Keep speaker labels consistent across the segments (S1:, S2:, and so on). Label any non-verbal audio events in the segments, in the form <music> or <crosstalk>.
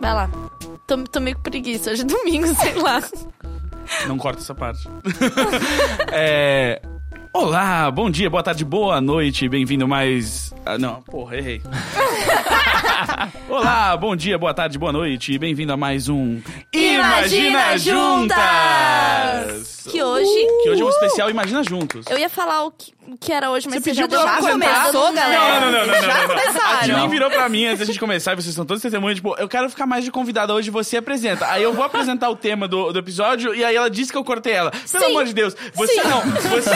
S1: Vai lá. Tô, tô meio com preguiça. Hoje <laughs> é domingo, sei lá.
S2: Não corta essa parte. <laughs> É, Olá, bom dia, boa tarde, boa noite, bem-vindo mais. Ah, não, porra, errei. Olá, bom dia, boa tarde, boa noite, bem-vindo a mais um.
S1: Imagina Juntas! Que hoje-
S2: Que hoje é um especial Imagina Juntas.
S1: Eu ia falar o que, o que era hoje, mas
S2: Você
S1: você, já
S2: pediu pra
S1: deu uma
S2: eu comentar?
S1: comentada.
S3: Começou,
S2: Não,
S3: galera?
S2: não, não, não, não,
S3: Já
S2: não, não. A
S3: começaram.
S2: Julie virou pra mim antes da gente começar, e vocês são todos testemunhas, tipo, eu quero ficar mais de convidada hoje, você apresenta. Aí eu vou apresentar o tema do, do episódio, e aí ela disse que eu cortei ela. Pelo
S1: Sim.
S2: amor de Deus, você
S1: Sim.
S2: não, você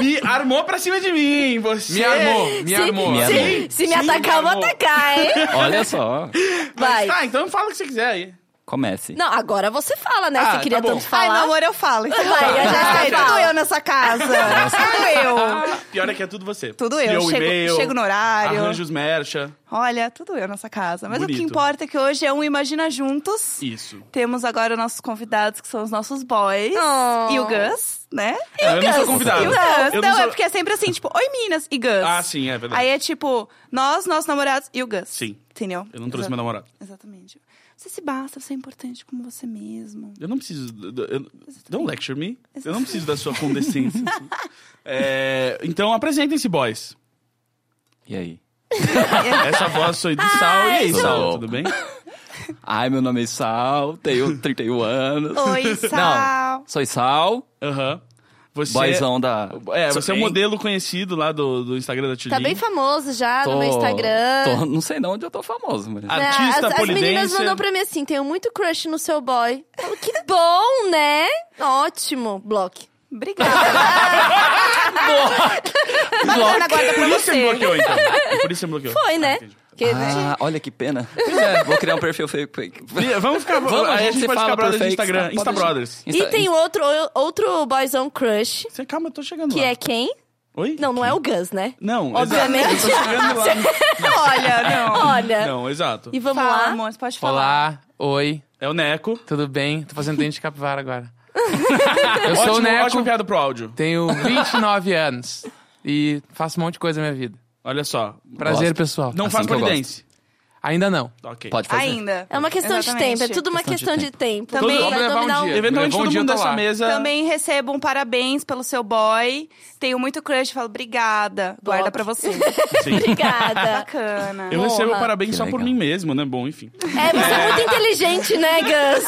S2: me armou pra cima de mim, você...
S4: Me armou, me armou.
S1: se,
S4: Me
S1: se,
S2: armou.
S1: se me
S2: Sim,
S1: atacar, eu vou
S2: amor.
S1: atacar,
S2: <laughs>
S1: hein?
S3: Olha só.
S1: Vai.
S2: Tá, então fala o que você quiser aí.
S3: Comece.
S1: Não, agora você fala, né?
S2: Ah,
S1: você queria
S2: tá bom.
S1: tanto
S3: Ai,
S1: falar.
S3: meu amor,
S1: eu falo.
S5: Então
S1: Vai, eu já
S3: Ai,
S1: sei,
S3: tá
S1: fala.
S3: doendo.
S5: nessa casa. <laughs> Tudo eu.
S2: Pior é que é tudo você.
S5: Ah. Tudo eu.
S2: Lê o
S5: Chego-
S2: e-mail,
S5: chego no horário.
S2: Arranjo os mercha.
S5: Olha, tudo eu nessa casa. Mas o que
S2: Bonito.
S5: importa é que hoje é um Imagina Juntos.
S2: Isso.
S5: Temos agora os nossos convidados, que são os nossos boys.
S1: Oh.
S5: E o Gus, né?
S2: eu não sou
S1: Gus?
S2: convidado.
S5: E
S2: Eu
S5: o Gus.
S2: Ah, não
S5: Não,
S2: sou-
S5: é porque é sempre assim, tipo, oi meninas e Gus.
S2: Ah, sim, é verdade.
S5: Aí é tipo, nós, nossos namorados e o Gus.
S2: Sim.
S5: Entendeu?
S2: Eu não trouxe
S5: Exa-
S2: meu namorado.
S5: Exatamente. Você se basta, você é importante como você mesmo.
S2: Eu não preciso. do- do- eu- don't lecture me. Eu não preciso da sua condescência. assim.
S1: <laughs>
S2: É, então apresentem-se, boys.
S3: E aí?
S2: Essa
S1: <laughs>
S2: voz sou do Sal. E aí,
S3: sou
S2: Sal,
S3: eu.
S2: tudo bem?
S3: Ai, meu nome é Sal,
S4: <laughs>
S3: tenho 31 anos.
S5: Oi, Sal.
S3: Não, sou Sal,
S2: Aham. Você.
S3: boyzão da...
S2: É, você é um
S3: Sim.
S2: modelo conhecido lá do, do Instagram da Tilly.
S1: Tá bem famoso já no meu
S3: Tô-
S1: Instagram.
S3: tô- não sei não onde eu tô famoso, mas...
S2: Ah,
S1: né?
S2: Artista,
S1: as, as meninas
S2: polidência.
S1: mandam pra mim assim: tenho muito crush no seu boy. Eu falo, que bom, né? Ótimo, bloco.
S5: Obrigada.
S3: Bloco.
S5: Agora guarda pra
S2: Por isso você me
S5: você.
S1: <laughs>
S2: bloqueou, então. Por isso você me bloqueou.
S1: Foi, né?
S2: entendi.
S1: Porque, né?
S3: Ah, olha que pena. <laughs> Vou criar um perfil fake. fake.
S2: E É, Vamos ficar.
S3: Vamos,
S2: aí a
S3: a
S2: gente
S3: gente
S2: pode
S3: fala
S2: ficar
S3: por
S2: brothers no
S3: fake,
S2: Instagram.
S3: pode
S2: Insta
S3: deixar.
S2: Brothers.
S1: E
S3: Insta-
S1: tem outro, outro boyzão crush,
S2: Você, calma, eu tô chegando
S1: que
S2: lá.
S1: é quem?
S2: Oi?
S1: Não, não é o Gus, né?
S2: Não,
S1: Obviamente.
S2: Exato. Eu tô chegando lá.
S1: <laughs>
S5: Olha, não.
S1: Olha.
S2: Não, exato.
S1: E vamos
S5: Fala,
S1: lá.
S5: amor, você pode falar.
S4: Olá, oi,
S2: É o Neco.
S4: tudo bem? Tô fazendo dente de capivara agora. Eu sou o
S2: ótimo,
S4: Neco,
S2: ótimo piada pro áudio.
S4: tenho 29 anos e faço um monte de coisa na minha vida.
S2: Olha só.
S4: Prazer,
S3: Gosto.
S4: pessoal.
S2: Não
S3: Assim
S2: faz
S3: que eu gosto.
S2: polidense.
S4: Ainda não.
S2: Ok.
S3: Pode fazer.
S5: Ainda.
S1: É uma questão
S5: Exatamente.
S1: de tempo, é tudo uma
S3: Questão
S1: questão,
S3: de
S1: de tempo.
S5: Também-
S1: Vai
S5: Todo-
S4: levar um
S1: dominar o-
S4: dia.
S2: Eventualmente
S4: Levou um
S2: todo
S4: dia,
S2: mundo
S4: eu tô
S2: dessa
S4: lá.
S2: mesa.
S5: Também recebo um parabéns pelo seu boy. Tenho muito crush, falo obrigada. Guarda pra
S1: <laughs>
S5: você.
S2: <laughs> Sim.
S1: <laughs> Obrigada.
S5: Bacana.
S2: Eu recebo
S1: Porra.
S2: parabéns
S3: Que
S2: só por
S3: legal.
S2: mim mesmo, né? Bom, enfim.
S1: É, você é muito inteligente, né, Gus?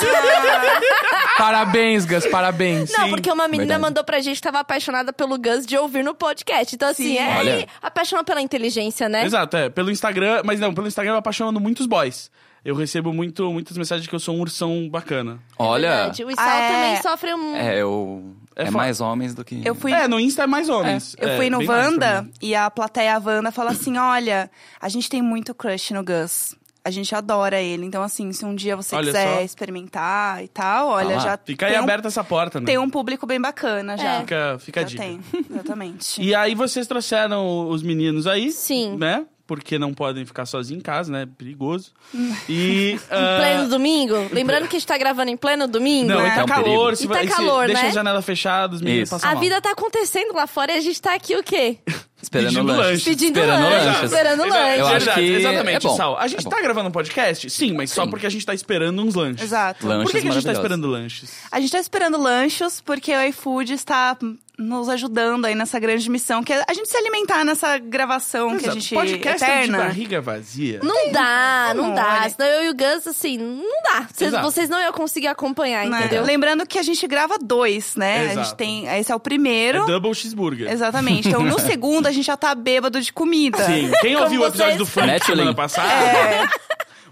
S4: Parabéns, Gus, parabéns.
S1: Não, porque uma menina
S3: Verdade.
S1: mandou pra gente que tava apaixonada pelo Gus de ouvir no podcast. Então, assim,
S5: Sim.
S1: é
S3: Olha.
S1: apaixonou pela inteligência, né?
S2: Exato, é. Pelo Instagram, mas não, pelo Instagram eu apaixonando muitos boys. Eu recebo muito, muitas mensagens que eu sou um ursão bacana.
S3: Olha,
S1: Verdade. O Isal
S5: Ah, é.
S1: também sofre um.
S3: é, eu...
S2: É
S3: É,
S2: foda.
S3: mais homens do que...
S5: Eu fui,
S2: É, no Insta é mais homens.
S5: eu
S2: É,
S5: fui no
S2: bem mais pra
S5: Wanda
S2: mim.
S5: e a plateia Wanda fala assim: olha, a gente tem muito crush no Gus. A gente adora ele. Então, assim, se um dia você
S2: Olha
S5: quiser
S2: só.
S5: experimentar e tal, olha,
S3: lá.
S5: já
S2: Fica
S5: tem,
S2: aí
S5: um,
S2: aberta essa porta, né?
S5: tem um público bem bacana já.
S1: É.
S2: Fica, fica a
S5: Já
S2: dica.
S5: tem,
S2: <laughs>
S5: exatamente.
S2: E aí vocês trouxeram os meninos aí.
S1: Sim.
S2: Né? Porque não podem ficar sozinhos em casa, né? Perigoso.
S5: <laughs>
S2: E. ah,
S1: Pleno domingo? Lembrando que a gente tá gravando em pleno domingo?
S2: Não,
S5: né?
S2: e tá
S3: É um
S2: calor.
S3: perigo.
S2: Se,
S1: E tá
S2: vai- se
S1: calor,
S2: deixa
S1: né?
S2: a janela fechada, os meninos
S3: Isso.
S2: passam
S1: A
S2: mal.
S1: vida tá acontecendo lá fora e a gente tá aqui o quê?
S3: Esperando o
S2: pedindo
S3: lanche.
S2: lanche.
S1: Pedindo
S3: Esperando
S1: lanche,
S3: lanches.
S1: esperando lanche.
S3: Eu acho
S2: Verdade,
S3: que
S2: Exatamente,
S3: é bom.
S2: Sal. A gente
S3: É bom.
S2: tá gravando um podcast? Sim, mas só
S3: Sim.
S2: porque a gente tá esperando uns lanches.
S5: Exato.
S3: Lanches
S2: Por que, que a gente tá
S3: maravilhosos.
S2: esperando lanches?
S5: A gente tá esperando lanchos, porque o iFood está nos ajudando aí nessa grande missão, que é a gente se alimentar nessa gravação que a
S2: Exato.
S5: gente
S2: Podcast é um tipo de
S5: eterna.
S2: barriga vazia.
S1: Não dá, não
S5: Não,
S1: dá.
S5: olha.
S1: Senão eu e o Gus, assim, não dá. Vocês,
S2: Exato.
S1: vocês não é. iam conseguir acompanhar,
S5: né?
S1: entendeu?
S5: Lembrando que a gente grava dois, né? A
S2: Exato.
S5: gente tem. Esse é o
S2: É
S5: primeiro.
S2: double cheeseburger.
S5: Exatamente. Então
S2: <laughs>
S5: no segundo a gente já tá bêbado de comida.
S2: Sim, quem
S1: Como
S2: ouviu o episódio
S1: vocês-
S2: do funk
S3: Mete o
S2: semana
S3: link.
S2: passada?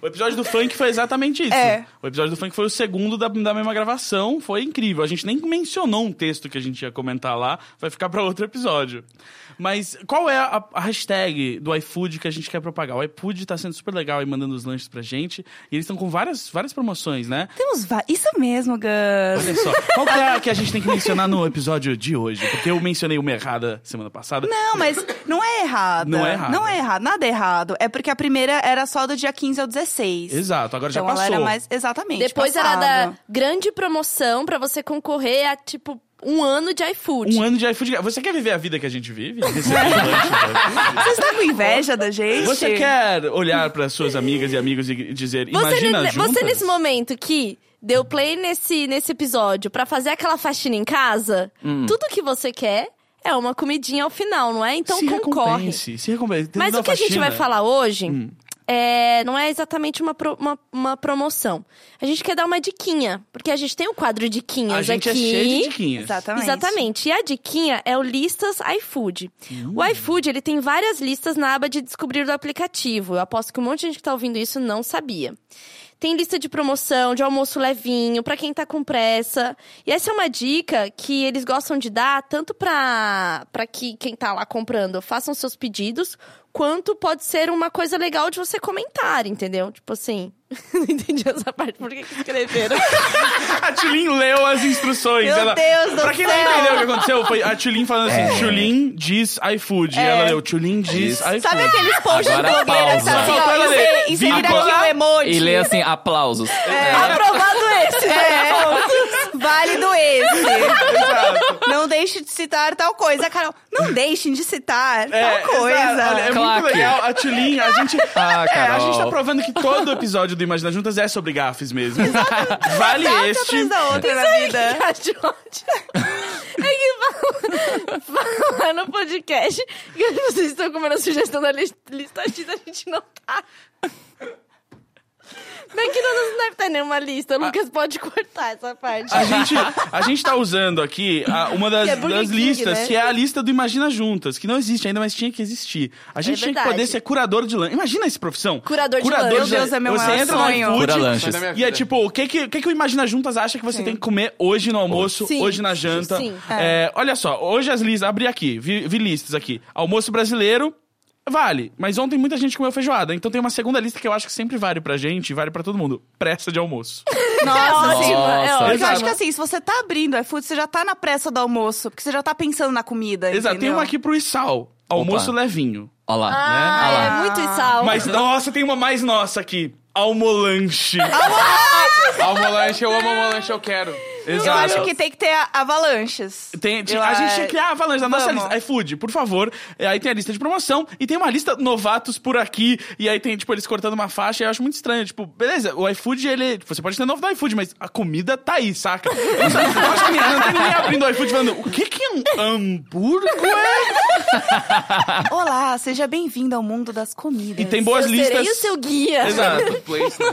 S2: O episódio do funk foi exatamente isso.
S5: É.
S2: O episódio do funk foi o segundo da, da mesma gravação, foi incrível. A gente nem mencionou um texto que a gente ia comentar lá, vai ficar pra outro episódio. Mas qual é a, a hashtag do iFood que a gente quer propagar? O iFood tá sendo super legal aí mandando os lanches pra gente, e eles estão com várias, várias promoções, né?
S5: Temos va- Isso mesmo, Gus.
S2: Olha só, qual que é a que a gente tem que mencionar no episódio de hoje? Porque eu mencionei uma errada semana passada.
S5: Não, mas não é errado.
S2: Não é errado.
S5: Não é errado. Nada é errado. É porque a primeira era só do dia 15 ao 16.
S2: Exato, agora
S5: Então
S2: já
S5: ela
S2: passou.
S5: era mais. Exatamente.
S1: Depois era
S5: passado.
S1: da grande promoção pra você concorrer a, tipo, Um ano de iFood.
S2: Um ano de iFood. Você quer viver a vida que a
S1: <laughs>
S2: gente vive? é Recebendo lanche, velho?
S5: Vocês estão com inveja da gente?
S2: né? Você quer olhar para suas amigas e amigos e dizer,
S1: Você,
S2: imagina
S1: ne-
S2: juntas?
S1: você nesse momento que deu play nesse, nesse episódio pra fazer aquela faxina em casa,
S2: Hum.
S1: tudo que você quer é uma comidinha ao final, não é? Então
S2: se
S1: concorre.
S2: recompense, se recompense. Dentro
S1: Mas
S2: da
S1: o que a gente
S2: faxina. Hum.
S1: vai falar hoje é, não é exatamente uma, pro- uma, uma promoção. A gente quer dar uma diquinha, porque a gente tem um quadro Diquinhas
S2: A gente é
S1: aqui.
S2: cheio de diquinhas.
S5: Exatamente.
S1: Exatamente. E a diquinha é o Listas iFood. O iFood, ele tem várias listas na aba de descobrir do aplicativo. Eu aposto que um monte de gente que tá ouvindo isso não sabia. Tem lista de promoção, de almoço levinho, pra quem tá com pressa. E essa é uma dica que eles gostam de dar tanto pra, pra que quem tá lá comprando façam seus pedidos, quanto pode ser uma coisa legal de você comentar, entendeu? Tipo assim. <laughs> Não entendi essa parte, por que que escreveram?
S2: A Tulin leu as instruções.
S5: Meu
S2: ela...
S5: Deus do
S2: Pra quem não
S5: céu.
S2: entendeu o que aconteceu, foi a Tulin falando assim,
S3: É.
S2: Tulin diz iFood.
S1: É.
S2: E ela leu, Tulin diz
S3: Isso.
S2: iFood.
S5: <laughs> Sabe aqueles posts
S3: Agora
S5: do blogueira que
S3: pausa.
S5: tá assim,
S2: Só
S5: ó,
S2: pra ler.
S5: insere- insere
S2: Vírgula.
S5: aqui o emoji.
S3: E lê assim, aplausos.
S5: Aprovado esse. É. <laughs> Válido esse.
S2: Exato.
S5: Não deixe de citar tal coisa, Carol.
S2: <laughs>
S5: Não deixem de citar
S2: É,
S5: tal coisa.
S2: exato. Olha, é muito
S3: Claque.
S2: legal. A Tulin, a
S1: <laughs>
S2: gente...
S3: Ah,
S2: É, a
S3: Carol.
S2: gente tá provando que todo episódio do Imagina Juntas é sobre gafes mesmo. vale
S5: Dá uma
S2: este.
S5: surpresa da outra na
S1: <laughs>
S5: vida.
S1: A Jorge. É que fala, fala no podcast que vocês estão comendo a sugestão da lis- lista X, a gente não tá. McDonald's não deve ter nenhuma lista. O Lucas pode cortar essa parte.
S2: A gente, a gente tá usando aqui a- uma das,
S1: Que é Burger
S2: das
S1: King,
S2: listas,
S1: né?
S2: que é a lista do Imagina Juntas, que não existe ainda, mas tinha que existir. A gente tinha que
S1: É verdade.
S2: poder ser curador de lanche. Imagina essa profissão.
S1: Curador de
S2: curador
S1: lanche.
S2: lan-
S5: Meu Deus, é meu
S2: Você
S5: maior
S2: entra no
S5: sonho.
S2: iFood,
S3: Cura lanches.
S4: Mas é minha-
S2: E é tipo, o que, que, o que que o Imagina Juntas acha que você tem que comer hoje no almoço,
S1: Sim.
S2: hoje na janta?
S1: Sim.
S2: É, olha só, hoje as listas, abri aqui, vi, vi listas aqui. Almoço brasileiro, vale. Mas ontem muita gente comeu feijoada, então tem uma segunda lista que eu acho que sempre vale pra gente, vale pra todo mundo. Pressa de almoço.
S5: Nossa,
S1: Ótimo,
S3: Nossa.
S1: é
S5: Porque
S1: ótimo.
S5: eu
S2: Exato.
S5: acho que assim, se você tá abrindo iFood, você já tá na pressa do almoço, porque você já tá pensando na comida.
S2: Exato, tem
S5: entendeu?
S2: uma aqui pro Issal. Almoço levinho.
S3: Olha lá, né? Olha lá.
S1: Ah, é muito sal.
S2: Mas, nossa, tem uma mais nossa aqui. Almolanche.
S4: Almolanche, eu amo almolanche, eu quero.
S5: Eu acho que tem que ter a- avalanches.
S2: Tem- ti-
S5: Eu
S2: a gente
S5: acho-
S2: tinha que criar a avalanche da nossa
S5: Vamos.
S2: lista. iFood, por favor. É, Aí tem a lista de promoção e tem uma lista novatos por aqui. E aí tem, tipo, eles cortando uma faixa. E eu acho muito estranho. Tipo, beleza, o iFood, ele. tipo, Você pode ter novo do iFood, mas a comida tá aí, saca? Eu não sei, eu acho que ninguém- não tem ninguém abrindo o iFood falando: o que que é um hambúrguer?
S5: Olá, seja bem-vindo ao mundo das comidas.
S2: E tem boas
S1: eu serei o
S2: listas.
S1: seu guia.
S4: é.
S2: Exato.
S4: né?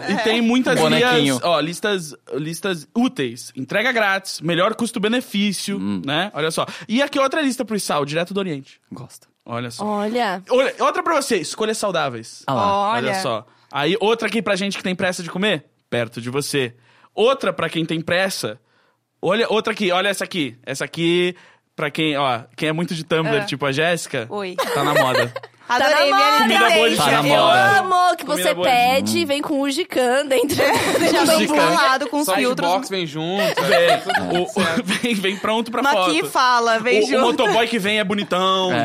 S2: E tem muitas
S3: Um Bonequinho.
S2: lias, ó, listas, listas úteis. Entrega grátis, melhor custo-benefício,
S3: Hum.
S2: né? Olha só. E aqui outra lista pro Sal, direto do Oriente.
S3: Gosto.
S2: Olha só.
S1: Olha.
S2: Olha, outra pra você, escolhas saudáveis.
S3: Olha Ah lá.
S5: Olha.
S2: só. Aí outra aqui pra gente que tem pressa de comer, perto de você. Outra pra quem tem pressa. Olha, outra aqui, olha essa aqui. Essa aqui pra quem, ó, quem é muito de Tumblr,
S5: É.
S2: tipo a Jéssica,
S5: Oi.
S2: tá na moda.
S5: Adorei,
S1: Tá na
S5: minha
S1: moda.
S2: Comida boa de
S5: tendência.
S3: Tá na
S1: Eu
S3: moda.
S1: amo que
S2: Comida
S1: você
S2: boa.
S1: pede, vem com ugicanda, <laughs> entra
S5: Já vem falado com os
S4: Só de
S5: filtros.
S4: box vem junto.
S2: Vem,
S4: é,
S5: tá
S4: tudo
S2: o- <laughs> vem, vem pronto pra
S5: Maqui
S2: foto.
S5: fala,
S2: o,
S5: vem
S2: o
S5: junto.
S2: motoboy que vem é bonitão,
S3: É.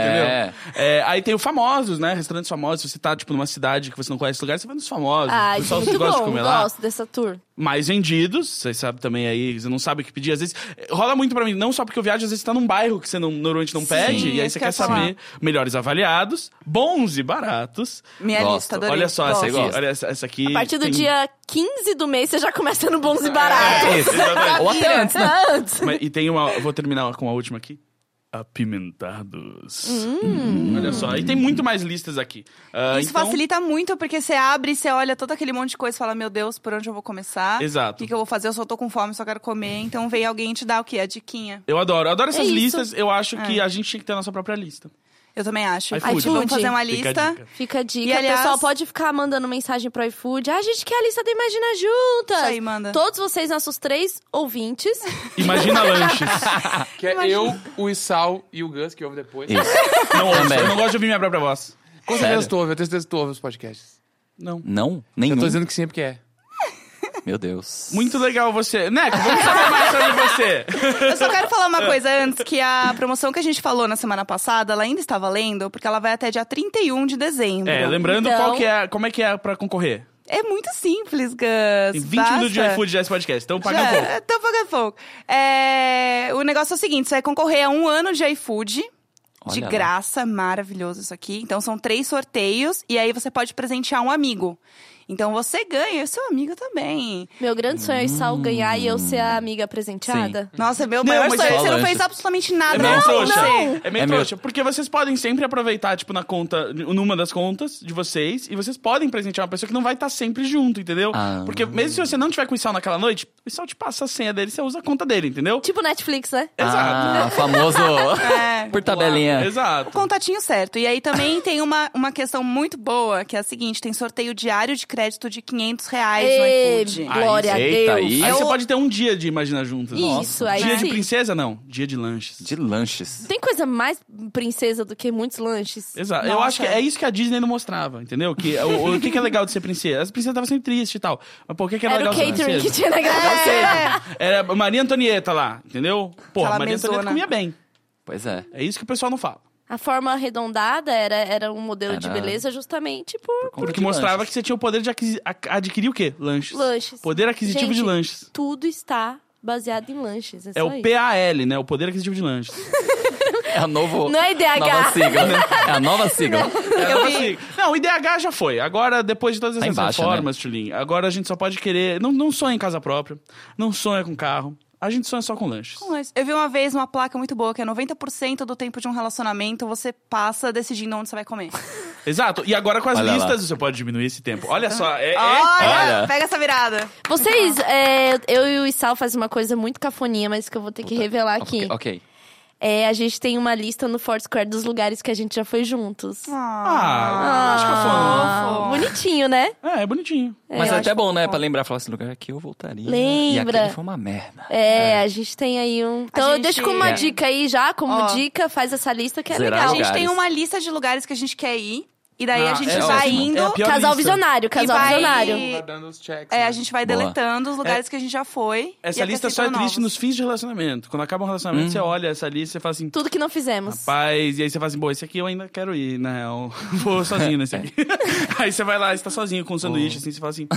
S2: entendeu? É, aí tem o famosos, né? Restaurantes famosos. Se você tá, tipo, numa cidade que você não conhece o lugar, você vai nos famosos.
S1: Ah,
S2: o
S1: isso
S2: pessoal
S1: é muito
S2: gosta de
S1: bom.
S2: comer lá.
S1: Gosto dessa tour.
S2: Mais vendidos, você sabe também aí, você não sabe o que pedir. Às vezes, rola muito pra mim, não só porque eu viajo, às vezes você tá num bairro que você não, normalmente não pede, e aí
S5: isso
S2: você
S5: que eu
S2: quer
S5: ia falar.
S2: saber melhores avaliados, bons e baratos.
S5: Minha
S3: Gosto.
S5: lista, adorei.
S2: Olha só essa
S5: Gosto.
S2: aqui,
S3: Gosto.
S2: olha essa, essa aqui.
S1: A partir do
S2: tem-
S1: dia 15 do mês, você já começa no bons e baratos.
S2: Exatamente.
S3: Ou até antes, né?
S1: Ah, <laughs> antes.
S2: Mas- e tem uma. Vou terminar com a última aqui. Apimentados. Olha só. E tem muito mais listas aqui. Ah,
S5: Hum. Isso
S2: então-
S5: facilita muito, porque você abre, você olha todo aquele monte de coisa e fala, meu Deus, por onde eu vou começar? O
S2: Exato.
S5: que, que eu vou fazer? Eu só tô com fome, só quero comer. Então vem alguém e te dar o quê? A diquinha.
S2: Eu adoro. Eu adoro
S1: É
S2: essas
S1: isso.
S2: listas. Eu acho
S5: É.
S2: que a gente tinha que ter a nossa própria lista.
S5: Eu também acho.
S2: iFood.
S5: Tipo, Vamos
S1: iFood.
S5: fazer uma
S2: Fica a
S5: lista.
S2: dica.
S1: Fica a dica.
S5: E, aliás-
S1: Pessoal, pode ficar mandando mensagem pro iFood. Ah, a gente quer a lista da Imagina Juntas.
S5: Isso aí, manda.
S1: Todos vocês, nossos três ouvintes.
S5: <laughs>
S2: Imagina lanches.
S4: Que é eu, o Issal e o Gus, que ouve depois.
S3: Isso.
S2: Não ouço.
S3: Também.
S2: Eu não gosto de ouvir minha própria voz.
S4: Com certeza tu ouve, eu tenho certeza que tu ouve os podcasts.
S2: Não.
S3: Não?
S4: Eu
S3: Nenhum.
S4: tô dizendo que sim, porque é.
S3: Meu Deus.
S2: Muito legal você. Neco, vamos saber mais sobre você.
S5: Eu só quero
S2: <laughs>
S5: falar uma
S2: É.
S5: coisa antes, que a promoção que a gente falou na semana passada, ela ainda está valendo, porque ela vai até dia 31 de dezembro.
S2: É, lembrando
S1: Então-
S2: qual que é, como é que é pra concorrer.
S5: É muito simples, Gus.
S2: Tem 20
S5: Basta.
S2: minutos de iFood já esse podcast, então paga
S5: Já,
S2: pouco.
S5: Então paga pouco. É, o negócio é o seguinte: você vai concorrer a um ano de iFood. de
S3: Olha lá.
S5: graça, maravilhoso isso aqui. Então são três sorteios e aí você pode presentear um amigo. Então você ganha, e o seu amigo também.
S1: Meu grande sonho é o Sal ganhar e eu ser a amiga presenteada.
S5: Nossa, meu
S2: Não,
S5: maior
S2: mas
S5: sonho é que
S3: fala
S5: você não
S3: antes.
S5: fez absolutamente nada
S2: É meio
S5: pra
S2: trouxa.
S5: você.
S2: É meio
S3: É meio-
S2: trouxa. Porque vocês podem sempre aproveitar, tipo, na conta, numa das contas de vocês, e vocês podem presentear uma pessoa que não vai estar sempre junto, entendeu?
S3: Ah.
S2: Porque mesmo se você não tiver com o Sal naquela noite, o Sal te passa a senha dele, você usa a conta dele, entendeu?
S1: Tipo Netflix, né?
S3: Ah, famoso.
S5: É.
S3: Por tabelinha.
S5: O
S2: Exato.
S5: contatinho certo. E aí também tem uma, uma questão muito boa, que é a seguinte: tem sorteio diário de crédito de 500 reais
S1: Ei,
S5: no iFood.
S1: glória a
S3: Eita,
S1: Deus.
S3: aí-
S2: Aí
S3: É
S2: você
S5: o-
S2: pode ter um dia de imaginar juntas.
S1: Isso,
S2: Nossa.
S1: aí
S2: Dia de
S1: sim.
S2: princesa, não. Dia de lanches.
S3: De lanches.
S1: Tem coisa mais princesa do que muitos lanches?
S2: Exato. Eu
S5: Nossa.
S2: acho que é isso que a Disney não mostrava, entendeu? Que, o, o- o que, que é legal de ser princesa? As princesas estavam sempre tristes e tal. Mas por que,
S3: é
S2: que era,
S1: Era o
S2: legal ser
S3: né?
S1: catering que tinha
S2: princesa?
S1: na gravação.
S2: Era Maria Antonieta lá, entendeu? Pô,
S5: Aquela
S2: Maria Antonieta
S5: mesona.
S2: comia bem.
S3: Pois é.
S2: É isso que o pessoal não fala.
S1: A forma arredondada era, era um modelo de
S3: Era-
S1: beleza justamente por, por
S2: Porque mostrava que você tinha o poder de aquisi- a- adquirir o quê? Lanches.
S1: lanches.
S2: Poder aquisitivo de
S1: Gente,
S2: lanches.
S1: Tudo está baseado em lanches. É,
S2: É
S1: só
S2: o
S1: isso.
S2: PAL, né? O poder aquisitivo de lanches.
S3: que. É a novo,
S1: Não é tá IDH.
S3: nova sigla. É a nova sigla.
S2: É, não, assim, não, o IDH já foi. Agora, depois de todas
S3: Tá
S2: essas
S3: embaixo,
S2: reformas, Tulin, agora a gente só pode querer. Não, não sonha em casa própria, não sonha com carro. A gente sonha só com lanches.
S5: Mas Eu vi uma vez uma placa muito boa que é 90% do tempo de um relacionamento você passa decidindo onde você vai comer.
S2: Exato. E agora com as
S3: Olha lá.
S2: listas, você pode diminuir esse tempo. Olha só, é. é-
S5: Olha,
S3: Olha.
S5: pega essa virada.
S1: Vocês, é, eu e o Isal faz uma coisa muito cafoninha, mas que eu vou ter que revelar aqui.
S3: Ok. ok.
S1: É, a gente tem uma lista no Foursquare dos lugares que a gente já foi juntos.
S2: Ah, acho que é fofo.
S5: fofo.
S1: Bonitinho, né?
S2: É, é bonitinho.
S3: Mas é
S1: eu tá
S3: até bom, né? Pra lembrar, falar assim, lugar aqui eu voltaria.
S1: Lembra.
S3: E aquele foi uma merda.
S1: É, a gente tem aí um. Então,
S5: gente-
S1: deixa com uma
S3: É.
S1: dica aí já, como
S5: Ó.
S1: dica, faz essa lista que é
S3: Zerar
S5: Então, A
S1: legal.
S5: gente tem
S3: lugares.
S5: uma lista de lugares que a gente quer ir. E daí
S2: Ah,
S5: a gente
S2: é
S5: vai
S3: ótimo.
S5: indo.
S2: É a pior
S1: Casal
S2: lista.
S1: visionário, casal
S5: E vai-
S1: visionário.
S5: E-
S4: dando os checks.
S5: É,
S4: né?
S5: a gente vai
S3: Boa.
S5: deletando os lugares que a gente já foi.
S2: É, Essa
S5: e
S2: lista só é
S5: acrescentando
S2: triste
S5: novos.
S2: nos fins de relacionamento. Quando acaba um
S3: Hum.
S2: relacionamento, você olha essa lista e fala assim.
S1: Tudo que não fizemos.
S2: Rapaz, e aí você fala assim, bom, esse aqui eu ainda quero ir, na real. <laughs> Vou sozinho nesse aqui.
S3: É.
S2: <laughs> aí você vai lá, você tá sozinho com um sanduíche, assim, você fala assim,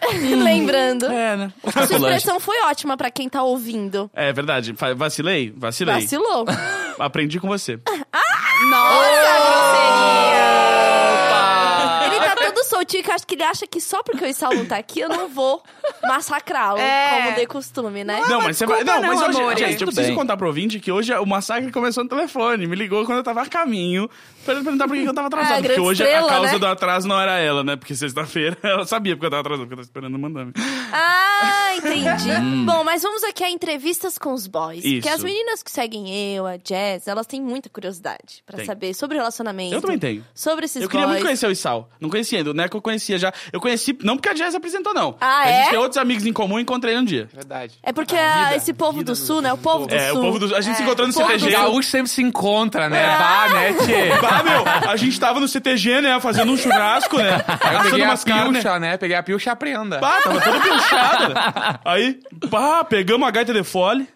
S1: <laughs> Lembrando.
S2: é, né?
S1: A sua
S3: Lanche.
S1: expressão foi ótima pra quem tá ouvindo.
S2: É verdade, Fa- vacilei, vacilei.
S1: Vacilou.
S2: Aprendi com você.
S1: Ele tá
S2: Ah.
S1: todo soltinho que eu acho que ele acha que só porque o Isal não tá aqui, eu não vou massacrâlo,
S5: É.
S1: como de costume, né?
S2: Não, mas você vai.
S5: desculpa
S2: Não, mas
S5: não,
S2: hoje.
S5: amores.
S2: Gente, eu
S3: Tudo
S2: preciso
S3: bem.
S2: contar pro ouvinte que hoje o massacre começou no telefone. Me ligou quando eu tava a caminho pra ele perguntar por que que eu tava atrasado.
S1: Ah,
S2: porque
S1: grande
S2: hoje
S1: estrela,
S2: a causa
S1: né?
S2: do atraso não era ela, né? Porque sexta-feira <laughs> ela sabia porque eu tava atrasado, porque eu tava esperando mandar.
S1: Ah, entendi. Bom, mas vamos aqui a entrevistas com os boys.
S2: Hum. Isso.
S1: Porque as meninas que seguem eu, a Jazz, elas têm muita curiosidade pra
S2: Tem.
S1: saber sobre relacionamento.
S2: Eu também tenho.
S1: Sobre esses
S2: Eu
S1: boys.
S2: queria muito conhecer o Isal. Não conhecia ainda. O Neco eu conhecia já. Eu conheci, não porque a Jess apresentou, não.
S1: Ah,
S2: a
S1: é?
S2: gente tem outros amigos em comum e encontrei ele um dia.
S4: Verdade.
S1: É porque
S4: A vida,
S1: ah, esse povo
S4: vida
S1: do
S4: nos
S1: sul, né? O povo do
S2: É,
S1: sul.
S2: o povo do. Tipo, A gente se encontrou no
S1: povo do
S2: CTG.
S1: sul.
S4: Gaúcho sempre se encontra, né?
S1: É.
S4: Bah, né, tchê?
S2: <laughs> Bah, meu, a gente tava no CTG, né? Fazendo um churrasco, né?
S4: <laughs> Eu
S2: Assando
S4: peguei a
S2: umas carnes.
S4: pilcha, né? Peguei a pilcha prenda.
S2: Pá, tava toda pinchada. Aí, pá, pegamos a gaita de fole.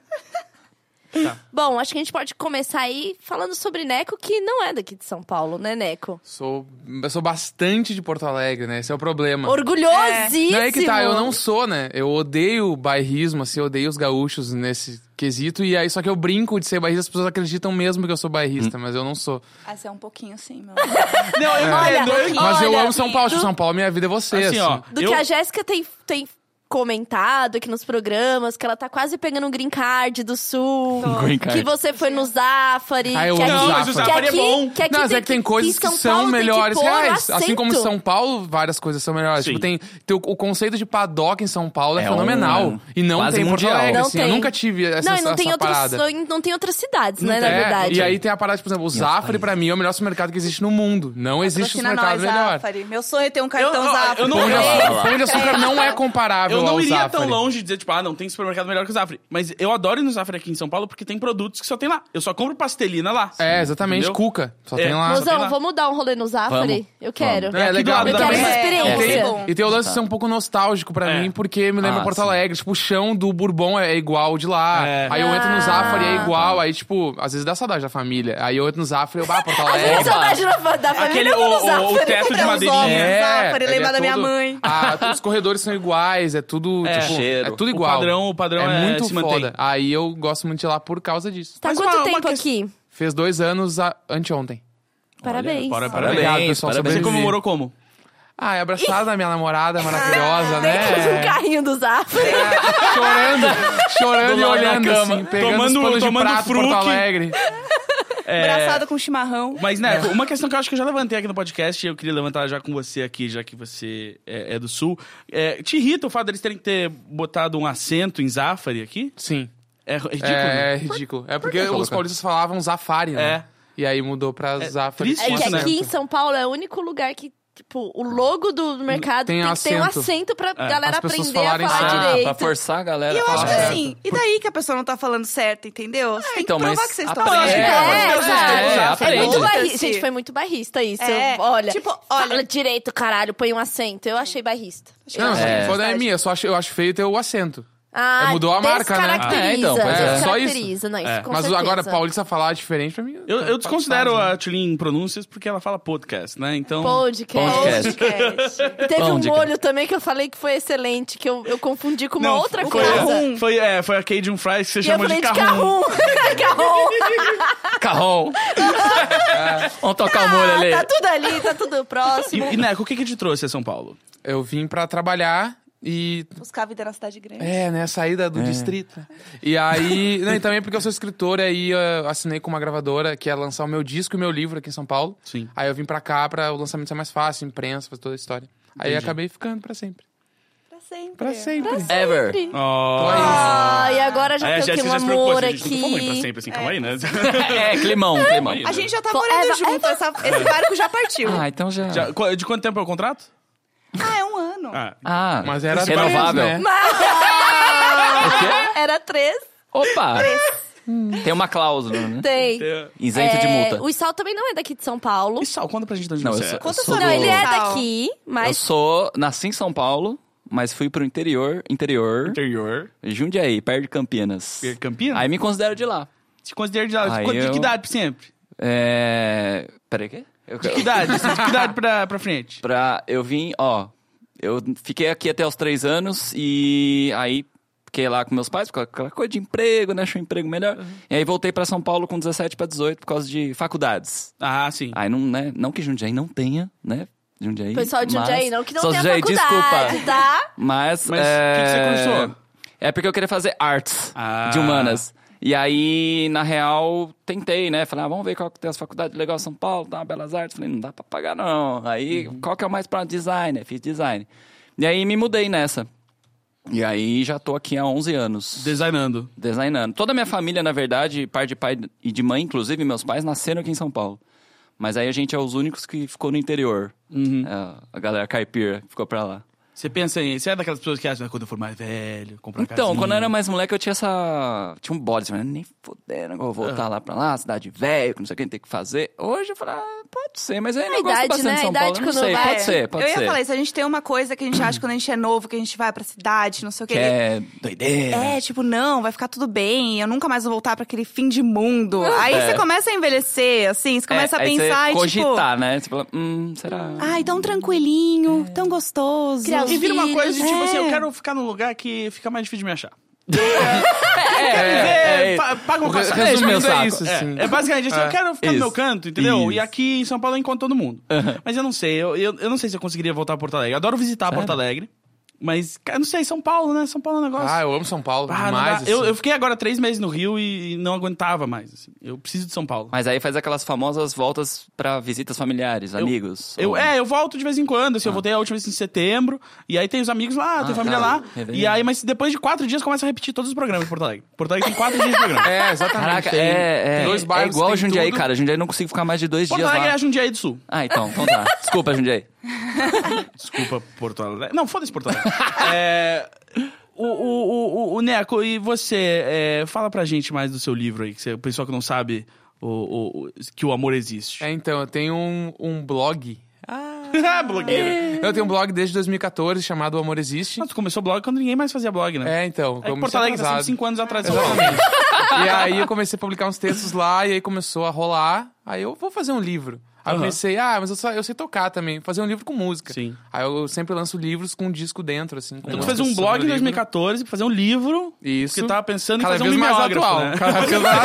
S1: Bom, acho que a gente pode começar aí falando sobre Neco, que não é daqui de São Paulo, né, Neco?
S4: Sou, eu sou bastante de Porto Alegre, né? Esse é o problema.
S1: Orgulhosíssimo!
S4: Não é que tá, eu não sou, né? Eu odeio o bairrismo, assim, eu odeio os gaúchos nesse quesito. E aí, só que eu brinco de ser bairrista, as pessoas acreditam mesmo que eu sou
S2: Hum.
S4: bairrista, mas eu não sou.
S5: Ah, você é um pouquinho sim, meu.
S2: Não, eu
S1: É. Olha,
S2: entendo. eu
S1: Hum. olha,
S4: Mas eu amo São Paulo,
S1: do-
S4: tipo, São Paulo, minha vida é você.
S2: Assim,
S4: Assim,
S2: ó.
S1: Do
S2: eu,
S1: que a Jéssica tem, tem comentado aqui nos programas, que ela tá quase pegando um green card do sul.
S3: Green card.
S1: Que você foi no Zafari.
S4: Um Ah, eu
S1: que
S4: amo
S1: aqui-
S4: Não, mas o
S1: que
S2: Zafari é
S1: aqui-
S2: bom.
S1: Que aqui
S4: não, mas
S1: tem
S4: é que tem coisas que,
S1: São
S4: são
S1: Paulo tem que
S4: melhores.
S1: pôr
S4: reais. assim
S1: acento.
S4: como em São Paulo, várias coisas são melhores.
S2: Sim.
S4: Tipo, tem, tem o, o conceito de paddock em São Paulo é,
S3: É um-
S4: fenomenal. E não
S3: quase
S4: tem em Porto
S3: mundial.
S4: Alegre,
S1: Não
S4: assim.
S1: tem.
S4: Eu nunca tive essa,
S1: Não, e não
S4: essa
S1: tem, outros,
S4: parada.
S1: não tem outras cidades, né, na
S4: É,
S1: verdade.
S4: E aí tem a parada, tipo, por exemplo, o Zafari, pra mim, é o melhor supermercado que existe no mundo. Não existe
S5: Patrocina
S4: supermercado
S5: nós,
S4: melhor.
S5: Zafari. Meu sonho é ter um
S2: um Eu-
S5: cartão
S2: eu- eu
S5: Zafari.
S2: não-
S4: Pão de
S2: Olha
S4: açúcar,
S2: lá.
S4: pão de açúcar não é comparável
S2: eu não
S4: ao
S2: iria tão
S4: Zafari.
S2: longe de dizer, tipo, ah, não tem supermercado melhor que o Zafari. Mas eu adoro ir no Zafari aqui em São Paulo porque tem produtos que só tem lá. Eu só compro pastelina lá.
S4: É, exatamente,
S2: Entendeu?
S4: Cuca. Só
S2: É.
S4: tem ah, lá.
S2: Mozão, tem lá.
S1: Mozão, vamos dar um rolê no Zafari?
S3: Vamos.
S1: Eu quero.
S4: É,
S2: do
S4: legal.
S2: lado
S1: Eu
S2: da
S1: quero
S2: minha-
S1: essa
S5: É,
S1: experiência.
S5: tem-
S4: E tem o lance de ser um pouco nostálgico pra
S2: É.
S4: mim, porque me lembra
S3: Ah,
S4: Porto
S3: sim.
S4: Alegre. Tipo, o chão do Bourbon é é igual de lá.
S2: É.
S4: Aí eu entro
S1: Ah.
S4: no Zafari, é igual. Aí, tipo, às vezes dá saudade da família. Aí eu entro no Zafari, eu,
S5: <laughs>
S4: bah, Porto
S1: A gente tem
S4: Alegre.
S1: saudade da fa- da família.
S2: Aquele-
S1: É, eu vou no
S2: o- o-
S1: Zafari.
S2: o teto de
S1: Comprar uns
S2: madeirinha.
S1: ovos.
S5: É. Zafari,
S4: ele
S5: lembrar da minha
S4: todo-
S5: mãe.
S4: Ah, todos os corredores são iguais, é tudo,
S2: É.
S4: tipo,
S3: Cheiro.
S4: é tudo
S2: O
S4: igual.
S2: padrão- o padrão é-
S4: muito
S2: se mantém.
S4: foda. Aí eu gosto muito de ir lá por causa disso.
S1: Tá
S2: Mas
S1: quanto
S2: uma- uma
S1: tempo
S2: questão-
S1: aqui?
S4: Fez dois anos a... anteontem.
S1: Parabéns.
S2: para-
S3: Parabéns,
S2: parabéns.
S4: Obrigado, pessoal,
S3: parabéns.
S2: Você
S4: sobrevivi.
S2: comemorou como?
S4: Ah, é abraçada da minha namorada,
S5: <laughs>
S4: maravilhosa,
S1: Dentro de um
S4: né?
S1: carrinho do Zafari.
S4: Chorando, chorando
S3: Do
S4: e
S3: lado da
S4: olhando,
S3: cama.
S4: assim, pegando
S2: Tomando-
S4: os panos de
S2: tomando
S4: prato
S2: fruque.
S4: Porto Alegre.
S2: É.
S5: Abraçado com chimarrão.
S2: Mas,
S4: É.
S2: né, uma questão que eu acho que eu já levantei aqui no podcast, e eu queria levantar já com você aqui, já que você é, é do Sul. É, te irrita o fato deles terem que ter botado um acento em Zafari aqui?
S4: Sim.
S2: É ridículo, né?
S4: É, é ridículo. É porque
S3: que
S4: os
S3: colocaram?
S4: paulistas falavam Zafari, né?
S2: É.
S4: E aí mudou pra Zafari.
S2: triste
S1: É
S4: com
S2: isso,
S1: que
S2: né?
S4: acento.
S1: aqui em São Paulo é o único lugar que, tipo, o logo do mercado tem,
S4: Tem
S1: que ter um
S4: acento.
S1: acento pra galera
S4: As pessoas
S1: aprender a
S4: falarem
S1: falar
S4: certo.
S3: Ah,
S1: direito.
S3: pra forçar a galera
S5: E
S3: a
S5: eu acho
S3: falar
S5: que
S4: certo.
S5: assim, e daí que a pessoa não tá falando certo, entendeu? Você tem
S3: então,
S5: que provar
S3: mas
S5: que vocês estão
S3: aprende.
S5: certos.
S1: É,
S3: É, é,
S1: é,
S3: aprende.
S1: muito
S5: Foda-se.
S1: barrista. Gente, foi muito barrista isso.
S5: É,
S1: Eu- olha,
S5: tipo, olha-
S1: fala direito, caralho, põe um acento. Eu achei barrista. Eu
S4: Não,
S1: achei
S4: é.
S3: É.
S4: foda é
S1: barrista.
S4: minha, eu só acho, eu acho feio ter o acento.
S1: Ah,
S4: É, mudou a marca, né?
S1: descaracteriza,
S3: É, então, pois é.
S4: Só isso.
S1: descaracteriza. Não, isso com
S4: Mas
S1: certeza.
S4: agora, paulista falar diferente pra mim.
S2: Eu, eu
S4: tá-
S2: desconsidero
S4: tá-
S2: a Tulin em pronúncias porque ela fala podcast, né? Então.
S1: Podcast.
S3: Podcast.
S5: Podcast.
S1: E Teve um
S3: Onde, cara?
S1: molho também que eu falei que foi excelente, que eu, eu confundi com uma
S2: Não,
S1: outra
S2: foi,
S1: coisa.
S5: Carrum.
S2: Foi, é, foi a Cajun Fries que você
S1: E eu
S2: chamou
S1: falei
S2: de
S1: de
S2: carrum.
S1: carrum. <laughs> carrum. <laughs>
S3: Carrol. "Ah, Vamos tocar o molho ali.
S1: Ah, tá tudo ali, tá tudo
S2: E,
S1: próximo.
S2: e Neco, o que que te trouxe a São Paulo?
S4: Eu vim pra trabalhar e.
S5: Buscar a vida na cidade grande.
S4: É, né? Saída do distrito. E aí. não, e também porque eu sou escritor, e aí eu assinei com uma gravadora que ia lançar o meu disco e o meu livro aqui em São Paulo.
S2: Sim.
S4: Aí eu vim pra cá pra o lançamento ser mais fácil, imprensa, fazer toda a história. Aí eu acabei ficando pra sempre.
S5: Pra sempre.
S4: Pra sempre.
S3: Ever. <laughs>
S1: Sempre.
S2: Oh.
S1: Ah, e agora já
S2: Aí a
S1: tem aqui um
S2: Jéssica é, já se preocupou,
S1: amor
S2: assim, a gente não tá falando
S1: <laughs>
S2: pra
S1: aqui.
S2: sempre, assim, calma aí, né?
S3: É, climão, climão.
S5: A gente já tá
S1: Fo-
S5: morando
S1: Eva-
S5: junto, essa- esse barco já partiu.
S3: Ah, então já...
S2: Já- qu- de quanto tempo é o contrato?
S5: Ah, é um ano.
S2: Ah,
S3: Ah,
S4: Mas era três,
S3: renovável.
S4: né?
S1: Era três,
S3: Opa! Tem uma cláusula, né?
S1: tem.
S2: é.
S3: Isento de
S1: Hum. É,
S3: multa.
S1: O Sal também não é daqui de São Paulo.
S2: E Sal, conta pra gente de onde
S3: Não,
S2: você
S3: eu
S2: é.
S3: sou-
S5: Quanto
S3: sou
S5: são
S1: Não, ele é
S5: Sal.
S1: daqui,
S3: Eu
S1: mas
S3: sou... Nasci em São Paulo, mas fui pro interior, interior,
S2: Interior.
S3: Jundiaí, perto de Campinas.
S2: É Campinas?
S3: Aí me considero de lá.
S2: Se considera de idade.
S3: Aí
S2: Quanto- De que
S3: eu-
S2: idade pra sempre?
S3: É... Peraí, o quê? Eu...
S2: De que idade? assim, de que idade pra, pra frente?
S3: Pra... Eu vim, ó... Eu fiquei aqui até os três anos e aí fiquei lá com meus pais, com aquela coisa de emprego, né? Achei um emprego melhor.
S2: Uhum.
S3: E aí voltei pra São Paulo com 17 pra 18 por causa de faculdades.
S2: Ah, sim.
S3: Aí não, né? Não que Jundiaí não tenha, né? Jundiaí.
S1: o pessoal de
S3: mas-
S1: Jundiaí não, que não
S3: Só
S1: tem a
S3: Jundiaí,
S1: faculdade,
S3: desculpa.
S1: tá?
S3: Mas.
S2: Mas o
S3: é...
S2: que que você cursou?
S3: É porque eu queria fazer artes
S2: Ah.
S3: de humanas. E aí, na real, tentei, né? Falei, ah, vamos ver qual que tem as faculdades legal São Paulo, tá? Belas Artes. Falei, não dá pra pagar, não. Aí,
S2: Uhum.
S3: qual que é o mais pra design? Aí Fiz design. E aí me mudei nessa. E aí já tô aqui há 11 anos
S2: Designando.
S3: designando. Toda a minha família, na verdade, par de pai e de mãe, inclusive meus pais, nasceram aqui em São Paulo. Mas aí a gente é os únicos que ficou no interior. É, a galera caipira que ficou pra lá.
S2: Você pensa em. Você é daquelas pessoas que acham, "Ah, quando eu for mais velho, comprar
S3: Então,
S2: casinha."
S3: quando eu era mais moleque, eu tinha essa. Tinha um bode, assim, nem fodendo, eu vou voltar lá pra lá, cidade velha, que não sei o que tem que fazer. Hoje eu falo, ah, pode ser, mas aí eu gosto
S1: idade,
S3: bastante
S1: né?
S3: de São
S1: A idade
S3: Paulo. eu Não
S1: quando
S3: sei,
S1: vai.
S3: pode ser, pode
S5: É. eu
S3: ser.
S5: ia falar isso, a gente tem uma coisa que a gente acha quando a gente é novo, que a gente vai pra cidade, não sei o quê.
S3: que é doideira.
S5: É, tipo, não, vai ficar tudo bem, eu nunca mais vou voltar pra aquele fim de mundo.
S3: <laughs>
S5: Aí
S3: É.
S5: você começa a envelhecer, assim, você começa
S3: É,
S5: a
S3: aí você
S5: pensar e
S3: cogitar,
S5: tipo.
S3: né? Você fala, hum, será?
S5: Ai, tão tranquilinho, tão gostoso.
S1: Criar
S2: E vira uma coisa de tipo
S5: É.
S2: assim, eu quero ficar num lugar que fica mais difícil de me achar.
S3: é,
S2: É, pa- paga uma coisa.
S3: Resumindo,
S2: É,
S3: meu
S4: Resumindo,
S3: saco.
S4: é isso, sim.
S2: É, é basicamente assim, eu quero ficar no
S3: Isso.
S2: meu canto, entendeu? E
S3: Isso.
S2: aqui em São Paulo eu encontro todo mundo. Mas eu não sei, eu, eu, eu não sei se eu conseguiria voltar a Porto Alegre. Eu Adoro visitar Porto Alegre, mas cara, eu não sei, São Paulo, né? São Paulo é um negócio.
S4: Ah, eu amo São Paulo
S2: Ah, não
S4: demais.
S2: dá. eu,
S4: assim.
S2: eu fiquei agora três meses no Rio e não aguentava mais. assim. Eu preciso de São Paulo.
S3: Mas aí faz aquelas famosas voltas pra visitas familiares, amigos.
S2: Eu,
S3: ou-
S2: é, eu volto de vez em quando. Assim, Eu voltei a última vez em setembro. E aí tem os amigos lá, tem
S3: Ah,
S2: família
S3: tá.
S2: lá.
S3: Rever-
S2: E aí, mas depois de quatro dias começa a repetir todos os programas de Porto Alegre. Porto Alegre tem quatro dias
S3: <laughs>
S2: de programa.
S4: É, exatamente.
S3: Caraca,
S4: Tem-
S3: é, é,
S4: tem dois
S3: é
S4: bairros,
S3: igual
S4: tem
S3: Jundiaí,
S4: tudo.
S3: cara. Jundiaí não consigo ficar mais de dois
S2: Porto
S3: dias
S2: Alegre é
S3: lá.
S2: a Jundiaí do Sul.
S3: Ah, então, então tá. Desculpa, Jundiaí.
S2: Desculpa, Porto Alegre. Não, foda-se Porto Alegre. <laughs> É, O, o, o, o Neco, e você, é, fala pra gente mais do seu livro aí, que você, o pessoal que não sabe o, o- o- que o amor existe.
S4: É, então, eu tenho um, um blog.
S2: <laughs> Ah,
S1: É.
S2: blogueira.
S4: Eu tenho um blog desde 2014 chamado O Amor Existe.
S2: Mas tu começou blog quando ninguém mais fazia blog, né?
S4: É, então,
S2: É que
S4: eu
S2: Porto
S4: comecei
S2: Alegre tá
S4: atrasado. É,
S2: sendo 5 anos atrás.
S4: E aí eu comecei a publicar uns textos lá, e aí começou a rolar. Aí eu vou fazer um livro. Aí eu
S2: Aham.
S4: pensei, ah, mas eu, só, eu sei tocar também, fazer um livro com música.
S2: Sim.
S4: Aí eu sempre lanço livros com um disco dentro, assim. com
S2: Então tu
S4: umas
S2: fez um
S4: coisas
S2: blog em
S4: sobre o livro.
S2: 2014 pra fazer um livro.
S4: Isso.
S2: Porque tava pensando em
S4: Cada
S2: fazer um
S4: vez mais
S2: mimeógrafo,
S4: atual.
S2: né?
S4: Cada vez mais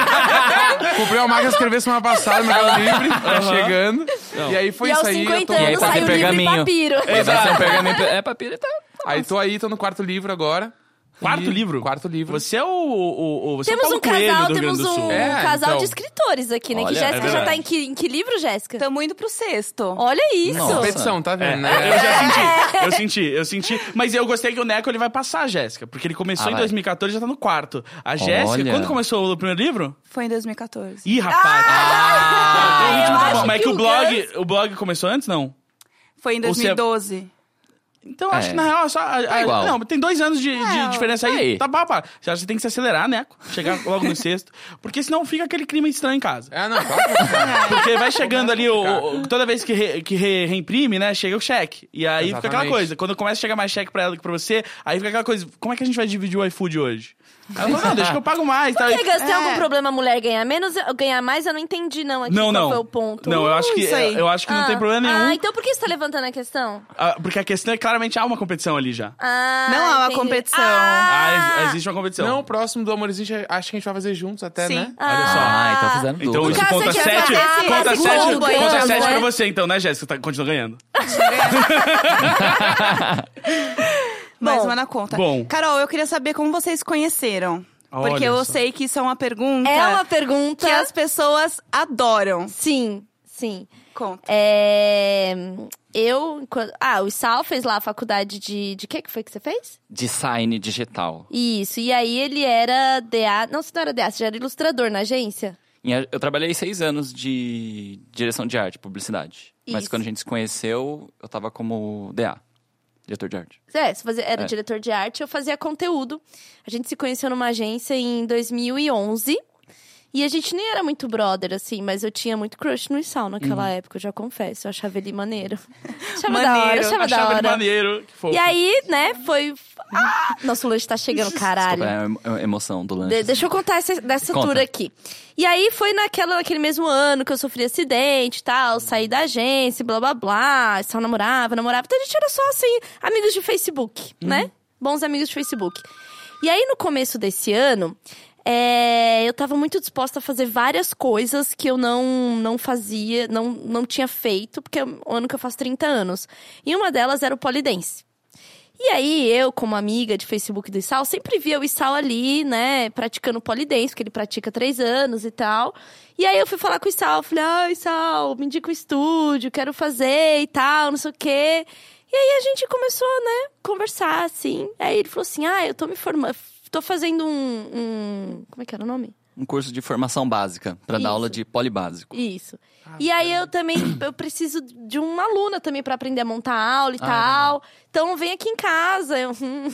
S4: atual. Comprei uma máquina de escrever semana passada, Mercado Livre, tá chegando. E aí foi
S1: e aos
S4: isso aí.
S1: 50
S4: eu tô...
S3: E aí
S1: anos
S3: fazer
S1: saiu o livro em
S3: pergaminho.
S1: papiro.
S3: Exato. É papiro e tá.
S4: Aí tô aí, tô no quarto livro agora.
S2: Quarto
S4: E-
S2: livro?
S4: Quarto livro.
S2: Você é o. o, o você é o
S1: Temos
S2: Paulo
S1: um
S2: Coelho
S1: casal,
S2: do Rio Grande
S1: temos
S2: do Sul.
S1: um
S4: É,
S1: casal
S4: então.
S1: de escritores aqui, né?
S3: Olha,
S1: que
S3: é
S1: Jéssica já
S2: verdade.
S1: tá em que, em que livro, Jéssica?
S5: Tamo indo pro sexto.
S1: Olha isso!
S3: Nossa.
S4: Competição, tá
S2: É,
S4: vendo, né?
S2: eu já senti,
S1: É.
S2: eu senti, eu senti. Mas eu gostei que o Neco ele vai passar a Jéssica, porque ele começou
S3: Ah,
S2: em
S3: vai.
S2: 2014 e já tá no quarto. A Jéssica,
S3: Olha.
S2: quando começou o primeiro livro?
S5: Foi em 2014.
S2: Ih, rapaz.
S1: Ah, eu acho
S2: Bom, mas é
S1: que
S2: que o
S1: o
S2: blog, o blog começou antes, não?
S5: Foi em
S2: Ou se é-
S5: 2012.
S2: Então,
S3: É.
S2: acho que na real é só. a- a-
S3: igual.
S2: não, tem dois anos de, de
S5: É,
S2: diferença aí.
S3: aí.
S2: Tá pá, pá. Você acha que tem que se acelerar, Neco? Chegar logo no <laughs> sexto. Porque senão fica aquele clima estranho em casa.
S4: Ah, não, claro.
S2: Porque vai
S4: é
S2: chegando ali, o, o- toda vez que, re- que re- reimprime, né, chega o cheque. E aí fica aquela
S4: Exatamente.
S2: coisa. Quando começa a chegar mais cheque pra ela do que pra você, aí fica aquela coisa, como é que a gente vai dividir o iFood hoje? Ela falou, não, deixa que eu pago mais. Tá?
S1: Por que, Gus? Tem
S5: É.
S1: algum problema a mulher ganhar menos, eu- ganhar mais? Eu não entendi, não, aqui
S2: Não,
S1: qual
S2: não.
S1: foi é o ponto. Uh,
S2: Não, eu acho que, é,
S5: isso aí.
S2: eu acho que não tem problema nenhum.
S1: Ah, então por que você tá levantando a questão?
S2: ah, Porque a questão é claramente há uma competição ali já.
S1: Ah,
S5: Não há uma
S1: entendi.
S5: competição.
S2: Ah,
S1: Ah,
S2: ex- existe uma competição.
S4: Não, o próximo do Amor Existe, acho que a gente vai fazer juntos até,
S5: Sim.
S4: né?
S2: Olha só.
S3: Ah, então fizeram
S2: Então
S3: dupla.
S2: isso
S1: Cássio,
S2: conta
S1: você quer
S2: sete,
S1: fazer esse-
S2: conta
S1: esse
S2: sete,
S1: combo aí,
S2: conta
S1: Cássio,
S2: sete
S1: né?
S2: pra você então, né, Jéssica? Tá, continua ganhando.
S5: Mais
S1: Bom.
S5: uma na conta.
S2: Bom.
S5: Carol, eu queria saber como vocês se conheceram.
S2: Olha
S5: porque eu
S2: só.
S5: sei que isso é uma pergunta
S1: É uma pergunta.
S5: que as pessoas adoram.
S1: Sim, sim.
S5: Conta.
S1: É, Eu. enquanto- Ah, o Sal fez lá a faculdade de. De que que foi que você fez?
S3: Design digital.
S1: Isso. E aí ele era DA. Não, você não era DA, você já era ilustrador na agência?
S3: Em a- Eu trabalhei seis anos de direção de arte, publicidade. Mas
S1: Isso.
S3: quando a gente se conheceu, eu tava como DA, diretor de arte.
S1: É, você fazia, era
S3: É.
S1: diretor de arte, eu fazia conteúdo. A gente se conheceu numa agência em 2011. E a gente nem era muito brother, assim, mas eu tinha muito crush no Isal naquela época, eu já confesso. Eu achava ele maneiro. Achava da hora,
S5: Maneiro,
S1: achava da
S2: Achava ele
S1: hora.
S2: maneiro. Que fofo.
S1: E aí, né, foi... Ah, nosso lanche tá chegando, caralho.
S3: Desculpa, é a emo- a emoção do
S1: De-
S3: lance.
S1: deixa eu contar essa, dessa
S3: Conta.
S1: tour aqui. E aí foi naquela, naquele mesmo ano que eu sofri acidente e tal, saí da agência, blá blá blá, só namorava, namorava. Então a gente era só assim, amigos de Facebook, né? Bons amigos de Facebook. E aí no começo desse ano, é, eu tava muito disposta a fazer várias coisas que eu não, não fazia, não, não tinha feito, porque é o ano que eu faço 30 anos. E uma delas era o polidense. E aí, eu, como amiga de Facebook do Issal, sempre via o Issal ali, né, praticando polidense, porque ele pratica há três anos e tal. E aí, eu fui falar com o Issal, falei, ah, Issal, me indica o estúdio, quero fazer e tal, não sei o quê. E aí, a gente começou, né, conversar, assim. Aí, ele falou assim, ah, eu tô me formando, tô fazendo um- um... Como é que era o nome?
S3: Um curso de formação básica, pra
S1: Isso.
S3: dar aula de polibásico.
S1: Isso. e aí eu também eu preciso de uma aluna também pra aprender a montar aula e tal. Então vem aqui em casa. Eu, <laughs> hum,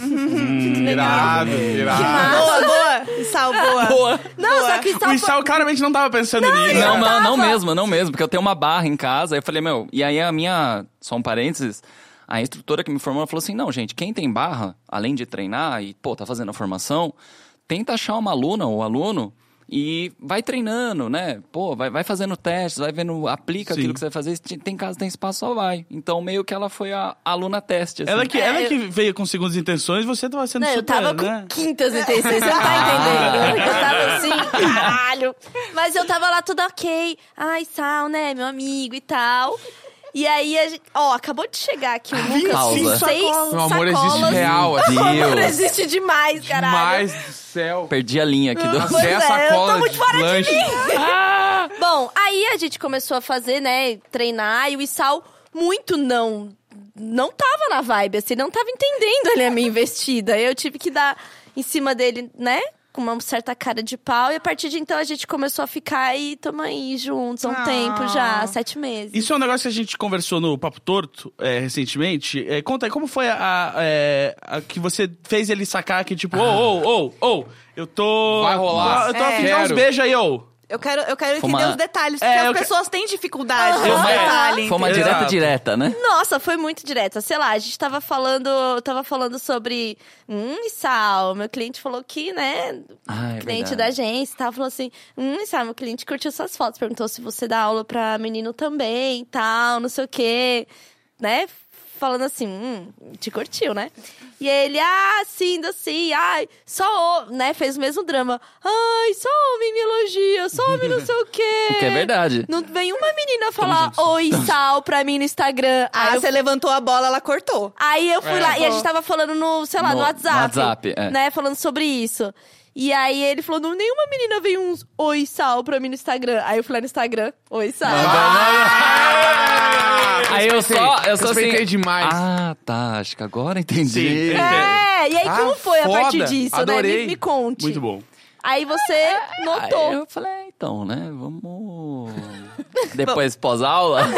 S1: que <laughs> legal.
S4: Irado, irado.
S2: É.
S5: Boa, boa. Sal, boa.
S1: Não, só que
S2: O
S1: estava
S2: Isal claramente não tava pensando nisso.
S3: Não, não, não
S1: tava.
S3: mesmo, não mesmo, porque eu tenho uma barra em casa. Aí eu falei, meu, e aí a minha, só um parênteses, a instrutora que me formou ela falou assim: não, gente, quem tem barra, além de treinar e, pô, tá fazendo a formação, tenta achar uma aluna ou aluno e vai treinando, né? Pô, vai, vai fazendo testes, vai vendo, aplica
S2: Sim.
S3: aquilo que você vai fazer. Se ti- tem casa, tem espaço, só vai. Então meio que ela foi a aluna teste. Assim.
S2: Ela que,
S1: É,
S2: ela
S1: eu-
S2: que veio com segundas intenções, você tava sendo
S1: Não, eu
S2: super,
S1: tava
S2: né?
S1: com quintas intenções, você não tá entendendo. Eu tava assim, caralho. Mas eu tava lá toda ok. Ai, Sal, né, meu amigo e tal. E aí, a gente- ó, acabou de chegar aqui um Lucas
S3: Pausa.
S1: com seis sacolas.
S4: Meu amor existe real, assim.
S1: Meu amor
S3: Deus.
S1: existe demais, caralho.
S4: Demais do céu.
S3: Perdi a linha aqui do.
S1: Nossa.
S3: <laughs>
S4: Até a
S1: Pois é, eu tô
S4: sacola
S1: muito fora de
S4: lanche.
S1: Bom, aí a gente começou a fazer, né, treinar e o Isal muito não não tava na vibe, assim, não tava entendendo ali a minha investida. Eu tive que dar em cima dele, né? com uma certa cara de pau. E a partir de então a gente começou a ficar e tamo aí juntos há um
S5: Ah.
S1: tempo já, sete meses.
S2: Isso é um negócio que a gente conversou no Papo Torto é, recentemente. É, conta aí, como foi a, a- é, a que você fez ele sacar que, tipo, ô, ô, ô, ô, eu tô.
S4: Vai rolar.
S2: Eu tô afim de
S4: É.
S2: dar uns beijos aí, ô.
S5: Eu quero, eu quero
S3: Foi
S5: entender
S3: uma-
S5: os detalhes,
S2: É,
S5: porque
S2: eu
S5: as
S2: que-
S5: pessoas têm dificuldade
S1: Foi
S5: com os
S1: uma-
S5: detalhes.
S3: Foi uma
S5: um entendeu?
S3: direta
S2: Exato.
S3: direta, né?
S1: Nossa, foi muito direta. Sei lá, a gente tava falando, tava falando sobre. Hum, e sal. Meu cliente falou que, né?
S3: Ah, é
S1: cliente
S3: verdade.
S1: da agência e tal, falou assim: hum, e sal, meu cliente curtiu suas fotos, perguntou se você dá aula pra menino também e tal, não sei o quê. Né? Falando assim, hum, te curtiu, né? E ele, ah, sim, ainda assim, ai, só, o-", né? Fez o mesmo drama. Ai, só homem me elogia, só homem não sei o quê.
S3: <laughs> O que é verdade.
S1: Não vem uma menina falar oi, sal, pra mim no Instagram.
S5: Ah,
S1: Aí,
S5: você
S1: eu,
S5: levantou a bola, ela cortou.
S1: aí eu fui
S4: É.
S1: lá, e a gente tava falando no, sei lá, no,
S3: No- no
S1: WhatsApp.
S3: WhatsApp, é.
S1: Né, falando sobre isso. E aí ele falou, não, nenhuma menina veio uns oi, sal, pra mim no Instagram. Aí eu fui lá no Instagram, oi, sal.
S3: Ah, Aí eu só, eu só
S4: Ah, Respeitei
S3: assim...
S4: demais.
S3: Ah, tá. Acho que agora entendi.
S2: Sim.
S1: É, e aí
S4: Ah,
S1: como foi a partir
S4: foda.
S1: disso, né?
S4: Adorei.
S1: Me, me conte.
S2: Muito bom.
S1: Aí você
S3: Aí
S1: notou.
S3: eu falei, é, então, né?
S1: <laughs>
S3: Vamos. Depois pós-aula.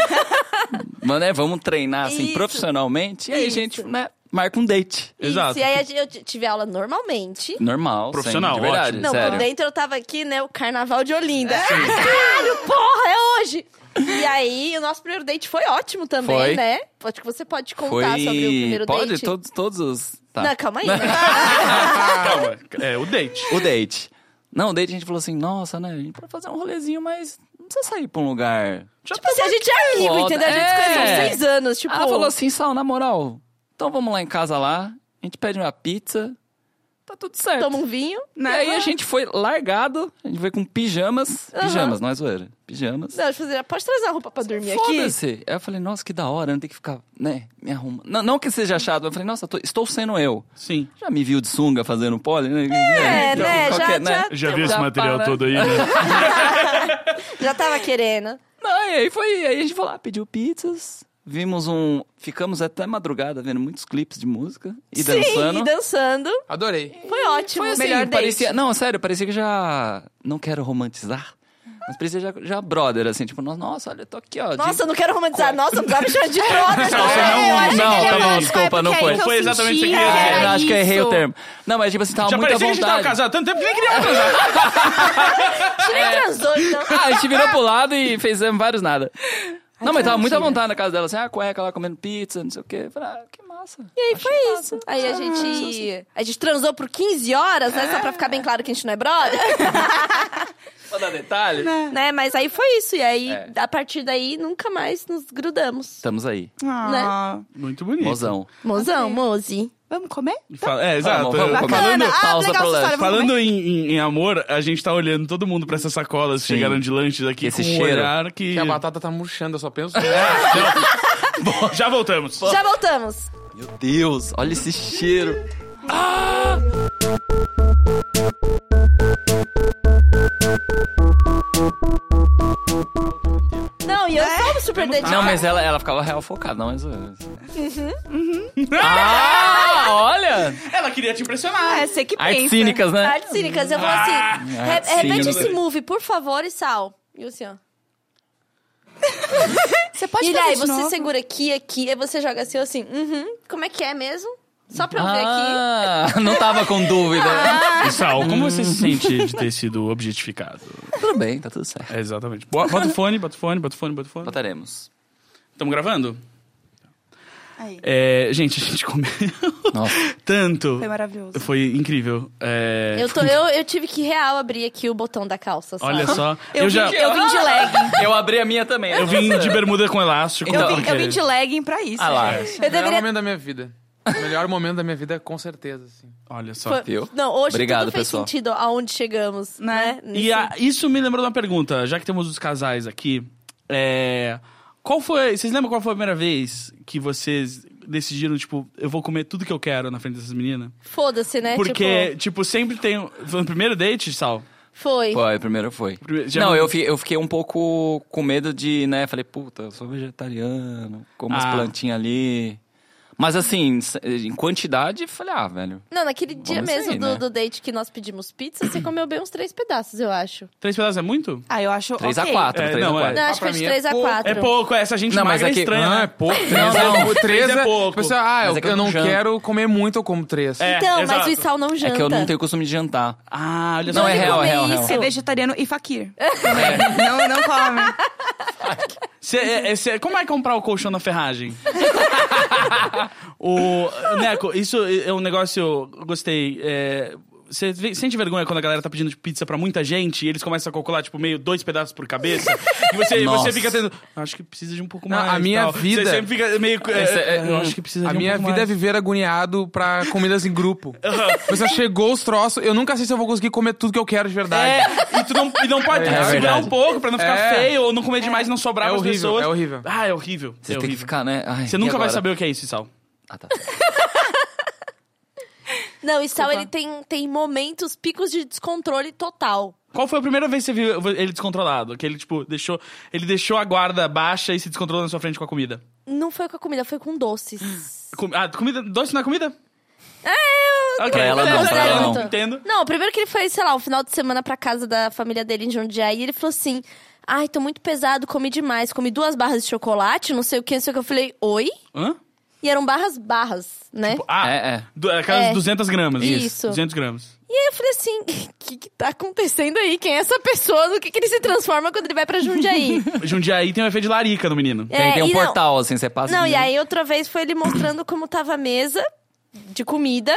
S3: Mas, né? Vamos treinar assim
S1: Isso.
S3: profissionalmente. E aí, a
S1: Isso.
S3: gente, né? Marca um date.
S1: Isso,
S2: Exato.
S1: e aí a gente- eu t- tive aula normalmente.
S3: Normal.
S2: Profissional,
S3: sem, de verdade,
S2: ótimo.
S1: Não,
S3: sério. É.
S1: por dentro eu tava aqui, né? O carnaval de Olinda. Ah, caralho, porra, é hoje! E aí, o nosso primeiro date foi ótimo também,
S3: Foi.
S1: né? Acho que você pode contar
S3: Foi.
S1: sobre o primeiro
S3: Pode?
S1: date.
S3: Todos, todos os. Tá.
S1: Não, calma aí. né?
S3: <laughs>
S4: Ah,
S2: Calma, é o date.
S3: O date. Não, o date a gente falou assim, nossa, né? A gente pode fazer um rolezinho, mas não precisa sair pra um lugar.
S1: tipo assim, a gente é amigo,
S3: tá Foda.
S1: entendeu? A gente se conheceu há
S3: É.
S1: seis anos. Tipo,
S3: Ela falou assim, Sal, na moral, então vamos lá em casa lá, a gente pede uma pizza, tá tudo certo.
S1: toma um vinho.
S3: E
S5: é
S3: aí a gente foi largado, a gente veio com pijamas. Pijamas, não é zoeira. Pijamas.
S1: Não, tipo assim, pode trazer a roupa pra dormir aqui?
S3: Foda-se. Aí eu falei, nossa, que da hora, eu não tem que ficar, né, me arruma. Não, não que seja chato, mas eu falei, nossa, tô- estou sendo eu.
S2: Sim.
S3: Já me viu de sunga fazendo pole, <laughs> né?
S1: É, né? Já,
S3: Qualquer,
S1: já,
S2: Já
S1: já,
S2: viu esse
S3: Já
S2: material
S3: para.
S2: todo aí, né?
S1: tava querendo.
S3: Não, e aí foi, aí a gente foi lá, pediu pizzas, vimos um, ficamos até madrugada vendo muitos clipes de música e
S1: Sim,
S3: dançando.
S1: e dançando.
S4: Adorei.
S1: Foi ótimo.
S3: Foi assim,
S1: melhor
S3: parecia,
S1: date.
S3: não, sério, parecia que já não quero romantizar. Mas parecia já, já brother, assim, tipo, nossa, nossa, olha, eu tô aqui, ó. de-
S1: Nossa, eu não quero romantizar. Nossa, não precisava me
S3: <laughs>
S1: chamar de brother.
S2: Não, você
S1: né? Eu
S2: não-
S1: achei
S3: não,
S1: que ele
S3: tá
S1: era-
S3: bom, desculpa, não foi.
S5: é porque
S2: Foi
S5: aí que eu
S2: exatamente o que
S5: senti,
S2: eu queria dizer.
S5: era
S3: É, acho que eu errei o
S5: né? isso.
S3: termo. Não, mas tipo assim, tava
S2: Já
S3: muito à
S2: parecia que a
S3: vontade.
S2: gente tava casado há tanto tempo que nem queria transar.
S1: Ele
S3: é.
S1: nem transou, então.
S3: Ah, a gente virou pro lado e fez eh, vários nada. Não, mas tava muito à vontade na casa dela, assim, ah, cueca lá comendo pizza, não sei o quê. Eu Falei, ah, que massa.
S1: E aí foi isso. Aí a gente. A gente transou por 15 horas, né? Só pra ficar bem claro que a gente não é brother,
S3: Vou dar detalhe.
S1: né? Mas aí foi isso. E aí,
S3: É.
S1: a partir daí, nunca mais nos grudamos.
S3: Estamos aí.
S5: Ah,
S2: Muito bonito.
S3: Mozão.
S1: Mozão, mozi.
S5: Vamos comer?
S2: E fala- É, exato.
S3: Vamos, vamos, vamos.
S5: Bacana.
S3: Falando-
S5: ah,
S3: pausa pro
S5: legal essa história.
S3: lanche.
S5: vamos comer?
S2: Falando em, em- em amor, a gente tá olhando todo mundo pra essas sacolas que
S3: Sim.
S2: chegaram de lanches aqui
S3: Esse
S2: com um
S3: cheiro.
S2: olhar que...
S4: Que
S2: <laughs>
S4: a batata tá murchando, eu só penso.
S2: Já voltamos.
S1: Já voltamos.
S3: Meu Deus, olha esse cheiro.
S1: Não, e eu sou super dedicada.
S3: Não, mas ela, ela ficava real focada, não, mas. Uhum. Ah, olha!
S2: Ela queria te impressionar.
S5: Ah, você que pensa.
S3: Artes cínicas, né?
S1: Artes cínicas, eu vou assim. re-
S3: artes
S1: repete
S3: cínicas.
S1: esse move, por favor, e sal. E o assim, ó.
S5: Você pode
S1: E
S5: fazer
S1: aí,
S5: de
S1: você
S5: novo?
S1: segura aqui, aqui, aí você joga assim, eu assim, uhum. Como é que é mesmo? Só pra eu ver aqui.
S3: Ah, não tava com dúvida.
S2: Ah.
S5: Ah.
S2: Sal, como você se sente de ter sido objetificado?
S3: Tudo bem, tá tudo certo.
S2: É, exatamente. Bo- Bota o fone, bota o fone, bota o fone, bota o fone.
S3: Botaremos.
S2: Estamos gravando?
S5: Aí.
S2: É, gente, a gente comeu
S3: Nossa.
S2: tanto.
S5: Foi maravilhoso.
S2: Foi incrível. É,
S1: Eu, tô, eu, eu tive que real abrir aqui o botão da calça, sabe?
S2: Olha só.
S5: Eu,
S2: Eu, já.
S5: vim, eu vim de legging.
S3: Eu abri a minha também.
S2: Eu vim
S3: <laughs>
S2: de bermuda com elástico.
S3: Eu
S5: Eu
S3: Então,
S5: vim, eu vim de legging pra isso.
S3: Ah lá.
S5: gente.
S1: Eu
S4: O melhor
S1: deveria
S4: momento da minha vida. O melhor momento da minha vida, com certeza, assim.
S2: Olha só.
S1: Foi-
S3: Viu?
S1: Não, hoje
S3: Obrigado,
S1: tudo fez
S3: pessoal.
S1: sentido aonde chegamos, né?
S2: E a- isso me lembrou de uma pergunta, já que temos os casais aqui. É, qual foi. Vocês lembram qual foi a primeira vez que vocês decidiram, tipo, eu vou comer tudo que eu quero na frente dessas meninas?
S1: Foda-se, né?
S2: Porque,
S1: Tipo,
S2: tipo, sempre tem. Foi no primeiro date, Sal?
S1: foi.
S3: Foi, primeiro foi.
S2: Primeiro- já-
S3: não, eu, fi- eu fiquei um pouco com medo de, né? Falei, puta, eu sou vegetariano, como as
S2: Ah.
S3: plantinhas ali. Mas assim, s- em quantidade, falei, ah, velho.
S1: Não, naquele dia
S3: Vamos
S1: mesmo
S3: sair,
S1: do,
S3: né?
S1: do date que nós pedimos pizza, você comeu bem uns três pedaços, eu acho.
S2: Três pedaços é muito?
S5: Ah, eu acho.
S3: 3
S5: ok.
S3: a 4,
S2: É,
S3: 3
S2: não,
S3: a
S2: é.
S3: 4.
S1: Não,
S4: Ah,
S1: acho que
S4: pra
S1: foi de
S4: mim é
S1: três a
S4: pouco.
S1: quatro.
S2: É pouco, essa gente
S4: Não, mas
S2: magra é
S4: aqui.
S2: estranha.
S4: não,
S2: né?
S4: é pouco.
S2: Três
S4: Três
S2: é-
S4: é, três
S2: três é
S4: é
S2: pouco.
S4: pouco. ah,
S3: Mas
S4: eu,
S3: é que eu
S4: eu não
S3: não janto.
S4: quero comer muito, eu como três.
S2: É,
S1: então, mas
S2: exato.
S1: o Isal não
S3: É
S1: janta.
S3: que eu não tenho costume de jantar.
S2: Ah, olha só.
S3: Não, é real, é real, é
S1: isso.
S3: real.
S5: É vegetariano
S2: <laughs>
S5: e faquir.
S3: É.
S2: É
S5: Não, não come.
S2: Cê- é- é- cê- como é comprar o colchão na ferragem? <laughs> o, Neco, isso é um negócio. eu Gostei. Você sente vergonha quando a galera tá pedindo pizza pra muita gente e eles começam a calcular, tipo, meio dois pedaços por cabeça? e você,
S3: Nossa.
S2: você fica tendo. Acho que precisa de um pouco
S4: Não,
S2: mais.
S4: a minha
S2: tal."
S4: vida-
S2: Você sempre fica meio. é,
S3: Esse é-
S2: eu acho que precisa
S4: A
S2: de um
S4: minha
S2: pouco
S4: vida é
S2: mais.
S4: viver agoniado pra comidas em grupo. <laughs> Você chegou os troços, eu nunca sei se eu vou conseguir comer tudo que eu quero de
S3: tipo
S4: verdade.
S2: É, e tu não, e não pode
S3: É
S2: segurar
S3: verdade.
S2: um pouco pra não ficar
S4: É.
S2: feio ou não comer demais e não sobrar
S4: É
S2: as
S4: horrível,
S2: pessoas.
S4: é horrível.
S2: Ah, é horrível.
S3: Você
S2: é
S3: tem que
S2: horrível.
S3: ficar, né? Ai,
S2: Você
S3: e
S2: nunca vai
S3: agora?
S2: saber o que é isso, Sal.
S3: Ah, tá.
S1: Não, o Isal,
S5: Desculpa.
S1: ele tem, tem momentos, picos de descontrole total.
S2: Qual foi a primeira vez que você viu ele descontrolado? Que ele, tipo, deixou. Ele deixou a guarda baixa e se descontrolou na sua frente com a comida.
S1: Não foi com a comida, foi com
S3: <gasps>
S1: doces.
S2: Com- ah, comida. Doce na comida?
S1: É, eu...
S2: Ok,
S3: Pra ela
S2: beleza,
S3: não, pra ela não.
S2: Entendo.
S1: Não, primeiro que ele foi, sei lá, um final de semana pra casa da família dele em Jundiaí, e ele falou assim: Ai, tô muito pesado, comi demais, comi duas barras de chocolate, não sei o que, não sei o que. Eu falei, oi?
S2: Hã?
S1: E eram barras, barras, né?
S2: Ah,
S3: É, é.
S2: du- aquelas
S1: É.
S2: 200 gramas.
S1: Isso.
S2: 200 gramas.
S1: E aí eu falei assim, <laughs> o que, que tá acontecendo aí? Quem é essa pessoa? No que, que ele se transforma quando ele vai pra Jundiaí?
S2: Jundiaí tem um efeito de larica no menino.
S1: É,
S3: Tem, tem um
S1: e não-
S3: portal, assim, você passa.
S1: Não,
S3: de-
S1: e aí outra vez foi ele mostrando como tava a mesa de comida.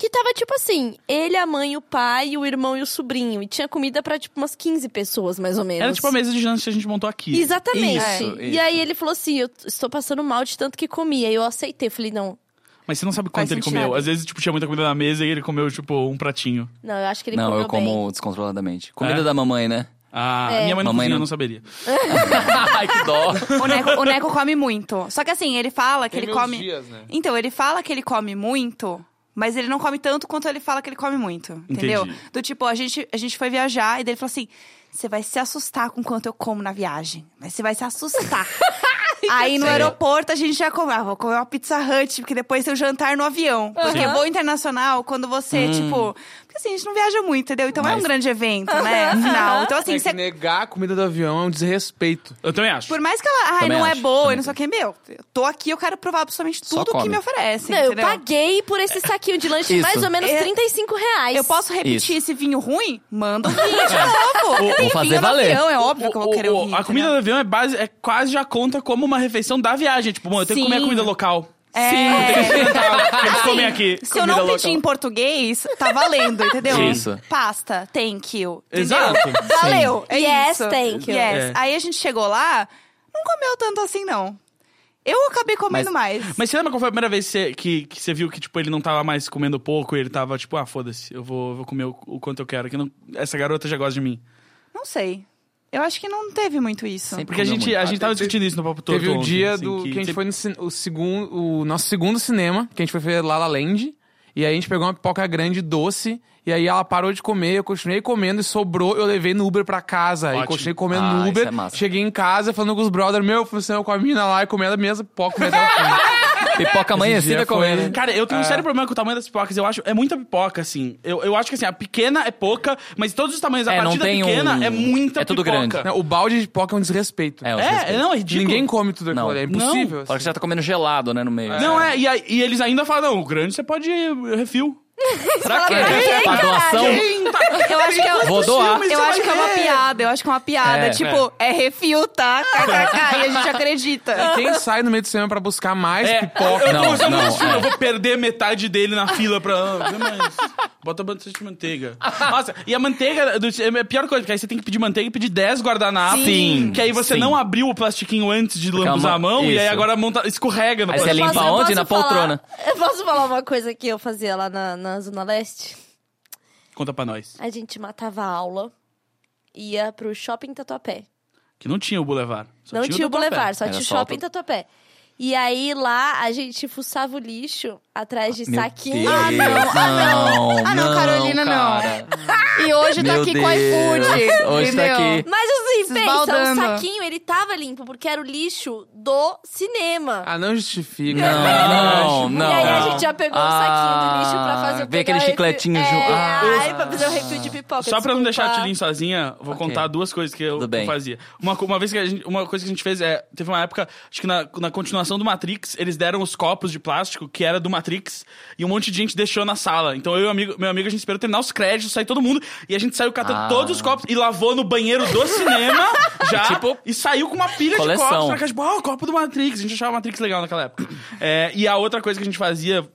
S1: Que tava tipo assim, ele, a mãe, o pai, o irmão e o sobrinho. E tinha comida pra tipo umas 15 pessoas, mais ou menos.
S2: Era tipo a mesa de jantar que a gente montou aqui.
S1: Exatamente.
S3: Isso,
S1: e
S3: isso.
S1: aí ele falou assim: eu t- estou passando mal de tanto que comi. Aí eu aceitei. Falei, não,
S2: Mas você não sabe quanto
S5: Faz
S2: ele
S5: sentido.
S2: comeu. Às vezes, tipo, tinha muita comida na mesa e ele comeu, tipo, um pratinho.
S1: não, eu acho que ele
S3: Não,
S1: comeu
S3: eu como descontroladamente. Comida
S2: É?
S3: da mamãe, né?
S2: <laughs> Ah,
S1: É.
S2: minha mãe não
S3: Mamãe
S2: cozinha, eu
S3: não-
S2: não saberia.
S3: Ai, que dó.
S5: O Neco, o Neco come muito. Só que assim, ele fala que
S4: Tem
S5: ele
S4: meus
S5: come.
S4: dias, né?
S5: Então, ele fala que ele come muito, mas ele não come tanto quanto ele fala que ele come muito. Entendeu?
S2: Entendi.
S5: Do tipo, a gente, a gente foi viajar e daí ele falou assim: você vai se assustar com quanto eu como na viagem. Mas você vai se assustar. Aí no aeroporto a gente já come, ah, vou comer uma pizza hut, porque depois tem o jantar no avião. Porque
S1: Aham.
S5: voo internacional, quando você,
S4: Hum.
S5: tipo. Porque assim, a gente não viaja muito, entendeu? Então é um
S3: Mas-
S5: grande evento, né? Afinal. Então, assim,
S4: Tem
S5: você
S4: que negar a comida do avião é um desrespeito.
S2: Eu também acho.
S5: por mais que ela, ai,
S3: Também
S5: não é
S3: acho,
S5: boa
S3: também
S5: e não sei o que, meu, eu tô aqui, eu quero provar absolutamente
S3: Só
S5: tudo que
S3: come.
S5: me oferecem,
S1: Não, eu
S5: assim, entendeu?
S1: paguei por esse saquinho de lanche de
S3: Isso.
S1: mais ou menos
S5: É.
S1: 35 reais.
S5: Eu posso repetir
S3: Isso. É.
S5: esse vinho ruim? Manda um vinho
S3: <laughs>
S5: de
S3: Vou-
S5: novo. Tem
S3: vou fazer
S5: vinho no
S3: valer.
S5: avião, é óbvio que eu vou
S2: O-
S5: querer
S2: o-
S5: um vinho.
S2: A comida do
S5: entendeu?
S2: avião é, base, é quase já conta como uma refeição da viagem. Tipo, mano, eu tenho que comer a
S5: Sim.
S2: comida local.
S5: É. <laughs>
S2: Sim, eu tenho que experimentar. Eles comem aqui.
S5: Se eu não
S2: comida
S5: pedir em
S2: local.
S5: português, tá valendo, entendeu?
S3: Isso.
S5: Pasta, thank you. entendeu?
S2: Exato.
S5: <laughs> Valeu, é
S1: Yes,
S5: isso.
S1: thank you.
S5: Yes.
S2: É.
S5: Aí a gente chegou lá, não comeu tanto assim, não. Eu acabei comendo mais.
S2: Mas você lembra qual foi a primeira vez que você, que, que você viu que, tipo, ele não tava mais comendo pouco e ele tava, tipo, ah, foda-se, eu vou, vou comer o, o quanto eu quero, que não- essa garota já gosta de mim.
S5: Não sei. Eu acho que não teve muito isso.
S3: Sempre
S2: Porque a
S3: comeu
S2: gente,
S3: muito.
S2: a
S4: Ah,
S2: gente tava
S4: teve-
S2: discutindo isso no Papo Torto
S4: Teve o
S2: ontem,
S4: dia
S2: assim,
S4: do, que, a gente
S2: sempre-
S4: foi no cin- o, segundo, o nosso segundo cinema, que a gente foi ver La La Land. E aí a gente pegou uma pipoca grande doce. E aí ela parou de comer, eu continuei comendo e sobrou. Eu levei no Uber pra casa. E
S2: Ótimo.
S4: continuei comendo
S3: Ah,
S4: no
S3: isso
S4: Uber.
S3: é massa.
S4: cheguei em casa falando com os brothers, meu, fui no cinema com a mina lá e comendo a mesma pipoca, comendo até o
S3: <laughs>
S4: fim.
S3: Pipoca amanhecida
S4: dia foi-
S2: <laughs>
S3: comendo.
S2: Cara, eu
S4: É.
S2: tenho um sério problema com o tamanho das pipocas. Eu acho. É muita pipoca, assim. Eu, eu acho que assim, a pequena é pouca, mas todos os tamanhos, a
S3: É, não
S2: partir da
S3: tem um-
S2: pequena é muita
S3: é tudo
S2: pipoca.
S3: grande.
S4: Não, o balde de pipoca é um desrespeito.
S3: É, eu
S2: É,
S3: respeito.
S2: não, é ridículo.
S4: Ninguém come tudo aquilo,
S3: Não.
S4: ali, é impossível.
S3: Fora que
S4: assim.
S3: você já tá comendo gelado, né, no meio.
S2: Não, é, e, aí- e eles ainda falam, não, o grande você pode ir, eu refil.
S3: Pra quê?
S1: quê,
S3: Pra doação?
S5: Eu acho que é,
S3: Vou doar.
S5: eu acho que é uma piada, eu acho que é uma piada.
S3: É.
S5: tipo, é, refil, tá? KKK, e a gente acredita.
S4: É, Quem sai no meio do cinema pra buscar mais
S2: É,
S4: pipoca?
S2: eu,
S3: Não,
S2: não, eu,
S3: não, é.
S2: eu vou perder metade dele na fila pra. Ah, mas Bota bastante manteiga. Nossa, e a manteiga do- é a pior coisa, porque aí você tem que pedir manteiga e pedir 10 guardanapos.
S3: Sim,
S2: Que aí você
S3: sim.
S2: não abriu o plastiquinho antes de
S3: a
S2: lambuzar a
S3: mão-
S2: mão, e aí
S3: isso.
S2: agora monta, escorrega no
S3: Aí você
S2: plástico.
S3: limpa
S1: eu
S3: onde? Na
S1: falar-
S3: poltrona.
S1: eu posso falar uma coisa que eu fazia lá na, na Zona Leste?
S2: Conta pra nós.
S1: A gente matava a aula, ia pro shopping Tatuapé.
S2: Que não tinha o Boulevard. Só
S1: não tinha o
S2: Tatuapé.
S1: Boulevard, só
S3: Era
S1: tinha o
S3: só o
S1: shopping Tatuapé. E aí lá a gente fuçava o lixo atrás de
S3: Meu
S1: saquinho.
S3: Deus,
S1: Ah, não.
S3: não,
S5: Ah, não, Carolina, não.
S3: cara.
S5: E hoje tá
S3: Meu
S5: aqui
S3: Deus.
S5: com iFood.
S3: Hoje tá
S5: entendeu?
S3: aqui.
S1: Mas assim, pensa,
S5: esbaldando.
S1: o saquinho, ele tava limpo, porque era o lixo do cinema.
S4: Ah, não justifica.
S3: Não, não,
S1: e aí a
S3: não.
S1: gente já pegou o saquinho do lixo pra fazer o
S3: Vem aquele chicletinho
S1: é,
S3: junto. Ah.
S1: Ai, pra fazer o refil de pipoca.
S2: Só pra não deixar a
S1: desculpa.
S2: Tilin sozinha, vou
S3: Ok.
S2: contar duas coisas que eu,
S3: Tudo
S2: que eu
S3: bem.
S2: fazia. Uma, co- uma vez que a gente, uma coisa que a gente fez é, teve uma época, acho que na, na continuação do Matrix, eles deram os copos de plástico que era do Matrix e um monte de gente deixou na sala. Então eu e o amigo, meu amigo, a gente esperou terminar os créditos, sair todo mundo e a gente saiu catando
S3: Ah.
S2: todos os copos e lavou no banheiro do
S3: <laughs>
S2: cinema já
S3: Tipo,
S2: e saiu com uma pilha
S3: coleção.
S2: de copos pra cá, tipo, ah, o copo do Matrix. A gente achava o Matrix legal naquela
S3: <clears throat>
S2: época. É, e a outra coisa que a gente fazia,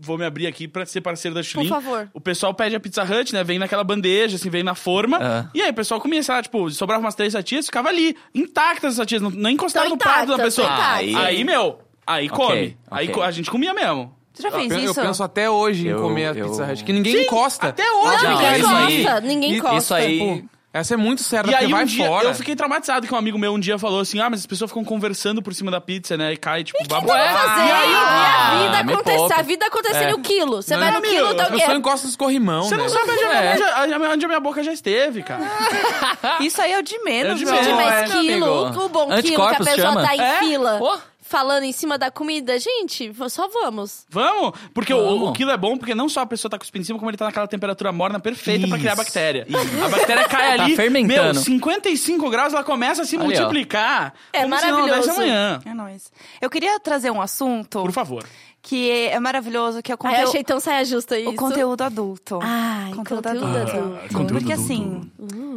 S2: vou me abrir aqui pra ser parceiro da Tilin.
S1: favor.
S2: O pessoal pede a Pizza Hut, né? Vem naquela bandeja, assim, vem na forma.
S3: Ah.
S2: E aí o pessoal comia, sei lá, tipo, sobrava umas três fatias, ficava ali, intactas as fatias, não, não encostaram
S1: Tão
S2: no prato da
S1: intactas,
S2: pessoa. Ah,
S1: tão
S3: intactas.
S2: Aí, meu, aí come. Aí
S3: ok.
S2: co- a gente comia mesmo.
S5: Você já fez
S4: Eu, eu
S5: isso?
S4: penso até hoje em
S3: Eu-
S4: comer a
S3: eu-
S4: Pizza Hut, que ninguém encosta.
S2: Até hoje,
S1: Não,
S3: Não,
S2: cara.
S1: ninguém
S3: isso aí-
S1: encosta, ninguém
S4: e-
S1: encosta.
S3: Isso aí.
S4: Pô, essa é muito séria,
S2: E
S4: porque
S2: aí um
S4: vai
S2: dia,
S4: fora.
S2: eu fiquei traumatizado que um amigo meu um dia falou assim, ah, mas as pessoas ficam conversando por cima da pizza, né? E cai, tipo,
S1: O que tu
S2: babu.
S1: vai fazer?
S2: E aí,
S3: Ah,
S1: e a vida
S3: me
S1: acontecer.
S3: poupa.
S1: A vida acontecendo e o quilo. Você
S2: Não,
S1: vai no
S2: meu,
S1: quilo, tá
S4: As
S1: o quê?
S4: pessoas encostam nos corrimão,
S2: você
S4: né?
S2: não sabe onde, a-
S3: É.
S2: onde a- onde a minha boca já esteve, cara.
S5: Isso aí é o de menos,
S2: É o de
S5: meu.
S1: Gente,
S2: menos.
S1: mas
S3: é,
S1: quilo,
S3: amigo.
S1: o bom quilo que a
S3: Anticorpos
S1: pessoa
S3: chama?
S1: tá em
S2: É?
S1: fila
S3: Pô.
S1: falando em cima da comida. Gente, v- só vamos.
S2: Vamos! Porque o- O,
S3: Vamos.
S2: quilo é bom, porque não só a pessoa tá cuspindo em cima, como ele tá naquela temperatura morna perfeita pra
S3: Isso.
S2: criar bactéria. A bactéria cai
S3: Tá
S2: ali,
S3: fermentando.
S2: meu, 55 graus, ela começa a se
S3: Ali, ó.
S2: multiplicar.
S1: É
S2: como se não
S1: maravilhoso.
S2: houvesse amanhã.
S5: É nóis. Eu queria trazer um assunto
S2: Por favor.
S5: que é maravilhoso, que é o
S1: Aí eu
S5: conteúdo,
S1: achei tão saia justa isso. Ah,
S5: o conteúdo adulto.
S1: Ai,
S5: Conteúdo é
S1: conteúdo é
S2: Ah,
S5: adulto. Uhum.
S1: adulto.
S5: Porque assim,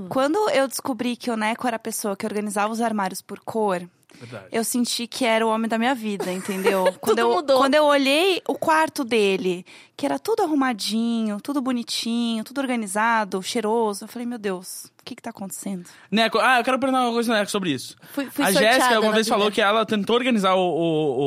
S5: quando eu descobri que o Neco era a pessoa que organizava os armários por cor,
S2: Verdade.
S5: eu senti que era o homem da minha vida, entendeu? quando,
S1: Tudo
S5: eu,
S1: mudou.
S5: quando eu olhei o quarto dele, que era tudo arrumadinho, tudo bonitinho, tudo organizado, cheiroso, eu falei, meu Deus, o que que tá acontecendo?
S2: Neco, ah, eu quero perguntar uma coisa, Neco, sobre isso.
S1: Fui- fui
S2: a
S1: sorteada
S2: Jéssica uma
S1: na
S2: vez
S1: vida.
S2: falou que ela tentou organizar o, o, o,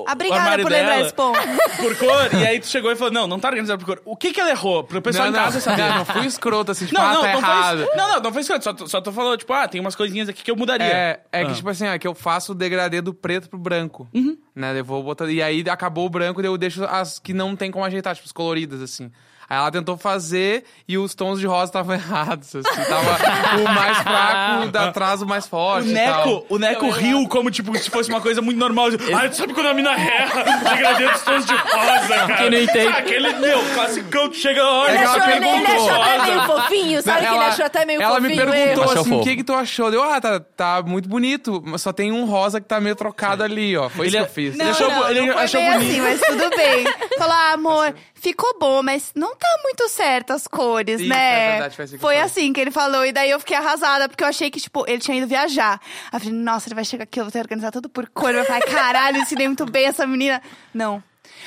S2: o-
S5: Ah,
S2: o
S5: obrigada
S2: armário
S5: por lembrar
S2: dela
S5: esse ponto.
S2: por cor, e aí tu chegou e falou, não, não tá organizado por cor. O que que ela errou? Pro pessoal
S4: Não,
S2: em casa
S4: não, <laughs>
S2: saber.
S4: não, não fui
S2: <laughs>
S4: escroto assim, tipo,
S2: Não,
S4: ah,
S2: não,
S4: tá
S2: não,
S4: errado.
S2: foi isso. Não, não, não foi isso. Só, tu- só tu falou, tipo, ah, tem umas coisinhas aqui que eu mudaria.
S4: É, é
S2: Ah.
S4: que, tipo assim, ó, que eu faço o degradê do preto pro branco. Né? Eu vou botando, e aí acabou o branco, daí eu deixo as que não tem como ajeitar, tipo, as coloridas, assim. Aí ela tentou fazer e os tons de rosa estavam <laughs> errados. Assim, tava o mais fraco da atrás, o mais
S2: O
S4: forte. e
S2: Neco,
S4: tal.
S2: o Neco riu como tipo, se fosse uma coisa muito normal. Tipo, ah, tu sabe quando a mina erra? Degradê dos tons de rosa, cara.
S3: Quem não entende.
S2: Ah, Aquele, meu, classicão que chega, olha,
S1: Ele
S4: É
S2: só
S1: achou,
S4: que
S1: ele,
S4: ela
S1: ele achou
S4: perguntou.
S1: até meio fofinho, sabe que ele achou até meio
S4: ela me
S1: fofinho?
S4: perguntou
S3: Achou
S4: assim, o
S3: fofo.
S4: que que tu achou? Deu, ah, tá, tá muito bonito, mas só tem um rosa que tá meio trocado ali, ó. Foi isso que eu fiz.
S2: Ele achou,
S5: não,
S2: ele
S5: não foi
S2: achou
S5: bem
S2: bonito.
S5: assim, mas tudo
S4: <laughs>
S5: bem. Falar, amor, ficou bom, mas não tá muito certo as cores,
S4: Isso,
S5: né?
S4: é verdade, faz isso que
S5: foi
S4: eu falei.
S5: assim que ele falou, e daí eu fiquei arrasada, porque eu achei que, tipo, ele tinha ido viajar. Aí eu falei, nossa, ele vai chegar aqui, eu vou ter que organizar tudo por cor. Ele vai falar, caralho, eu ensinei muito bem essa menina. Não.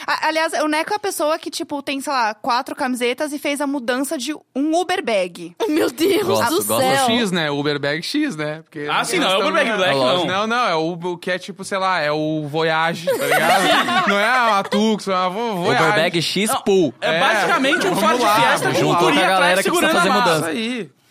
S5: A- aliás, o Neco é a pessoa que, tipo, tem, sei lá, quatro camisetas e fez a mudança de um Uber bag.
S1: <laughs> Meu Deus
S3: Gosto,
S1: do
S3: gosto.
S1: céu.
S4: X, né? Uber Bag X, né? Porque
S2: Ah, sim, não, é
S4: eles
S2: Uber
S4: tão-
S2: Bag Black,
S4: Lógico.
S2: não.
S4: Não, não, é o, o que é tipo, sei lá, é o Voyage, tá
S2: <laughs>
S4: ligado? não é a Tux, é a Vo- Voyage.
S3: Uberbag X Pool.
S2: É basicamente um
S4: Vamos
S2: Ford
S4: lá,
S2: Fiesta
S4: vamos
S2: com
S4: lá.
S2: curia
S3: Juntou com a galera
S2: atrás
S3: que precisa
S2: segurando a
S3: fazer
S2: massa.
S3: mudança.
S4: Isso aí.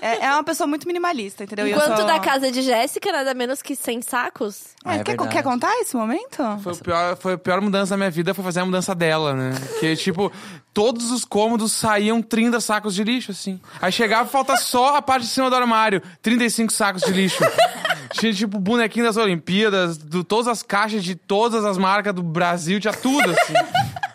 S5: É, é uma pessoa muito minimalista, entendeu? E eu
S1: Enquanto
S5: sou-
S1: da casa de Jéssica, nada menos que 100 sacos.
S3: Ah,
S5: É,
S3: é
S5: quer,
S3: verdade.
S5: quer contar esse momento?
S4: Foi, o pior, foi a pior mudança da minha vida, foi fazer a mudança dela, né?
S1: <laughs>
S4: Porque, tipo, todos os cômodos saíam 30 sacos de lixo, assim. Aí chegava, falta só a parte de cima do armário. 35 sacos
S1: <laughs>
S4: de lixo. Tinha, tipo, bonequinho das Olimpíadas, do, todas as caixas de todas as marcas do Brasil, tinha tudo, assim.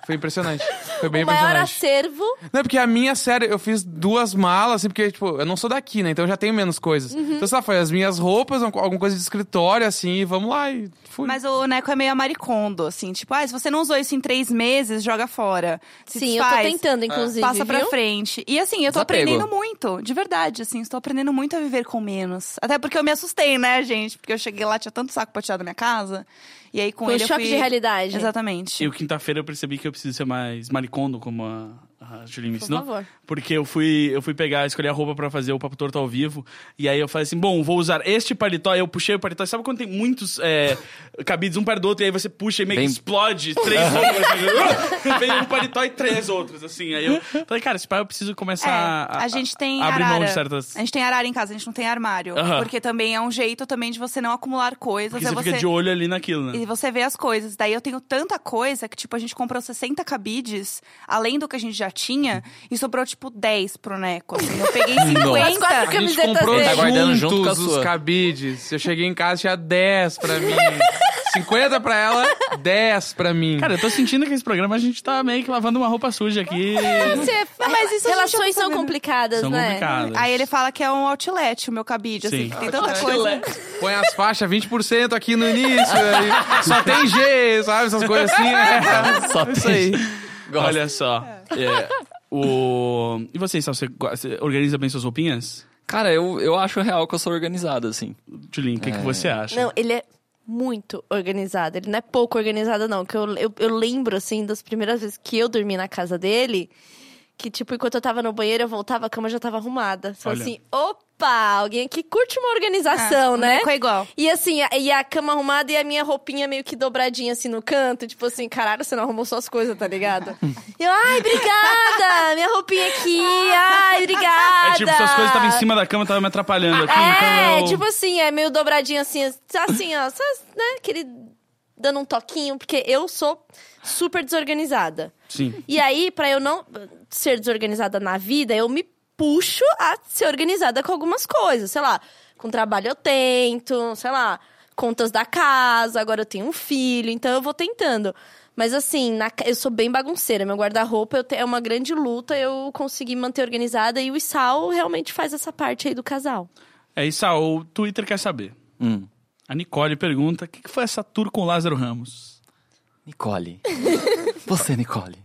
S4: Foi impressionante. Foi bem
S1: o maior
S4: impressionante.
S1: acervo.
S4: Não, porque a minha, sério, eu fiz duas malas, assim, porque, tipo, eu não sou daqui, né? Então eu já tenho menos coisas.
S1: Uhum.
S4: Então, só foi as minhas roupas, um- alguma coisa de escritório, assim, e vamos lá, e fui.
S5: Mas o Neco é meio amaricondo, assim. Tipo, ah, se você não usou isso em três meses, joga fora. Se
S1: Sim, eu tô
S5: desfaz,
S1: tentando, inclusive.
S5: Passa pra
S1: viu?
S5: frente. E assim, eu tô
S3: Desapego.
S5: aprendendo muito, de verdade, assim. Estou aprendendo muito a viver com menos. Até porque eu me assustei, né, gente? Porque eu cheguei lá, tinha tanto saco pra tirar da minha casa. E aí com
S1: Foi um
S5: ele eu
S1: choque
S5: fui-
S1: de realidade.
S5: Exatamente.
S2: Eu, quinta-feira, eu percebi que eu preciso ser mais maricondo, como a, a Julie me
S1: Por
S2: ensinou.
S1: favor.
S2: Porque eu fui, eu fui pegar, escolher a roupa pra fazer o Papo Torto ao vivo. E aí eu falei assim, bom, vou usar este paletó. Aí eu puxei o paletó. Sabe quando tem muitos é, cabides um perto do outro? E aí você puxa e meio que
S3: Vem-
S2: explode três roupas. Vem um paletó e três outros, assim. Aí eu falei, cara, esse pai eu preciso
S5: É,
S2: começar
S5: a,
S2: a,
S5: gente tem
S2: a abrir
S5: arara.
S2: mão de certas...
S5: A gente tem arara em casa, a gente não tem armário.
S2: Aham.
S5: Porque também é um jeito também de você não acumular coisas.
S2: Porque
S5: é
S2: você fica de olho ali naquilo, né?
S5: E você vê as coisas. Daí eu tenho tanta coisa que, tipo, a gente comprou 60 cabides, além do que a gente já pratinha e sobrou, tipo, 10 pro Neco. assim. Eu
S3: <laughs>
S5: peguei 50.
S1: quatro
S4: A gente
S1: camisetas
S4: comprou
S1: dele.
S3: Tá guardando junto com a
S4: juntos os
S3: sua.
S4: cabides. Eu cheguei em casa, tinha 10 pra mim. 50 pra ela, 10 pra mim.
S2: Cara, eu tô sentindo que esse programa a gente tá meio que lavando uma roupa suja aqui.
S1: Uhum.
S5: Não, mas isso a gente já
S1: É, Relações
S5: tá
S1: são
S5: sabendo.
S1: complicadas,
S2: São
S1: né?
S2: complicadas.
S5: Aí ele fala que é um outlet, o meu cabide,
S2: Sim.
S5: assim, que tem tanta coisa.
S4: Põe as faixas 20% aqui no início. aí só tem G, sabe? Essas coisas assim. É.
S3: Só
S4: Isso aí.
S3: Gosto.
S2: Olha só. É, o... E vocês, Sal, você, go- você organiza bem suas roupinhas?
S3: Cara, eu, eu acho real que eu sou organizado, assim.
S2: Tulin, o que, que
S3: É.
S2: você acha?
S1: Não, ele é muito organizado. Ele não é pouco organizado, não. Que eu, eu, eu lembro, assim, das primeiras vezes que eu dormi na casa dele, que, tipo, enquanto eu tava no banheiro, eu voltava, a cama já tava arrumada. Só
S2: Olha.
S1: assim, opa, alguém aqui curte uma
S5: É.
S1: organização, né?
S5: Ficou igual.
S1: E assim, a, e a cama arrumada e a minha roupinha meio que dobradinha assim no canto. Tipo assim, caralho, você não arrumou suas coisas, tá ligado? eu, ai, obrigada! Minha roupinha aqui, ai,
S2: É
S1: obrigada!
S2: tipo, suas coisas estavam em cima da cama, estavam me atrapalhando aqui.
S1: É,
S2: então eu...
S1: tipo assim, é meio dobradinho assim, assim, ó, só, né, aquele dando um toquinho, porque eu sou super desorganizada.
S2: Sim.
S1: E aí, pra eu não ser desorganizada na vida, eu me puxo a ser organizada com algumas coisas, sei lá, com trabalho eu tento, sei lá, contas da casa, agora eu tenho um filho, então eu vou tentando. Mas assim, na ca- eu sou bem bagunceira, meu guarda-roupa eu te- é uma grande luta, eu consegui manter organizada e o Isal realmente faz essa parte aí do casal.
S2: É isso, ah, o Twitter quer saber.
S3: Hum.
S2: A Nicole pergunta, o que, que foi essa tour com o Lázaro Ramos?
S3: Nicole. Você, Nicole.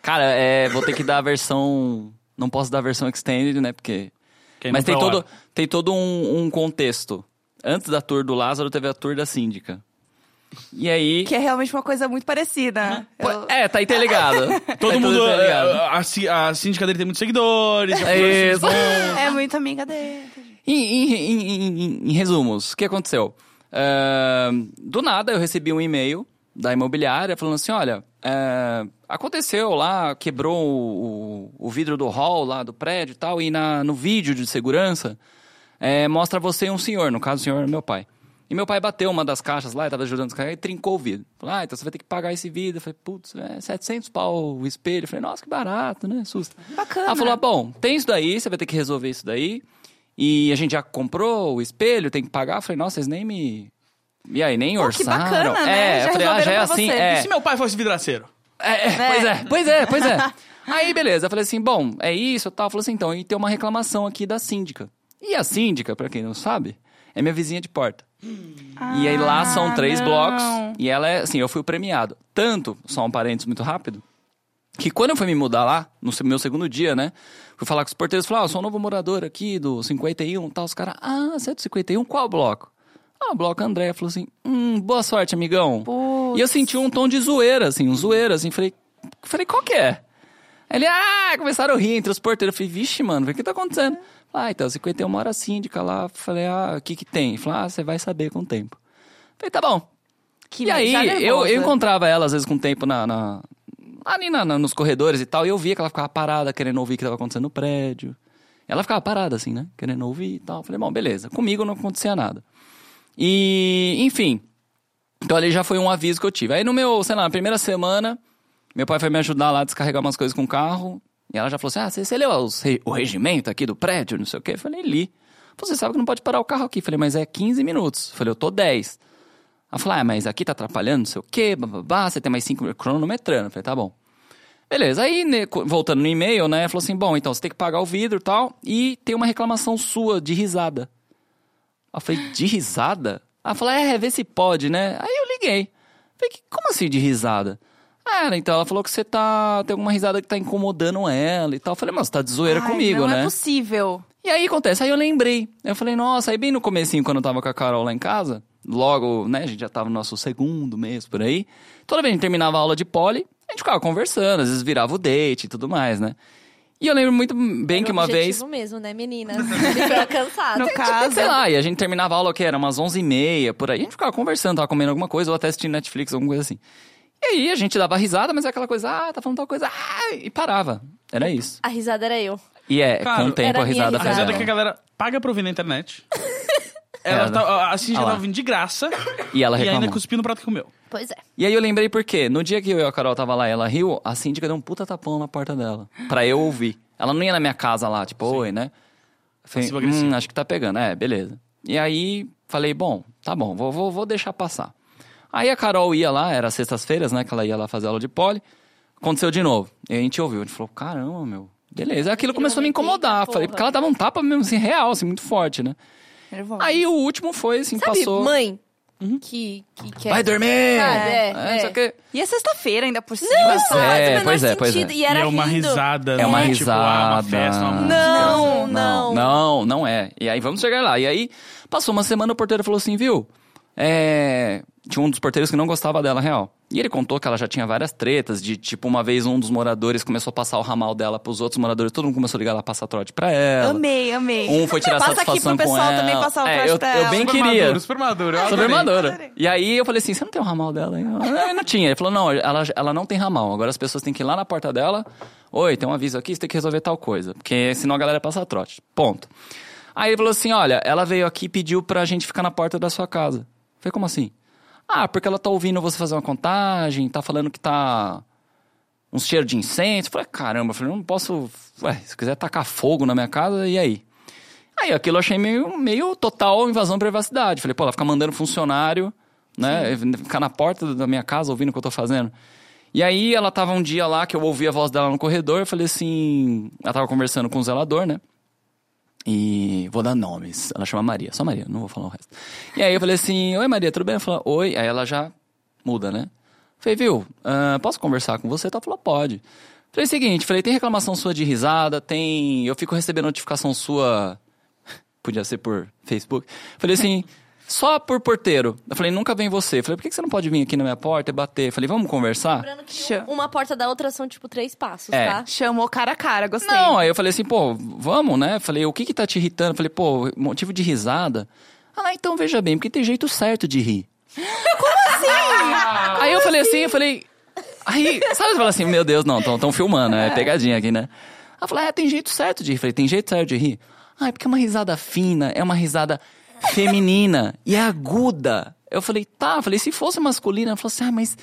S3: Cara, é, vou ter que dar a versão. Não posso dar a versão extended, né? Porque.
S2: Que aí
S3: Mas
S2: não
S3: tem
S2: foi ao
S3: todo,
S2: ar.
S3: tem todo um, um contexto. Antes da tour do Lázaro, teve a tour da síndica. E aí.
S5: Que é realmente uma coisa muito parecida.
S3: Pô,
S5: <laughs> Eu-
S3: É, tá aí interligado.
S2: Todo
S3: tá
S2: mundo... é,
S3: Tá ligado.
S2: A, a, a síndica dele tem muitos seguidores.
S3: É isso.
S5: É muito amiga dele.
S3: Em, em- em- em- em- em resumos, o que aconteceu? Ahn, do nada eu recebi um e-mail da imobiliária falando assim: olha, é, aconteceu lá, quebrou o, o- o vidro do hall lá do prédio e tal, e na, no vídeo de segurança é, mostra você e um senhor, no caso o senhor é meu pai. E meu pai bateu uma das caixas lá, e tava ajudando os caras, e trincou o vidro. Falei, ah, então você vai ter que pagar esse vidro. Eu falei, putz, é 700 pau o espelho. Eu falei, nossa, que barato, né? Susto.
S5: Bacana.
S3: Ela falou, ah, bom, tem isso daí, você vai ter que resolver isso daí. E a gente já comprou o espelho, tem que pagar. Eu falei, nossa, vocês nem me... E aí, nem
S5: que
S3: orçaram.
S5: bacana, né?
S3: é,
S5: Já
S3: eu falei, ah,
S5: resolveram
S3: já é
S5: pra
S3: assim,
S5: você.
S3: é.
S2: E se meu pai fosse vidraceiro?
S3: É, é, pois é, pois é, pois
S5: <laughs>
S3: é. Aí, beleza, eu falei assim, bom, é isso e tal. Falou assim, então, e tem uma reclamação aqui da síndica. E a síndica, pra quem não sabe, é minha vizinha de porta. e aí lá são três
S5: não.
S3: blocos e ela é, assim, eu fui premiado. Tanto, só um parênteses muito rápido, que quando eu fui me mudar lá, no se- meu segundo dia, né? Fui falar com os porteiros, falei, ah, eu sou um novo morador aqui do 51 e tal. Os caras, ah, você é do 51? Qual bloco? Ah, bloco André. Falou assim, hum, boa sorte, amigão. E eu senti um tom de zoeira, assim, um zoeira, assim. Falei, falei qual que é? Aí Ele, ah, começaram a rir entre os porteiros. Eu falei, vixe, mano, o que tá acontecendo? Ah, então, 51 hora síndica lá. Falei, ah, o que que tem? Ele Falou, ah, você vai saber com o tempo. Falei, tá bom.
S5: Que
S3: e aí,
S5: já
S3: eu,
S5: nervosa.
S3: eu encontrava ela, às vezes, com o tempo na, na- ali na- na- nos corredores e tal. E eu via que ela ficava parada, querendo ouvir o que tava acontecendo no prédio. Ela ficava parada, assim, né? Querendo ouvir e tal. Falei, bom, beleza. Comigo não acontecia nada. E, enfim. Então ali já foi um aviso que eu tive. Aí no meu, sei lá, na primeira semana, meu pai foi me ajudar lá a descarregar umas coisas com o carro. E ela já falou assim: Ah, você, você leu os re- o regimento aqui do prédio, não sei o quê? Eu falei, li. Você sabe que não pode parar o carro aqui. Eu falei, mas é 15 minutos. Eu falei, eu tô 10. Ela falou, ah, mas aqui tá atrapalhando, não sei o quê, bababá, você tem mais 5 cronometrando. Eu falei, tá bom. Beleza, aí né, co- voltando no e-mail, né, falou assim, bom, então você tem que pagar o vidro e tal, e tem uma reclamação sua de risada. Ela falei, de risada? Ela falou, é, vê se pode, né? Aí eu liguei. Falei, "Que- como assim de risada? Ah, era, então ela falou que você tá. Tem alguma risada que tá incomodando ela e tal. Eu falei, mas você tá de zoeira
S5: Ai,
S3: comigo,
S5: não
S3: né?
S5: é possível.
S3: E aí acontece, aí eu lembrei. Eu falei, nossa, aí bem no comecinho, quando eu tava com a Carol lá em casa, logo, né, a gente já tava no nosso segundo mês por aí. Toda vez que a gente terminava a aula de poli, a gente ficava conversando, às vezes virava o date e tudo mais, né? E eu lembro muito bem que uma vez.
S1: <laughs> Objetivo mesmo, né, meninas? Ficou
S3: <laughs>
S1: alcançado.
S5: No caso,
S3: Sei lá, e a gente terminava a aula, que era umas 11h30, por aí. A gente ficava conversando, tava comendo alguma coisa, ou até assistindo Netflix, alguma coisa assim. E aí a gente dava risada, mas é aquela coisa, ah, tá falando tal coisa, ah, e parava. Era isso.
S1: A risada era eu.
S3: E é,
S2: Cara,
S3: com o tempo
S1: era
S3: a
S1: minha
S3: risada
S2: A
S1: risada.
S3: faz
S2: risada
S3: ela. <laughs>
S2: que a galera paga pra ouvir na internet. Ela
S3: Ela-
S2: tá- a Cintia
S3: Ah lá.
S2: tava vindo de graça
S3: E ela
S2: e ainda
S3: reclamou.
S2: cuspiu no prato que comeu.
S1: Pois é.
S3: E aí eu lembrei por quê? No dia que eu e a Carol tava lá e ela riu, a síndica deu um puta tapão na porta dela. Pra eu ouvir. Ela não ia na minha casa lá, tipo, oi, né? Falei,
S2: Passivo-agressivo.
S3: hum, acho que tá pegando. É, beleza. E aí falei, bom, tá bom, vou, vou, vou deixar passar. Aí a Carol ia lá, era sextas-feiras, né? Que ela ia lá fazer aula de poli. Aconteceu de novo. E a gente ouviu. A gente falou, caramba, meu. Beleza. Aquilo começou a me incomodar. Falei, porque ela dava um tapa mesmo assim, real, assim, muito forte, né?
S5: Nervosa.
S3: Aí o último foi, assim,
S1: Sabe,
S3: passou. Uhum.
S1: mãe que, que quer.
S3: Vai dormir!
S1: Sabe, é,
S3: É,
S1: é.
S3: Só que...
S5: E é sexta-feira ainda por cima.
S1: Não
S3: é,
S1: Ah, faz o menor
S3: pois é, pois é.
S1: sentido. E era
S2: e é uma
S1: rindo.
S2: risada,
S3: É uma
S2: né? Tipo, ah, uma
S3: risada.
S2: festa, uma música.
S1: Não, não.
S3: Não, não, não é. E aí vamos chegar lá. E aí passou uma semana, o porteiro falou assim, viu? É... Tinha um dos porteiros que não gostava dela, real. E ele contou que ela já tinha várias tretas, de tipo, uma vez um dos moradores começou a passar o ramal dela pros outros moradores, todo mundo começou a ligar lá passar trote pra ela.
S5: Amei, amei.
S3: Um foi tirar
S5: Passa
S3: satisfação
S5: aqui pro
S3: com
S5: pessoal
S3: ela.
S5: também passar o
S3: É,
S5: trote
S3: eu,
S5: pra
S3: eu
S5: ela.
S3: bem
S4: Super
S3: queria.
S4: maduro, super maduro. eu
S3: Sobre
S4: adorei.
S3: armadura. E aí eu falei assim, você não tem o ramal dela? aí?" Ela, "Ah, não tinha. Ele falou, não, ela, ela não tem ramal. Agora as pessoas têm que ir lá na porta dela. Oi, tem um aviso aqui, você tem que resolver tal coisa. Porque senão a galera passa trote. Ponto. Aí ele falou assim, olha, ela veio aqui e pediu pra gente ficar na porta da sua casa. Foi como assim? Ah, porque ela tá ouvindo você fazer uma contagem, tá falando que tá um cheiro de incenso. Eu falei, caramba, eu falei, não posso. Ué, se quiser tacar fogo na minha casa, e aí? Aí aquilo eu achei meio, meio total invasão de privacidade. Falei, pô, ela fica mandando funcionário, né? Ficar na porta da minha casa ouvindo o que eu tô fazendo. E aí ela tava um dia lá que eu ouvi a voz dela no corredor, eu falei assim. Ela tava conversando com o zelador, né? E vou dar nomes. Ela chama Maria, só Maria, não vou falar o resto. E aí eu falei assim: Oi Maria, tudo bem? Ela falou: Oi. Aí ela já muda, né? Falei, viu, ah, posso conversar com você? Ela falou: Pode. Falei o seguinte: falei, tem reclamação sua de risada, tem. Eu fico recebendo notificação sua. <laughs> Podia ser por Facebook. Falei assim. Só por porteiro. Eu falei, nunca vem você. Eu falei, por que que você não pode vir aqui na minha porta e bater? Eu falei, vamos conversar?
S1: Lembrando que
S5: Chama.
S1: uma porta da outra são, tipo, três passos,
S3: É.
S1: tá?
S5: Chamou cara a cara, gostei. <laughs>
S3: Não, aí eu falei assim, pô, vamos, né? Falei, o que que tá te irritando? Falei, pô, motivo de risada. Ah, então veja bem, porque tem jeito certo de rir. Como assim? aí eu falei assim, eu falei. Aí, sabe, você fala assim, meu Deus, não, tão, tão filmando, é pegadinha aqui, né? Ela falou, é, tem jeito certo de rir. Falei, tem jeito certo de rir? Ah, é porque é uma risada fina, é uma risada feminina e é aguda. Eu falei, tá. Falei, se fosse masculina, ela falou assim, ai, mas.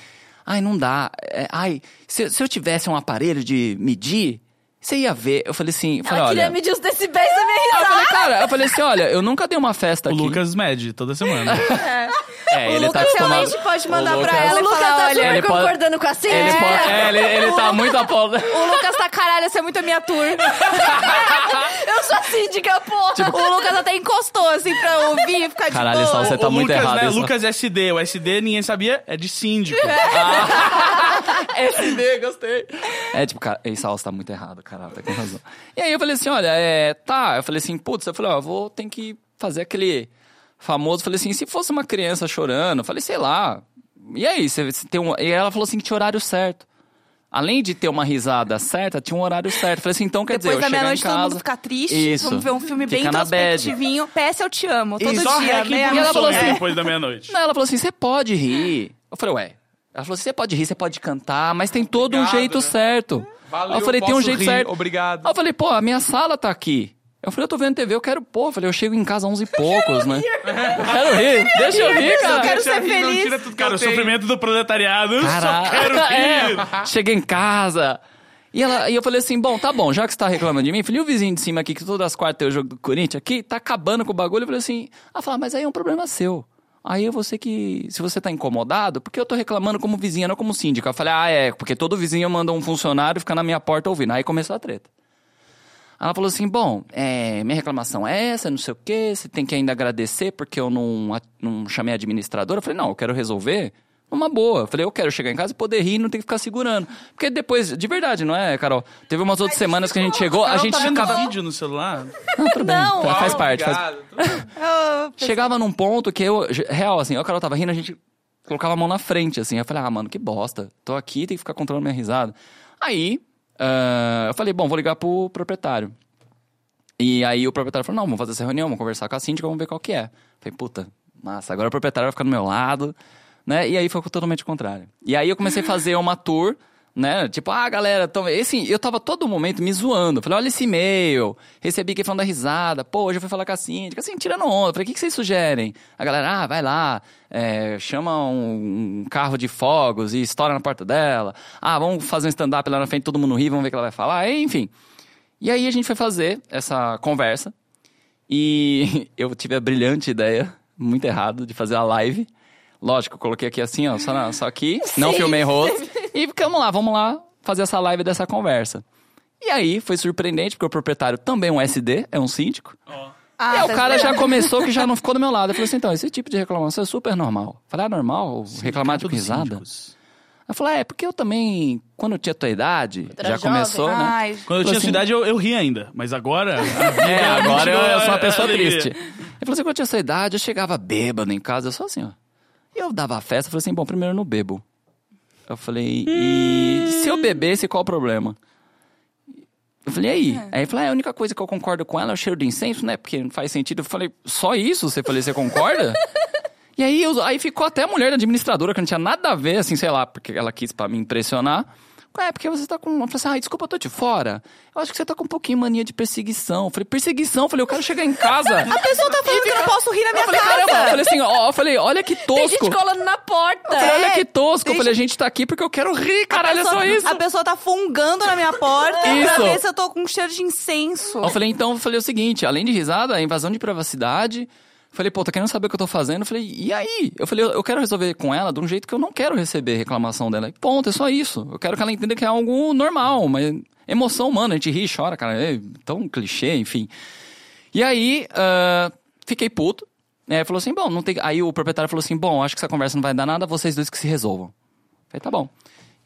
S3: Ai, não dá. É, ai, se, se eu tivesse um aparelho de medir, você ia ver. Eu falei assim, eu falei,
S1: Ela
S3: olha.
S1: queria medir os decibéis da minha
S3: Eu
S1: risada.
S3: falei, cara, eu falei assim, olha, eu nunca dei uma festa
S2: O
S3: aqui.
S2: Lucas mede toda semana.
S3: é,
S5: o Lucas realmente pode mandar
S3: o
S5: pra
S3: Lucas-
S5: ela e
S1: O Lucas
S5: falar,
S1: tá
S5: olha...
S1: super
S3: ele pode-
S1: concordando com a Cintia.
S3: Ele, pode- é, ele, ele tá muito apontado.
S5: O Lucas tá caralho, essa é muito a minha <laughs> tour.
S1: Eu sou a síndica, porra.
S5: o Lucas até encostou, assim, pra ouvir e ficar
S3: Caralho,
S5: de boa.
S3: Sal, <laughs> você tá
S2: O
S3: muito
S2: Lucas,
S3: errado.
S2: Né?
S3: isso.
S2: Lucas SD. O SD, ninguém sabia, é de síndico.
S3: SD, gostei. É tipo, cara, ei, Sal, você tá muito errado, caralho, tá com razão. E aí eu falei assim, olha, é, tá. Eu falei assim, putz, eu falei, ó, eu vou ter que fazer aquele famoso. Falei assim, se fosse uma criança chorando, eu falei, sei lá. E aí, você, você tem um. E ela falou assim que tinha horário certo. Além de ter uma risada certa, tinha um horário certo. Eu Falei assim, então quer
S5: Depois
S3: dizer, eu
S5: da
S3: chegar
S5: meia-noite
S3: em
S5: todo
S3: casa-
S5: mundo fica triste.
S3: Isso.
S5: Vamos ver um filme bem
S3: Fica na bad.
S5: introspectivinho. PS Eu Te Amo, todo
S2: só
S5: dia.
S2: hack
S5: meia-
S2: pro
S5: E ela
S2: sono
S5: falou
S3: É.
S5: assim,
S2: depois da meia-noite.
S3: Não, ela falou assim: você pode rir. Eu falei, ué. Ela falou assim: você pode rir, você pode cantar, mas tem todo um
S4: Obrigado,
S3: jeito
S4: né?
S3: certo.
S4: Valeu,
S3: Aí eu falei, tem um
S4: posso
S3: jeito
S4: rir,
S3: certo.
S4: obrigado.
S3: Aí eu falei, pô, a minha sala tá aqui. Eu falei, eu tô vendo TV, eu quero, pô, eu falei, eu chego em casa às 11 e poucos, né? Eu quero rir, deixa eu rir, cara.
S5: eu quero ser
S4: Deixa rir, não
S5: feliz.
S4: tira tudo que
S2: Cara,
S4: eu
S2: o
S4: tenho.
S2: sofrimento do proletariado, eu só quero rir.
S3: <laughs> é. Cheguei em casa. E, ela, e eu falei assim, bom, tá bom, já que você tá reclamando de mim, falei, e o vizinho de cima aqui, que todas as quartas tem o jogo do Corinthians aqui, tá acabando com o bagulho. Eu falei assim, ela fala, mas aí é um problema seu. Aí eu vou ser que, se você tá incomodado, porque eu tô reclamando como vizinha, não como síndica. Eu falei, ah, é, porque todo vizinho manda um funcionário ficar na minha porta ouvindo. Aí começou a treta. Ela falou assim: bom, é, minha reclamação é essa, não sei o quê, você tem que ainda agradecer porque eu não, a- não chamei a administradora. Eu falei: não, eu quero resolver numa boa. Eu falei: eu quero chegar em casa e poder rir e não ter que ficar segurando. Porque depois, de verdade, não é, Carol? Teve umas outras semanas que a gente chegou, a
S2: Carol
S3: gente
S2: tá vendo
S3: ficava.
S2: vídeo no celular?
S3: Não, tudo bem.
S1: Não.
S3: Tá, faz parte. faz-
S4: Obrigado.
S5: "Ah,
S3: Chegava num ponto que eu, real, assim, ó, a Carol tava rindo, a gente colocava a mão na frente, assim. Eu falei, ah, mano, que bosta. Tô aqui, tem que ficar controlando minha risada. Aí, ah, eu falei, bom, vou ligar pro proprietário. E aí o proprietário falou, não, vamos fazer essa reunião, vamos conversar com a síndica, vamos ver qual que é. Falei, puta, massa, agora o proprietário vai ficar do meu lado, né? E aí foi totalmente o contrário. E aí eu comecei a fazer uma tour, Né? Tipo, ah, galera, tão... e, assim, eu tava todo momento me zoando. Falei, olha esse e-mail. Recebi aqui falando da risada. Pô, hoje eu fui falar com a síndica. Assim, tirando onda. Falei, o que, que vocês sugerem? A galera, ah, vai lá. é, chama um, um carro de fogos e estoura na porta dela. Ah, vamos fazer um stand-up lá na frente, todo mundo ri, vamos ver o que ela vai falar. Enfim. E aí a gente foi fazer essa conversa. E <laughs> eu tive a brilhante ideia, muito errado, de fazer a live. Lógico, eu coloquei aqui assim, ó, só, na- só aqui, não filmei rosto. E ficamos lá, vamos lá fazer essa live dessa conversa. E aí foi surpreendente, porque o proprietário também é um SD, é um síndico. e
S5: Ah,
S3: aí
S5: tá
S3: o cara é
S5: esperando.
S3: já começou que já não ficou do meu lado. Eu falei assim, então, esse tipo de reclamação é super normal. Eu falei, ah, normal? Reclamar de
S2: Todos
S3: risada?
S2: síndicos.
S3: Eu falei, ah, é porque eu também, quando eu tinha tua idade,
S1: era
S3: já
S1: jovem.
S3: começou, né?
S5: Ai,
S2: Quando eu tinha
S3: Assim-
S2: sua idade, eu, eu ri ainda. Mas
S3: <laughs>
S2: agora. a vida
S3: É, agora eu,
S2: continua
S3: eu sou uma pessoa
S2: alegria.
S3: triste. Ele falou assim, quando eu tinha essa idade, eu chegava bêbado em casa, eu só assim, ó. E eu dava a festa, eu falei assim, bom, primeiro eu não bebo. Eu falei, e se eu bebesse, qual o problema? Eu falei, e aí? Aí ele falou, ah, a única coisa que eu concordo com ela é o cheiro do incenso, né? Porque não faz sentido. Eu falei, só isso? Você falei, você concorda? e aí, eu- aí ficou até a mulher da administradora, que não tinha nada a ver, assim, sei lá, porque ela quis pra me impressionar. É, porque você tá com. Eu falei assim, ai, desculpa, eu tô de fora. Eu acho que você tá com um pouquinho mania de perseguição. Eu falei, perseguição? Eu falei, eu quero chegar em casa.
S5: A pessoa tá falando que eu não posso rir na minha
S3: eu falei,
S5: casa.
S3: caramba, eu falei assim, ó, eu falei, olha que tosco.
S1: Tem gente colando na porta.
S3: Eu falei, olha
S5: É,
S3: que tosco. Eu
S5: tem
S3: falei, a gente tá aqui porque eu quero rir, caralho, é só isso.
S5: A pessoa tá fungando na minha porta
S3: Isso.
S5: pra ver se eu tô com um cheiro de incenso.
S3: Eu falei, então, eu falei o seguinte, além de risada, é invasão de privacidade. Falei, pô, tá querendo saber o que eu tô fazendo? Eu falei, e aí? Eu falei, eu eu quero resolver com ela de um jeito que eu não quero receber reclamação dela. E ponto, é só isso. Eu quero que ela entenda que é algo normal, uma emoção humana. A gente ri, chora, cara. É tão clichê, enfim. E aí, ah, fiquei puto. né? falou assim, bom, não tem... Aí o proprietário falou assim, bom, acho que essa conversa não vai dar nada, vocês dois que se resolvam. Falei, tá bom.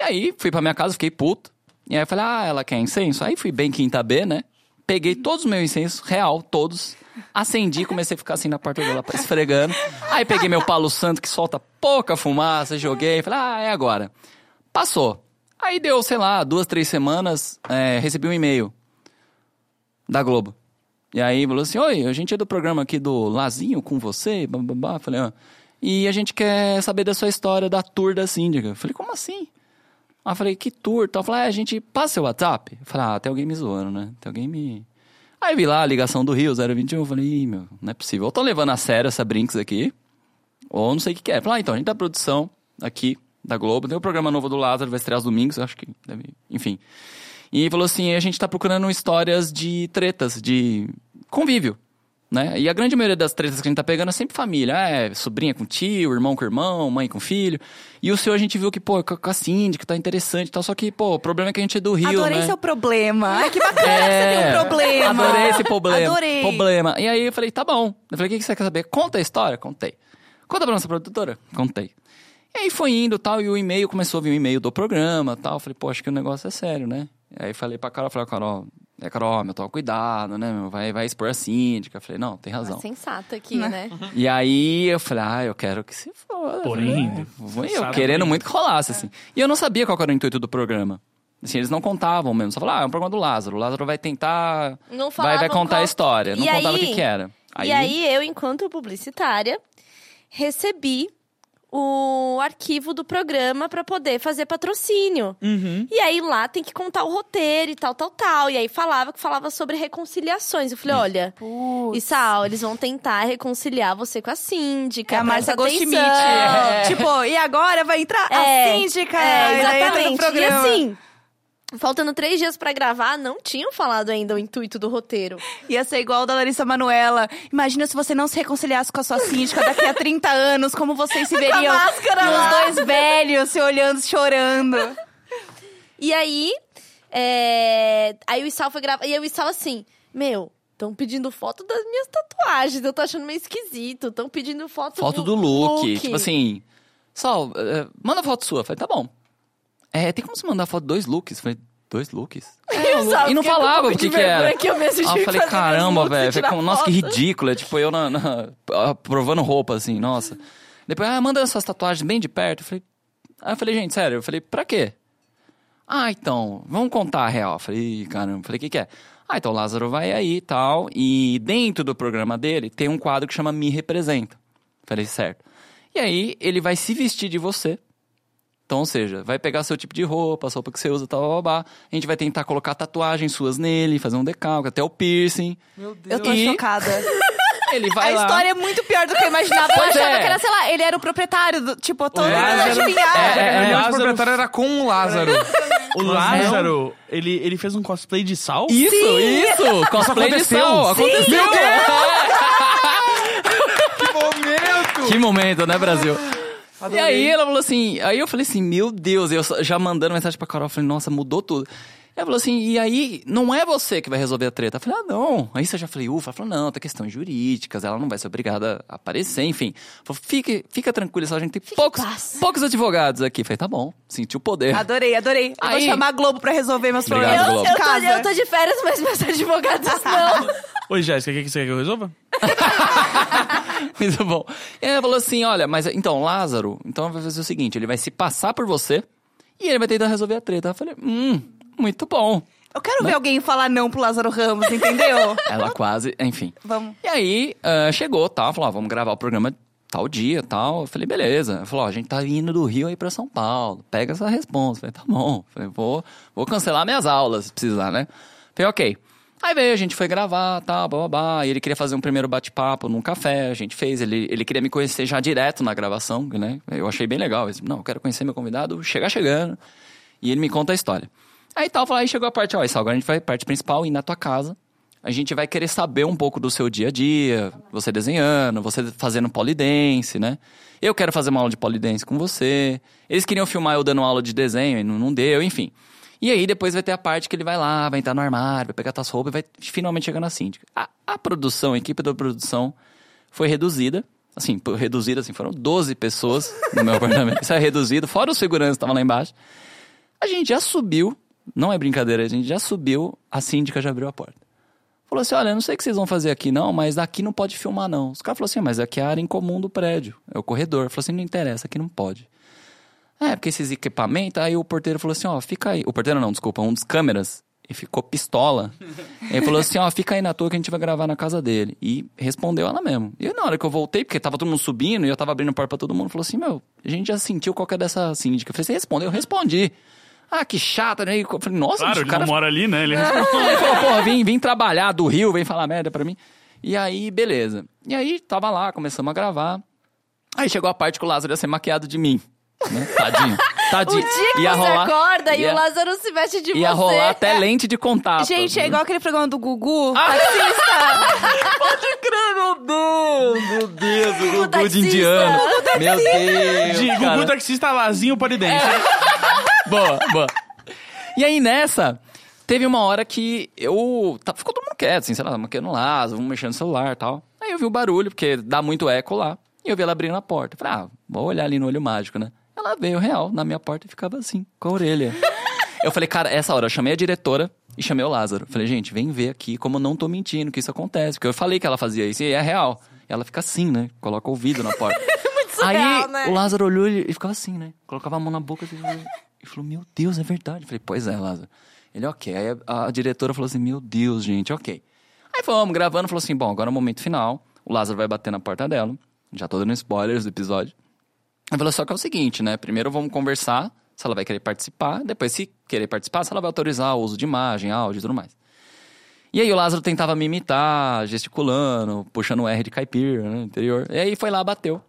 S3: E aí, fui pra minha casa, fiquei puto. E aí eu falei, ah, ela quer incenso? Aí fui bem quinta B, né? Peguei todos os meus incensos, real, todos. Acendi, comecei a ficar assim na porta dela, esfregando. Aí peguei meu palo santo, que solta pouca fumaça, joguei. Falei, ah, é agora. Passou. Aí deu, sei lá, duas, três semanas, é, recebi um e-mail da Globo. E aí falou assim: Oi, a gente é do programa aqui do Lazinho com você, bababá. Falei, ó. E a gente quer saber da sua história da tour da síndica. Falei, como assim? Aí eu falei, que tour? Então, eu falei, ah, a gente passa o WhatsApp? Eu falei, ah, tem alguém me zoando, né? Tem alguém me. Aí eu vi lá a ligação do Rio 021. Eu falei, Ih, meu, não é possível. Ou tô levando a sério essa Brinks aqui, ou não sei o que, que é. Eu Falei, ah, então, a gente da produção aqui, da Globo, tem o programa novo do Lázaro, vai estrear aos domingos, eu acho que deve. Enfim. E falou assim: a gente tá procurando histórias de tretas, de convívio. Né? E a grande maioria das tretas que a gente tá pegando é sempre família. Ah, É, sobrinha com tio, irmão com irmão, mãe com filho. E o seu a gente viu que, pô, é com a síndica tá interessante e tal. Só que, pô, o problema é que a gente é do Rio,
S5: Adorei
S3: né?
S5: seu problema. Ai, que bacana que você tem um problema.
S3: É. Adorei esse problema.
S5: Adorei.
S3: Problema. E aí eu falei, tá bom. Eu falei, o que que você quer saber? Conta a história? Contei. Conta pra nossa produtora? Contei. E aí foi indo tal, e o e-mail começou a vir o e-mail do programa tal. Eu falei, pô, acho que o negócio é sério, né? E aí falei pra Carol, falei, Carol, é Carol, meu, toma cuidado, né? meu? vai, vai expor a síndica. Eu falei, não, tem razão.
S1: Sensata aqui, né?
S3: E aí eu falei, ah, eu quero que se foda.
S2: Porém,
S3: né? Vou- eu
S2: sabe
S3: querendo
S2: bem.
S3: muito que rolasse, assim. E eu não sabia qual era o intuito do programa. Assim, eles não contavam mesmo. Só falaram, ah, é um programa do Lázaro. O Lázaro vai tentar...
S1: Não
S3: vai,
S1: falavam
S3: vai contar
S1: qual-
S3: a história. Não
S1: E
S3: contava o
S1: aí-
S3: que, que era. Aí,
S1: E aí, eu, enquanto publicitária, recebi o arquivo do programa pra poder fazer patrocínio.
S5: Uhum.
S1: E aí lá tem que contar o roteiro e tal, tal, tal. E aí falava que falava sobre reconciliações. Eu falei, olha, isso eles vão tentar reconciliar você com a síndica.
S5: É a Márcia
S1: presta
S5: Goldschmidt.
S1: atenção.
S3: É.
S5: Tipo, e agora vai entrar a
S1: É,
S5: síndica.
S1: É,
S5: e daí entra no
S1: exatamente. E
S5: programa.
S1: assim, faltando três dias pra gravar, não tinham falado ainda o intuito do roteiro.
S5: Ia ser igual o da Larissa Manuela. Imagina se você não se reconciliasse com a sua síndica daqui a 30 anos, como vocês se veriam.
S1: máscara
S5: E
S1: lá.
S5: os dois velhos se olhando, chorando.
S1: E aí, é, aí o Isal foi gravar. E aí o Isal assim, meu, estão pedindo foto das minhas tatuagens. Eu tô achando meio esquisito. Estão pedindo foto
S3: Foto do look. Tipo assim... Sol, eh, manda foto sua. Eu Falei, tá bom. É, tem como você mandar foto de dois looks? Eu Falei, dois looks?
S1: E, o Sal
S3: e não
S1: fica com um
S3: falava
S1: pouco
S3: o que
S1: de
S3: que era.
S1: vergonha Que eu mesmo
S3: Ah,
S1: tive
S3: eu
S1: que
S3: falei,
S1: fazer minhas
S3: caramba,
S1: looks e
S3: velho. Falei,
S1: tirar
S3: como, Nossa, que
S1: foto.
S3: ridículo. É tipo eu na, na- ah, provando roupa, assim, nossa. Depois, ah, manda essas tatuagens bem de perto. Eu falei, aí eu falei, gente, sério. Eu falei, pra quê? Ah, então, vamos contar a real. Eu falei, "Ih, caramba. Eu falei, o que que é? Ah, então o Lázaro vai aí e tal. E dentro do programa dele tem um quadro que chama Me Representa. Eu Falei, certo. E aí ele vai se vestir de você Então, ou seja, vai pegar seu tipo de roupa, a roupa que você usa, tal, blá, blá, blá. A gente vai tentar colocar tatuagens suas nele, fazer um decalque, até o piercing.
S4: Meu Deus.
S5: Eu tô
S3: E-
S5: chocada.
S3: Ele
S5: A
S3: vai lá.
S5: história é muito pior do que eu imaginava. Eu
S3: Pois
S5: achava
S3: é.
S5: que era, sei lá, ele era o proprietário do. Tipo, eu tô
S2: Lázaro-
S3: É,
S5: adivinhar.
S4: A reunião de
S2: Lázaro-
S4: proprietário era com o Lázaro.
S3: <laughs>
S2: O Lázaro, ele, ele fez um cosplay de sal?
S5: é
S3: Isso, isso! Cosplay de
S4: aconteceu.
S3: sal. Aconteceu!
S4: Meu Deus! que momento!
S3: Que momento, né, Brasil? E aí ela falou assim, aí eu falei assim, meu Deus, eu só- já mandando mensagem pra Carol, eu falei, nossa, mudou tudo. Ela falou assim, e aí, não é você que vai resolver a treta. Eu falei, ah, não. Aí você já falei, ufa, ela falou, não, tem questões jurídicas, ela não vai ser obrigada a aparecer, enfim. Eu Falei, fique, fica tranquila, só a gente tem poucos,
S1: paz.
S3: poucos advogados aqui. Eu Falei, tá bom, senti o poder.
S5: <laughs> Adorei, adorei. Eu vou
S3: Aí-
S5: chamar a Globo pra resolver meus
S3: Obrigado,
S5: problemas.
S3: Globo.
S1: Eu tô,
S5: Casa.
S1: eu tô de férias, mas meus
S3: <laughs>
S1: advogados não.
S2: Oi, Jéssica, o que que você quer que eu resolva?
S3: <laughs> Muito bom. E ela falou assim: olha, mas então, Lázaro, então vai fazer o seguinte: ele vai se passar por você e ele vai tentar resolver a treta. Eu falei, hum, muito bom.
S5: Eu quero ver alguém falar não pro Lázaro Ramos,
S3: <laughs>
S5: entendeu?
S3: Ela quase, enfim.
S5: Vamos.
S3: E aí, ah, chegou, tal, falou, ó, vamos gravar o programa tal dia, tal. Eu falei, beleza. Ela falou, ó, a gente tá indo do Rio aí pra São Paulo. Pega essa resposta. Eu falei, tá bom. Eu falei, vou, vou cancelar minhas aulas, se precisar, né? Falei, ok. Aí veio, a gente foi gravar, tal, bababá. E ele queria fazer um primeiro bate-papo num café, a gente fez. Ele, ele queria me conhecer já direto na gravação, né? Eu achei bem legal. Ele disse, não, eu quero conhecer meu convidado, chegar chegando. E ele me conta a história. Aí tal, fala, aí chegou a parte, ó, isso agora a gente vai pra parte principal, ir na tua casa. A gente vai querer saber um pouco do seu dia a dia, você desenhando, você fazendo polidense, né? Eu quero fazer uma aula de polidense com você. Eles queriam filmar eu dando aula de desenho e não, não deu, enfim. E aí depois vai ter a parte que ele vai lá, vai entrar no armário, vai pegar tuas roupas e vai finalmente chegar na síndica. A, a produção, a equipe da produção foi reduzida. Assim, por- reduzida, assim, foram 12 pessoas no meu <laughs> apartamento. Isso é reduzido, fora o segurança que estava lá embaixo. A gente já subiu, não é brincadeira, a gente já subiu, a síndica já abriu a porta. Falou assim: olha, eu não sei o que vocês vão fazer aqui não, mas aqui não pode filmar não. Os caras falaram assim: mas aqui é a área em comum do prédio, é o corredor. Falou assim: não interessa, aqui não pode. É, porque esses equipamentos. Aí o porteiro falou assim: ó, fica aí. O porteiro não, desculpa, um dos câmeras. E ficou pistola. Ele falou assim: ó, fica aí na toa que a gente vai gravar na casa dele. E respondeu ela mesmo. E eu, na hora que eu voltei, porque tava todo mundo subindo e eu tava abrindo o porta pra todo mundo, falou assim: meu, a gente já sentiu qual que é dessa síndica. Eu falei: você respondeu? Eu respondi. Ah, que chata, né? E Eu falei: nossa,
S2: Claro,
S3: o
S2: ele
S3: cara
S2: não mora ali, né? Ele
S3: ele falou, porra, vim, vim trabalhar do Rio, vem falar merda pra mim. E aí, beleza. E aí, tava lá, começamos a gravar. Aí chegou a parte que o Lázaro ia ser maquiado de mim. né? Tadinho.
S1: <laughs> O
S3: Tadinho.
S1: dia que
S3: ia
S1: você
S3: rolar,
S1: acorda
S3: ia,
S1: e o Lázaro se veste de
S3: Ia
S1: você.
S3: rolar até lente de contato.
S5: Gente, é igual aquele programa do Gugu.
S3: Ah.
S1: <laughs>
S3: Meu Deus, o
S1: Gugu
S3: Gugu de
S1: taxista.
S3: indiano. Meu Deus.
S2: De
S3: cara. É.
S2: Gugu Taxista Lazinho Polidense.
S3: boa, boa. E aí nessa, teve uma hora que eu. tá- ficou todo mundo quieto, assim, sei lá, maquiando lá, vamos mexendo no celular e tal. Aí eu vi o barulho, porque dá muito eco lá. E eu vi ela abrindo a porta. Eu Falei, ah, vou olhar ali no olho mágico, né? Ela veio real na minha porta e ficava assim, com a orelha. Eu falei, cara, essa hora eu chamei a diretora e chamei o Lázaro. Falei, gente, vem ver aqui como eu não tô mentindo que isso acontece. Porque eu falei que ela fazia isso e é real. Ela fica assim, né? Coloca o ouvido na porta.
S1: surreal,
S3: Aí
S1: né?
S3: o Lázaro olhou e e ficava assim, né? Colocava a mão na boca assim, e falou: Meu Deus, é verdade. Eu falei: Pois é, Lázaro. Ele, ok. Aí a, a diretora falou assim: Meu Deus, gente, ok. Aí fomos gravando, falou assim: Bom, agora é o momento final. O Lázaro vai bater na porta dela. Já tô dando spoilers do episódio. Aí falou: Só que é o seguinte, né? Primeiro vamos conversar se ela vai querer participar. Depois, se querer participar, se ela vai autorizar o uso de imagem, áudio e tudo mais. E aí o Lázaro tentava me imitar, gesticulando, puxando o R de caipira, né, interior. E aí foi lá, bateu.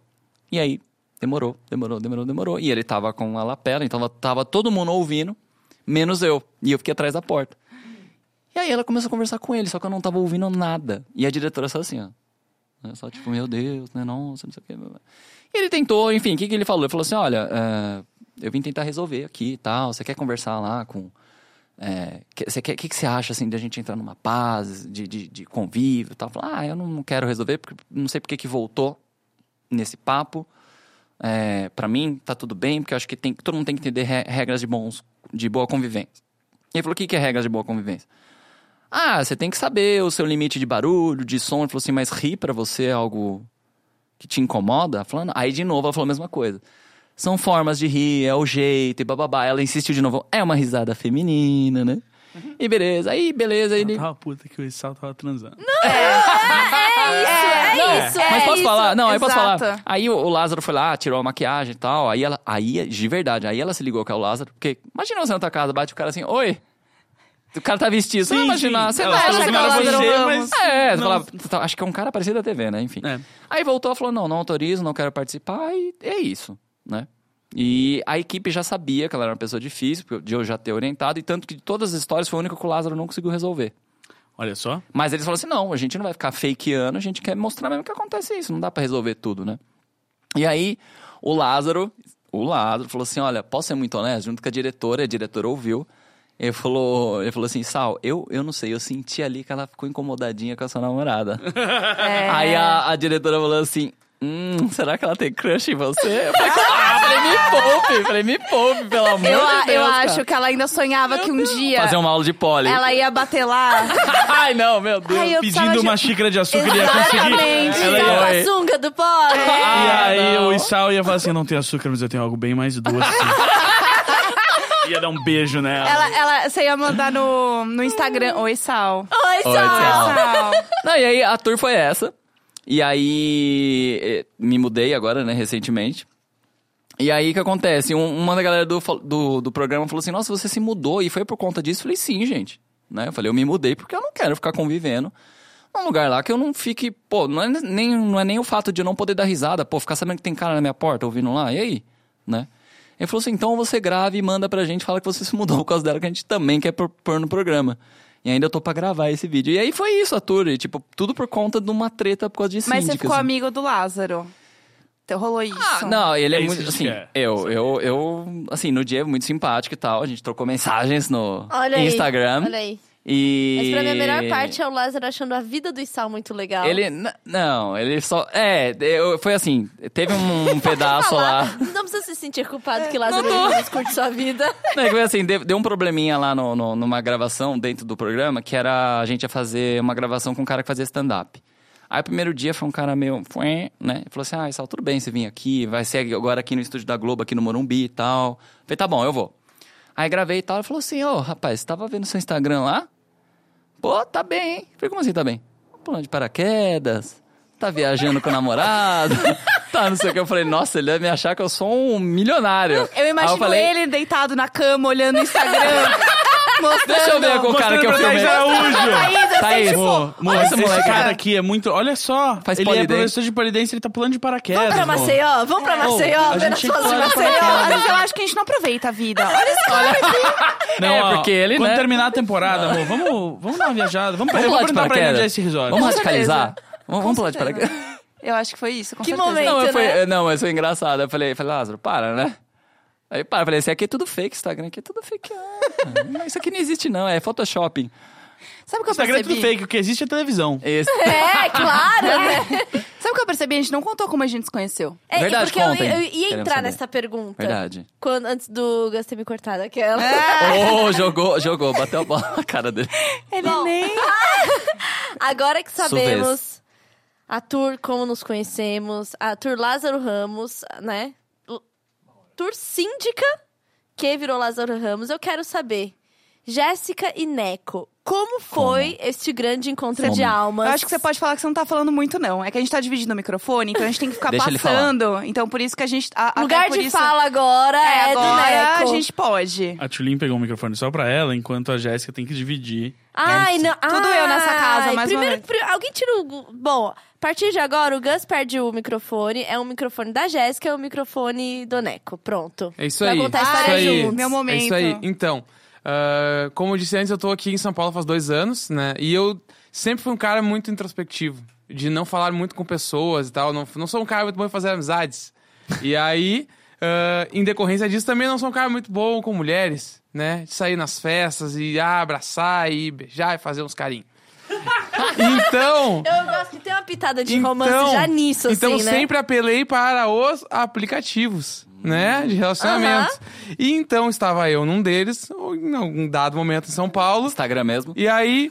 S3: E aí demorou, demorou, demorou, demorou. E ele tava com a lapela, então tava todo mundo ouvindo, menos eu. E eu fiquei atrás da porta. E aí ela começou a conversar com ele, só que eu não tava ouvindo nada. E a diretora só assim, ó. Né, Só tipo, meu Deus, né? Nossa, não sei o quê. blá, blá. E ele tentou, enfim, o que, que ele falou? Ele falou assim, olha, é, eu vim tentar resolver aqui e tal. Você quer conversar lá com... É, que, você quer- que, que você acha, assim, da gente entrar numa paz, de, de, de convívio e tal? Falar, ah, eu não, não quero resolver, porque não sei porque que voltou nesse papo. É, para mim, tá tudo bem, porque eu acho que tem, todo mundo tem que entender re- regras de, bons, de boa convivência. E ele falou, o que, que é regras de boa convivência? Ah, você tem que saber o seu limite de barulho, de som. Ele falou assim, mas rir pra você é algo que te incomoda? Falando, aí de novo ela falou a mesma coisa. São formas de rir, é o jeito e bababá. Ela insistiu de novo, é uma risada feminina, né? E beleza, aí beleza, ele...
S2: Tava puta que o Sal tava transando.
S1: É isso, é,
S3: Não,
S1: isso.
S3: mas
S1: é
S3: pode posso
S5: isso,
S3: falar? Não, aí eu posso
S5: exato.
S3: falar. Aí o, o Lázaro foi lá, tirou a maquiagem e tal. Aí ela, aí, de verdade, aí ela se ligou que é o Lázaro. Porque imagina você na tua casa, bate o cara assim, oi. O cara tá vestido, você
S2: Sim,
S3: não imaginar.
S2: sim.
S3: Você
S2: Ela
S3: não
S2: falou
S3: acha
S2: que
S3: que
S2: não
S3: é o
S2: era
S3: Lázaro
S2: você,
S3: Ramos.
S2: mas-
S3: É, você
S2: Não.
S3: falava, "Tá, acho que é um cara parecido da TV, né? Enfim.
S2: É.
S3: Aí voltou, falou, não, não autorizo, não quero participar. E é isso, né? E a equipe já sabia que ela era uma pessoa difícil, porque de eu já ter orientado. E tanto que de todas as histórias foi a única que o Lázaro não conseguiu resolver.
S2: Olha só.
S3: Mas eles falaram assim: não, a gente não vai ficar fakeando, a gente quer mostrar mesmo que acontece isso, não dá pra resolver tudo, né? E aí, o Lázaro, o Lázaro falou assim: olha, posso ser muito honesto? Junto com a diretora, e a diretora ouviu. Ele falou, ele falou assim, Sal, eu, eu não sei, eu senti ali que ela ficou incomodadinha com a sua
S5: <laughs>
S3: namorada.
S5: É.
S3: Aí a, a diretora falou assim, hum, será que ela tem crush em você? Eu falei, "Ah", falei, me poupe, falei, me poupe, pelo amor
S5: Eu,
S3: de Deus.
S5: eu
S3: cara."
S5: acho que ela ainda sonhava que um dia
S3: Fazer uma aula de pole.
S5: ela ia bater lá.
S3: <laughs> Ai, não, meu Deus.
S5: Ai, eu precisava
S2: Pedindo uma xícara de açúcar, ele ia
S5: Exatamente.
S2: conseguir. Ela ia-
S1: a sunga do pobre.
S3: <laughs>
S2: E aí
S3: não.
S2: o Isao ia falar assim: não tem açúcar, mas eu tenho algo bem mais
S3: <laughs>
S2: doce. ia dar um beijo nela.
S5: Ela, ela, você ia mandar no, no
S3: Hum.
S5: Instagram. Oi, Sal.
S1: Oi, Sal.
S3: tchau.
S5: Sal.
S3: Não, e aí a tour foi essa. E aí eh, me mudei agora, né, recentemente. E aí o que acontece? Um- uma da galera do, fal- do, do programa falou assim: Nossa, você se mudou e foi por conta disso? Eu falei, sim, gente. Né? Eu falei, eu me mudei porque eu não quero ficar convivendo num lugar lá que eu não fique. Pô, não é nem, não é nem o fato de eu não poder dar risada, pô, ficar sabendo que tem cara na minha porta ouvindo lá, e aí? Né? Ele falou assim: então você grava e manda pra gente, fala que você <laughs> se mudou por causa dela, que a gente também quer pôr- pôr no programa. E ainda eu tô pra gravar esse vídeo. E aí foi isso, a tour. e, tipo, tudo por conta de uma treta por causa de
S5: Mas
S3: síndica,
S5: você ficou
S3: assim.
S5: amigo do Lázaro. Então rolou isso.
S3: Ah, não, ele é,
S2: É isso que
S3: muito.
S2: a
S3: Assim,
S2: gente quer,
S3: eu, eu, eu, assim, no dia é muito simpático e tal. A gente trocou mensagens no
S1: Olha aí.
S3: Instagram.
S1: Olha aí.
S3: E.
S1: Mas pra mim a melhor parte é o Lázaro achando a vida do Isal muito legal.
S3: Ele. é n- Não, ele só. É, eu, foi assim. Teve
S1: <laughs>
S3: um pedaço lá.
S1: Falar, Não precisa se sentir culpado que Lázaro Ramos curte sua vida.
S3: Não, é que foi assim, deu, deu um probleminha lá no- no- numa gravação dentro do programa, que era a gente ia fazer uma gravação com um cara que fazia stand-up. Aí o primeiro dia foi um cara meio, fué, né? Ele Falou assim, ah, Sal, tudo bem você vir aqui, vai ser agora aqui no estúdio da Globo, aqui no Morumbi e tal. Falei, tá bom, eu vou. Aí gravei e tal, ele falou assim, ô, rapaz, você tava vendo seu Instagram lá? Pô, tá bem, hein? Falei, como assim tá bem? Pulando de paraquedas, tá viajando com o namorado, <laughs> tá não sei o que. Eu falei, nossa, ele vai me achar que eu sou um milionário. Aí
S5: Eu imagino
S3: falei,
S5: ele deitado na cama, olhando o Instagram. mostrando.
S3: <laughs> Deixa eu ver com o cara que eu
S2: Mostrando pra
S3: filmei.
S2: Thaís Araújo.
S5: Thaís, eu
S3: Tá aí.
S5: sei, tipo,
S2: Pô, moço,
S3: esse
S2: esse
S3: moleque,
S2: cara
S3: cara.
S2: aqui é muito. Olha só,
S3: Faz
S2: ele é
S3: polidense.
S2: professor de polidense, ele tá pulando de paraquedas.
S1: Vamos pra
S2: moço.
S1: Maceió? Vamos pra Maceió?
S2: a
S1: Ver
S2: gente
S1: as
S2: tinha que
S1: fotos de
S2: falar de
S1: Maceió?
S5: Não, mas eu acho que a gente não aproveita a vida. Olha isso.
S3: Não,
S2: ó,
S3: é porque ele,
S2: Quando
S3: né?
S2: terminar a temporada, amor, vamos, vamos dar uma viajada. Vamos,
S3: Vamos
S2: eu vou
S3: pular de
S2: perguntar pra ele onde é
S3: paraquedas.
S2: esse risório.
S3: Vamos
S5: Com
S3: radicalizar?
S5: certeza.
S3: Vamos, vamos pular de paraquedas.
S5: Eu acho que foi isso, com
S1: Que
S5: certeza.
S1: momento.
S3: Não, eu fui, é,
S1: né?
S3: eu- não, mas foi engraçado. Eu falei, falei, Lázaro, para, né? Aí para, eu falei, esse aqui é tudo fake, Instagram aqui é tudo fake. Ah, isso aqui não existe, não, é Photoshop.
S5: Sabe o que eu
S2: Instagram é
S5: percebi?
S2: tudo fake, o que existe é televisão.
S3: Esse.
S1: É, claro, né?
S5: Sabe o que eu percebi? A gente não contou como a gente se conheceu.
S1: É,
S3: Verdade,
S1: porque eu,
S3: contem.
S1: eu ia
S3: Queremos
S1: entrar
S3: saber.
S1: nessa pergunta.
S3: Verdade.
S1: Quando, antes do Gus ter me cortado aquela.
S3: Oh, jogou, jogou, bateu a bola na cara dele.
S5: Ele nem...
S1: Agora que sabemos a tour, como nos conhecemos, a tour Lázaro Ramos, né? L- Tour síndica que virou Lázaro Ramos, eu quero saber. Jéssica e Neco, como foi este grande encontro
S3: Como?
S1: de almas?
S5: Eu acho que você pode falar que você não tá falando muito, não. É que a gente tá dividindo o microfone, então a gente tem que ficar
S3: Deixa ele falar.
S5: passando. Então por isso que a gente... a-
S1: O lugar
S5: até por
S1: de
S5: isso...
S1: fala agora é,
S5: É, agora
S1: do Neco.
S5: a gente pode.
S2: A Tulin pegou o microfone só pra ela, enquanto a Jéssica tem que dividir.
S1: Ai, não.
S5: É, Tudo eu nessa casa,
S1: Ai,
S5: mais uma
S1: primeiro,
S5: vez.
S1: pri- alguém tira o. gu- Bom, a partir de agora, o Gus perde o microfone. É um microfone da Jéssica, é um microfone do Neco. Pronto.
S4: É isso
S1: Pra
S4: aí.
S1: contar a
S4: isso
S1: história
S4: aí.
S1: juntos.
S5: Meu
S4: É
S5: momento.
S4: isso aí. Então, ah, como eu disse antes, eu tô aqui em São Paulo faz dois anos, né? E eu sempre fui um cara muito introspectivo, de não falar muito com pessoas e tal. Não, não sou um cara muito bom em fazer amizades. E aí, ah, em decorrência disso, também não sou um cara muito bom com mulheres, né? De sair nas festas e ah, abraçar e beijar e fazer
S1: <laughs>
S4: uns carinhos. Então.
S1: Eu gosto que tem uma pitada de romance já nisso,
S4: então
S1: assim, né?
S4: sempre apelei para os aplicativos,
S1: Uhum.
S4: né? De relacionamentos. E então estava eu num deles, ou em algum dado momento em São Paulo.
S3: Instagram mesmo. <laughs>
S4: E aí,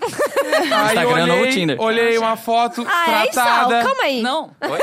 S4: aí eu
S3: Instagram, não, o
S4: olhei,
S3: Tinder.
S4: olhei uma foto
S1: Ah, é isso?
S4: tratada.
S1: Calma aí.
S3: Não, oi?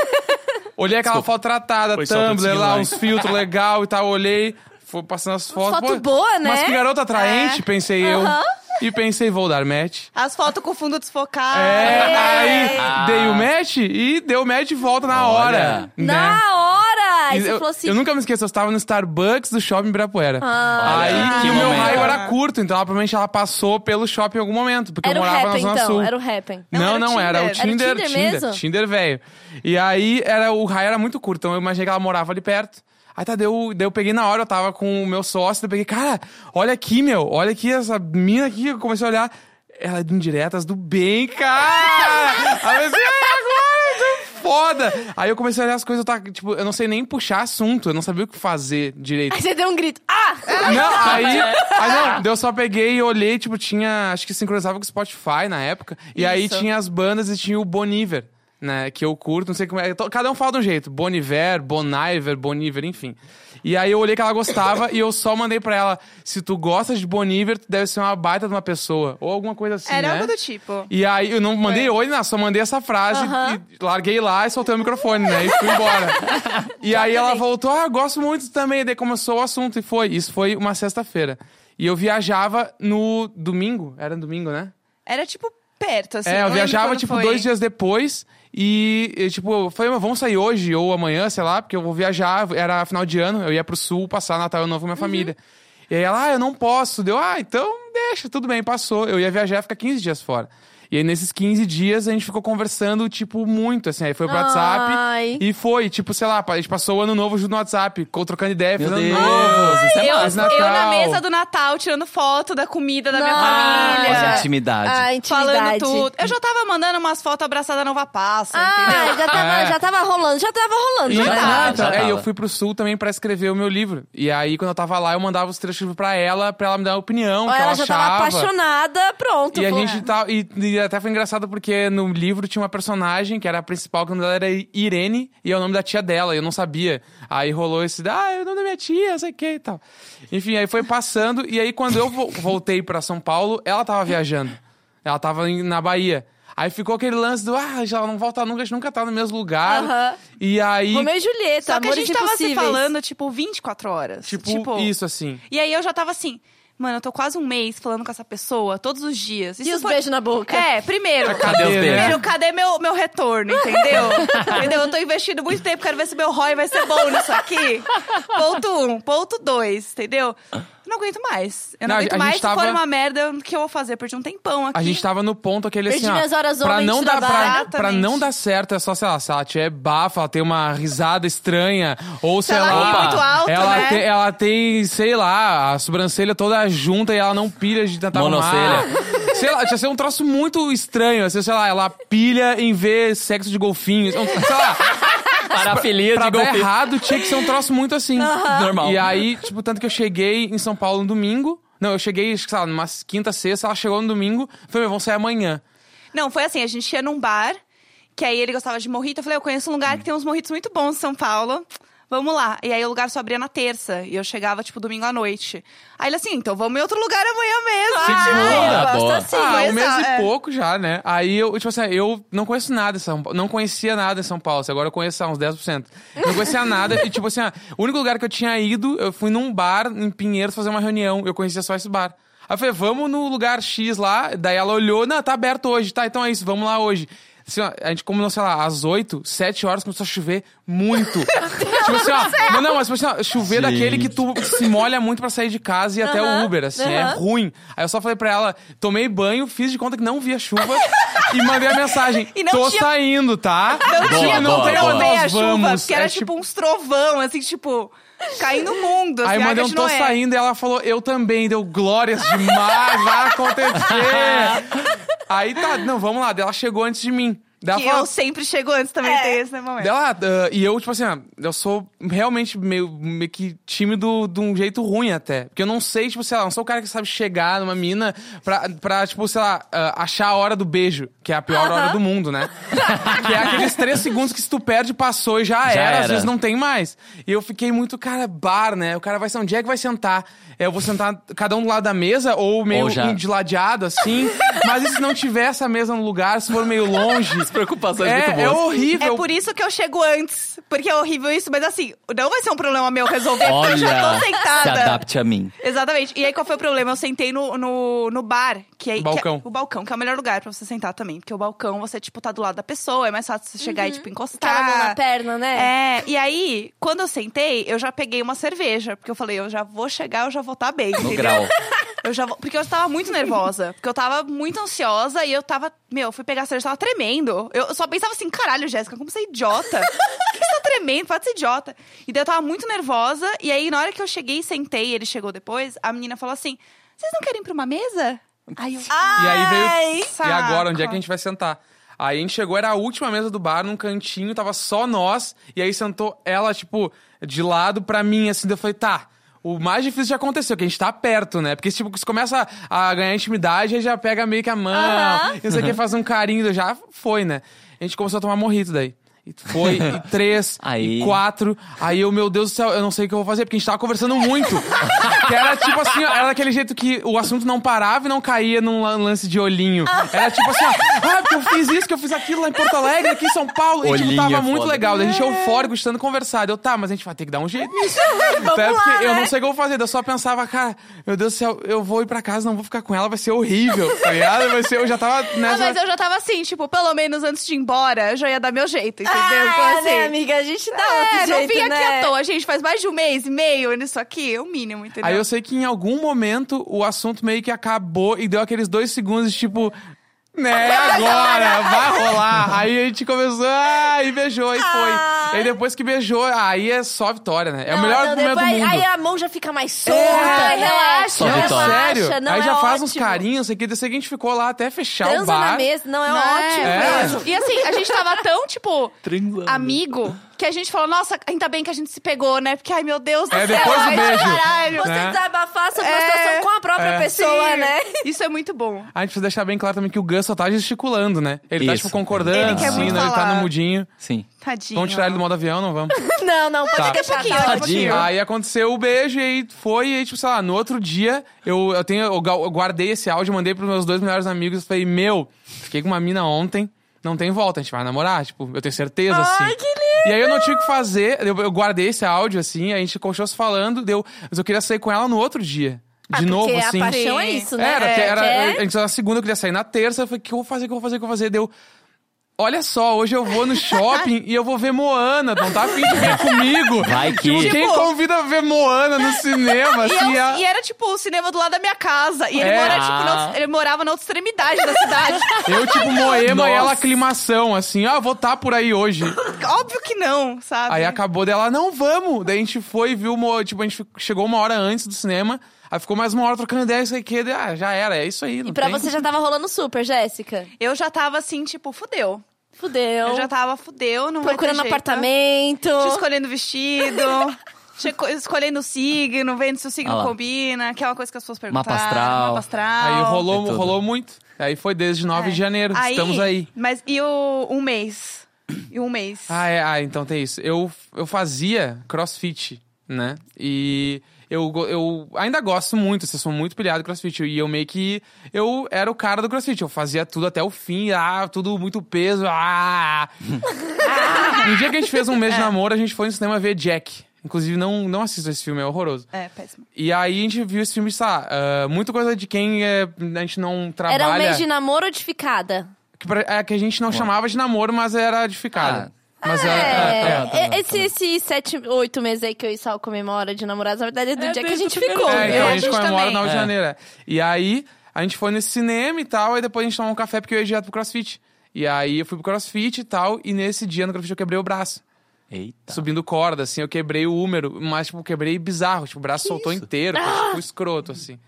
S4: olhei aquela foto tratada,
S2: Pois só, tô te
S4: Tumblr lá,
S2: seguindo lá,
S4: uns filtros legal e tal. Olhei, fui passando as fotos.
S1: foto boa, né? É.
S4: Mas que garota atraente, pensei eu.
S1: Aham.
S4: e pensei, vou dar match.
S5: As fotos com fundo desfocado.
S4: É, daí
S3: Ah.
S4: dei o match e deu o match de volta na
S3: Olha.
S4: hora. né?
S1: Na hora! Aí
S4: E
S1: você
S4: eu,
S1: falou assim.
S4: eu nunca me esqueço, eu estava no Starbucks do shopping Ibirapuera.
S1: Ah.
S4: Aí
S3: Olha,
S4: que
S3: que
S4: o meu
S3: momento.
S4: raio era curto, então ela, provavelmente ela passou pelo shopping em algum momento, porque
S1: era
S4: eu
S1: o
S4: morava
S1: Happen,
S4: na Zona
S1: então.
S4: Sul.
S1: Era o Happen.
S5: Não,
S4: Não,
S5: era
S4: não,
S5: o
S4: era, o
S5: Tinder.
S1: Era o Tinder
S4: Tinder. Tinder,
S1: mesmo?
S4: Tinder velho. E aí era, o raio era muito curto, então eu imaginei que ela morava ali perto. Aí tá, deu, daí eu peguei na hora, eu tava com o meu sócio, daí eu peguei, cara, olha aqui, meu, olha aqui essa mina aqui, eu comecei a olhar. Ela é de indiretas do bem, cara! <laughs> Aí eu pensei, "Ah, agora, tô foda! Aí eu comecei a olhar as coisas, eu tava, tipo, eu não sei nem puxar assunto, eu não sabia o que fazer direito.
S1: Aí você deu um grito. Ah!
S4: Não, aí. aí não, daí eu só peguei e olhei, tipo, tinha. Acho que sincronizava com o Spotify na época. E aí
S5: Isso.
S4: tinha as bandas e tinha o Boniver, né? Que eu curto, não sei como é. to- Cada um fala de um jeito. Boniver, Boniver, Boniver, enfim. E aí eu olhei que ela gostava e eu só mandei pra ela: se tu gostas de Boniver, tu deve ser uma baita de uma pessoa. Ou alguma coisa assim.
S5: Era
S4: né?
S5: algo do tipo.
S4: E aí eu não mandei oi, não, só mandei essa frase
S1: Aham.
S4: e larguei lá e soltei o microfone, né? E fui embora. e aí ela voltou, ah, gosto muito também. Daí começou o assunto e foi. Isso foi uma sexta-feira. E eu viajava no domingo, era no domingo, né?
S5: Era tipo perto, assim.
S4: é,
S5: não
S4: eu
S5: lembro
S4: viajava
S5: quando
S4: tipo
S5: foi.
S4: dois dias depois e, e, tipo, eu falei, mas vamos sair hoje ou amanhã, sei lá, porque eu vou viajar, era final de ano, eu ia pro sul passar Natal e Ano Novo com
S5: Uhum.
S4: minha família. E aí ela, ah, eu não posso. Deu, ah, então deixa, tudo bem, passou. Eu ia viajar e ficar 15 dias fora. E aí, nesses 15 dias, a gente ficou conversando, tipo, muito, assim. Aí foi pro
S1: Ai.
S4: WhatsApp e foi, tipo, sei lá, a gente passou o ano novo junto no WhatsApp, co- trocando ideia,
S3: Meu
S4: fazendo
S3: Deus,
S4: novo.
S3: isso é
S5: Eu,
S3: massa.
S4: Natal.
S5: eu na mesa do Natal, tirando foto da comida da minha
S1: Nossa.
S5: família.
S1: Olha,
S3: Olha, intimidade.
S1: A
S5: Falando
S1: Ah, intimidade.
S5: tudo. Eu já tava mandando umas fotos abraçada nova passa, entendeu?
S1: Ah, já tava,
S4: É.
S1: já tava rolando, já tava rolando.
S4: E-
S1: Já
S4: Não,
S1: tava.
S4: então,
S3: já
S4: é,
S3: tava.
S4: e eu fui pro sul também pra escrever o meu livro. E aí, quando eu tava lá, eu mandava os trechos do livro pra ela, pra ela me dar a opinião,
S1: Ou
S4: que ela
S1: ela já tava
S4: achava.
S1: apaixonada, pronto.
S4: E a
S1: falou,
S4: gente tá. E, e até foi engraçado porque no livro tinha uma personagem que era a principal, que o nome dela era Irene, e é o nome da tia dela, e eu não sabia. Aí rolou esse, ah, é o nome da minha tia, sei o que e tal. Enfim, aí foi passando, e aí quando eu vo- voltei pra São Paulo, ela tava viajando. Ela tava em- na Bahia. Aí ficou aquele lance do, ah, ela não volta nunca, a gente nunca tá no mesmo lugar.
S1: Aham.
S4: E aí.
S1: Romeu e Julieta,
S5: Só que a
S1: amores
S5: gente tava se
S1: impossíveis.
S5: falando, tipo, 24 horas.
S4: Tipo, isso assim.
S5: E aí eu já tava assim, mano, eu tô quase um mês falando com essa pessoa, todos os dias.
S1: E
S5: Isso
S1: os
S5: foi-
S1: beijos na boca.
S5: É, primeiro.
S3: Cadê os
S4: né?
S5: Primeiro,
S3: beijos?
S5: cadê meu, meu retorno, entendeu?
S1: <laughs>
S5: entendeu? Eu tô investindo muito tempo, quero ver se meu ROI vai ser bom nisso aqui. Ponto um, ponto dois, entendeu? Eu não aguento mais. Eu não,
S4: Não, a
S5: aguento
S4: gente
S5: mais. Se
S4: tava-
S5: for uma merda, o que eu vou fazer? Perdi um tempão aqui.
S4: A gente tava no ponto aquele
S1: Perdi
S4: assim, ó,
S1: minhas horas
S4: pra
S1: homens
S4: não
S1: de
S4: dar pra,
S1: trabalho.
S4: pra não dar certo é só sei lá, se ela tiver bafa, ela tem uma risada estranha ou sei
S5: ela
S4: lá,
S5: ri muito alto,
S4: ela
S5: né?
S4: tem, ela tem, sei lá, a sobrancelha toda junta e ela não pilha de tentar arrumar. Sei lá, tinha ser um troço muito estranho, assim, sei lá, ela pilha em ver sexo de golfinhos, sei lá.
S3: Parafilia
S4: pra
S3: de
S4: dar
S3: golpe.
S4: errado, tinha que ser um troço muito assim.
S3: Normal.
S4: E aí, tipo, tanto que eu cheguei em São Paulo no domingo. Não, eu cheguei, acho que, sei lá, numa quinta, sexta, ela chegou no domingo. Falei, meu, vamos sair amanhã.
S5: Não, foi assim, a gente ia num bar, que aí ele gostava de morrito. Eu falei, eu conheço um lugar que tem uns morritos muito bons em São Paulo. Vamos lá. E aí o lugar só abria na terça. E eu chegava, tipo, domingo à noite. Aí ele assim, então vamos em outro lugar amanhã mesmo.
S3: Segunda,
S5: eu gosto
S3: boa.
S5: assim,
S4: ah,
S5: mas,
S4: um mês
S5: ah,
S4: e
S5: é.
S4: pouco já, né? Aí eu, tipo assim, eu não conheço nada em São Paulo. Não conhecia nada em São Paulo. Agora eu conheço ah, uns 10%. Não conhecia nada. e, tipo assim, ah, o único lugar que eu tinha ido, eu fui num bar em Pinheiros fazer uma reunião. Eu conhecia só esse bar. Aí eu falei, vamos no lugar X lá. Daí ela olhou, não, tá aberto hoje. Tá, então é isso, vamos lá hoje. Assim, ó, a gente combinou, sei lá, às 8, 7 horas começou a chover
S5: <laughs>
S4: muito. tipo assim, ó. Mas não, mas tipo assim, ó, chover daquele que tu se molha muito pra sair de casa e ir até o
S1: Aham,
S4: Uber, assim, é
S1: aham.
S4: ruim. Aí eu só falei pra ela, tomei banho, fiz de conta que não via chuva <laughs> e mandei a mensagem.
S5: E não
S4: Tô
S5: tinha-
S4: saindo, tá?
S5: Não
S3: Boa,
S5: tinha, não
S3: boa,
S5: tem
S3: boa.
S5: não veio a
S4: Nós
S5: chuva,
S4: vamos.
S5: porque era
S4: É
S5: tipo,
S4: tipo-
S5: uns trovão, assim, tipo, caindo no mundo.
S4: Aí
S5: assim,
S4: eu
S5: ah,
S4: mandei
S5: que
S4: um
S5: a
S4: tô
S5: gente não é.
S4: saindo e ela falou, eu também, deu glórias demais, vai
S5: <laughs>
S4: acontecer. Aí tá, não, vamos lá. Daí ela chegou antes de mim. Daí ela
S5: Que
S4: falou,
S5: eu sempre chego antes também, tem esse né, momento.
S4: Dela, ah, e eu, tipo assim, ah, eu sou realmente meio, meio que tímido de um jeito ruim até. Porque eu não sei, tipo, sei lá, não sou o cara que sabe chegar numa mina pra, pra tipo, sei lá, ah, achar a hora do beijo, que é a pior hora do mundo,
S5: <laughs>
S4: né? que é aqueles três segundos que se tu perde, passou e já, era, às
S3: era.
S4: vezes não tem mais. E eu fiquei muito, cara, bar, né? O cara vai ser onde é que vai sentar? É, Eu vou sentar cada um do lado da mesa ou meio um
S3: Ou já.
S4: de ladeado, assim. Mas e se não tiver essa mesa no lugar, se for meio longe?
S3: preocupações muito
S4: É, é
S3: boas.
S4: <laughs> horrível.
S5: É por isso que eu chego antes, porque é horrível isso, mas assim, não vai ser um problema meu resolver, porque
S3: Olha,
S5: eu já tô sentada.
S3: se adapte a mim.
S5: Exatamente. E aí, qual foi o problema? Eu sentei no, no, no bar, que é, que é-
S4: Balcão.
S5: o balcão, que é o melhor lugar pra você sentar também. Porque o balcão, você, tipo, tá do lado da pessoa, é mais fácil você chegar e, tipo, encostar.
S1: Tá a mão na perna, né?
S5: É, e aí, quando eu sentei, eu já peguei uma cerveja, porque eu falei, eu já vou chegar, eu já vou estar bem.
S3: No
S5: entendeu?
S3: grau.
S5: <laughs> Eu já vou- porque eu tava muito nervosa. Porque eu tava muito ansiosa e eu tava. Meu, eu fui pegar a cerveja, eu tava tremendo. Eu eu só pensava assim, caralho, Jéssica, como você é idiota? Por que você tá tremendo? Pode ser idiota. E daí eu tava muito nervosa. E aí, na hora que eu cheguei e sentei, ele chegou depois, a menina falou assim: Vocês não querem ir pra uma mesa? Aí eu.
S4: E aí veio.
S5: Ai,
S4: E agora, onde é
S5: saco.
S4: que a gente vai sentar? Aí a gente chegou, era a última mesa do bar, num cantinho, tava só nós. E aí sentou ela, tipo, de lado pra mim, assim. Daí eu falei, tá. O mais difícil já aconteceu, que a gente tá perto, né? Porque, tipo, você começa a a ganhar intimidade, aí já pega meio que a mão. E não sei o que, faz um carinho, daí já foi, né? A gente começou a tomar morrito daí. E foi, e três,
S3: Aí.
S4: e quatro. Aí eu, meu Deus do céu, eu não sei o que eu vou fazer, porque a gente tava conversando muito.
S3: <laughs>
S4: que era tipo assim, ó, era daquele jeito que o assunto não parava e não caía num lan- lance de olhinho. Era tipo assim, ó, ah, porque eu fiz isso, que eu fiz aquilo lá em Porto Alegre, aqui em São Paulo. e tipo,
S3: Olhinho
S4: tava
S3: é
S4: muito
S3: foda.
S4: legal. Daí a gente eufórico, estando conversado. Eu, tá, mas a gente vai ter que dar um jeito nisso. Até
S1: lá,
S4: porque eu
S1: né?
S4: não sei o que eu vou fazer. Daí Eu só pensava, cara, meu Deus do céu, eu vou ir pra casa, não vou ficar com ela, vai ser horrível, tá ligado? Vai ser, eu já tava
S5: Ah,
S4: nessa...
S5: mas eu já tava assim, tipo, pelo menos antes de ir embora, eu já ia dar meu jeito, entendeu? Então,
S1: Ah,
S5: assim,
S1: né, amiga? A gente dá outro
S5: é, não
S1: jeito,
S5: vim aqui
S1: né?
S5: à toa, gente. Faz mais de um mês e meio nisso aqui, é o mínimo, entendeu?
S4: Aí eu sei que em algum momento o assunto meio que acabou e deu aqueles dois segundos de tipo.
S1: <laughs>
S4: Né, agora, vai rolar. Aí a gente começou, ah, e beijou, e foi. E depois que beijou, aí é só vitória, né? É
S1: Ah.
S4: o
S1: Não,
S4: melhor
S1: não,
S4: momento do
S1: depois-
S4: mundo.
S1: Aí é a mão já fica mais solta,
S4: É,
S1: né?
S5: relaxa,
S3: Só
S4: não,
S3: vitória.
S4: sério.
S1: Relaxa, não
S4: aí
S1: é
S4: já faz uns
S1: ótimo.
S4: carinhos, sei que desse aqui a gente ficou lá até fechar o
S1: Transa
S4: um bar.
S1: na mesa, não, é
S5: Não,
S1: ótimo.
S4: É.
S5: mesmo. E assim, a gente tava tão, tipo,
S3: Transando.
S5: amigo, que a gente falou, nossa, ainda bem que a gente se pegou, né? Porque, ai, meu Deus do
S4: É,
S5: céu,
S4: depois do
S5: ai,
S4: beijo.
S5: caralho.
S1: Você
S4: Né?
S1: desabafar sobre uma
S5: É.
S1: situação com a própria
S4: É.
S1: pessoa,
S5: Sim.
S1: né? <laughs>
S5: Isso é muito bom.
S4: A gente precisa deixar bem claro também que o Gus só tá gesticulando, né? Ele tá,
S3: Isso.
S4: tipo, concordando,
S5: Ele quer
S4: assim,
S5: muito
S4: né? Ele tá
S5: falar.
S4: no mudinho.
S3: Sim.
S5: Tadinho.
S4: Vamos tirar ele do modo avião, não vamos?
S1: Não, não, pode
S4: Tá.
S1: deixar.
S5: Daqui a
S1: tá
S5: pouquinho,
S1: ótimo.
S3: Tadinho.
S4: Aí aconteceu o beijo e aí foi, e aí, tipo, sei lá, no outro dia, eu, eu, tenho, eu, ga- eu guardei esse áudio, mandei pros meus dois melhores amigos e falei, meu, fiquei com uma mina ontem, não tem volta, a gente vai namorar, tipo, eu tenho certeza, assim.
S1: que lindo!
S4: E aí eu não tinha o que fazer, eu, eu guardei esse áudio, assim, a gente continuou se falando, deu, mas eu queria sair com ela no outro dia.
S1: Ah,
S4: De novo,
S1: porque
S4: assim.
S1: a paixão é isso, né?
S4: Era,
S1: É,
S4: te- era,
S1: que é-
S4: eu- a gente tava na segunda, eu queria sair na terça. Eu falei, o que eu vou fazer, o que eu vou fazer, o que eu vou fazer? Deu. Olha só, hoje eu vou no shopping <laughs> e eu vou ver Moana. Não tá afim de ver comigo?
S3: Vai que-
S4: Tipo, quem convida a ver Moana no cinema,
S5: <laughs> E,
S4: assim,
S5: eu-
S4: a-
S5: e era, tipo, o cinema do lado da minha casa. E ele,
S4: É.
S5: mora, tipo, na outra- ele morava na outra extremidade da cidade.
S4: Eu, tipo, Moema e ela
S3: Nossa.
S4: aclimação, assim, ah, eu vou tá por aí hoje.
S5: Óbvio que não, sabe?
S4: Aí acabou dela, não, vamos! Daí a gente foi e viu, Mo- tipo, a gente chegou uma hora antes do cinema, aí ficou mais uma hora trocando ideia, isso aqui, daí, ah, já era, é isso aí.
S1: E pra você já tava rolando super, Jéssica.
S5: Eu já tava assim, tipo, fudeu.
S1: Fudeu.
S5: Eu já tava fudeu, não
S1: Então,
S5: vai ter
S1: Procurando
S5: jeito. tá?
S1: apartamento.
S5: Te escolhendo vestido. <laughs> te esco- Escolhendo o signo, vendo se o signo
S3: Ah lá.
S5: combina, que é uma coisa que as pessoas perguntaram.
S3: astral.
S5: Mapa astral.
S4: Aí
S3: É
S4: rolou,
S3: tudo.
S4: rolou muito. Aí foi desde 9
S5: É.
S4: de janeiro, estamos aí.
S5: Mas e o um mês? E um mês?
S4: Ah, é, ah, então tem isso. Eu, eu fazia crossfit, né? E eu, go- eu ainda gosto muito, assim, eu sou muito pilhado em crossfit. E eu meio que. Eu era o cara do crossfit. Eu fazia tudo até o fim, ah, tudo muito peso. Ah! Ah! <laughs> No dia que a gente fez um
S1: É.
S4: mês de namoro, a gente foi no cinema ver Jack. Inclusive, não, não assisto esse filme, é horroroso.
S5: É, péssimo.
S4: E aí a gente viu esse filme, sei lá, ah, muita coisa de quem eh, a gente não trabalha.
S1: Era um mês de namoro ou de ficada?
S4: que, pra- é, que a gente não chamava de namoro, mas era de ficada. mas era- é, é.
S1: É,
S3: tá, tá,
S1: esse, esse sete, oito meses aí que eu e Sal comemora de namorados, na verdade é do
S3: É
S1: dia que a
S3: desde
S1: gente
S3: o primeiro
S1: ficou, né? Ah,
S3: dia.
S4: É, então a
S1: viu?
S4: gente,
S5: gente
S4: comemora
S5: também.
S4: na 9 de
S3: É.
S4: janeiro. é. E aí, a gente foi nesse cinema e tal, e depois a gente tomou um café porque eu ia direto pro crossfit. E aí eu fui pro crossfit e tal, e nesse dia no crossfit eu quebrei o braço.
S3: Eita.
S4: Subindo corda, assim, eu quebrei o húmero, mas, tipo, quebrei bizarro. Tipo, o braço soltou inteiro, foi, tipo, escroto, assim.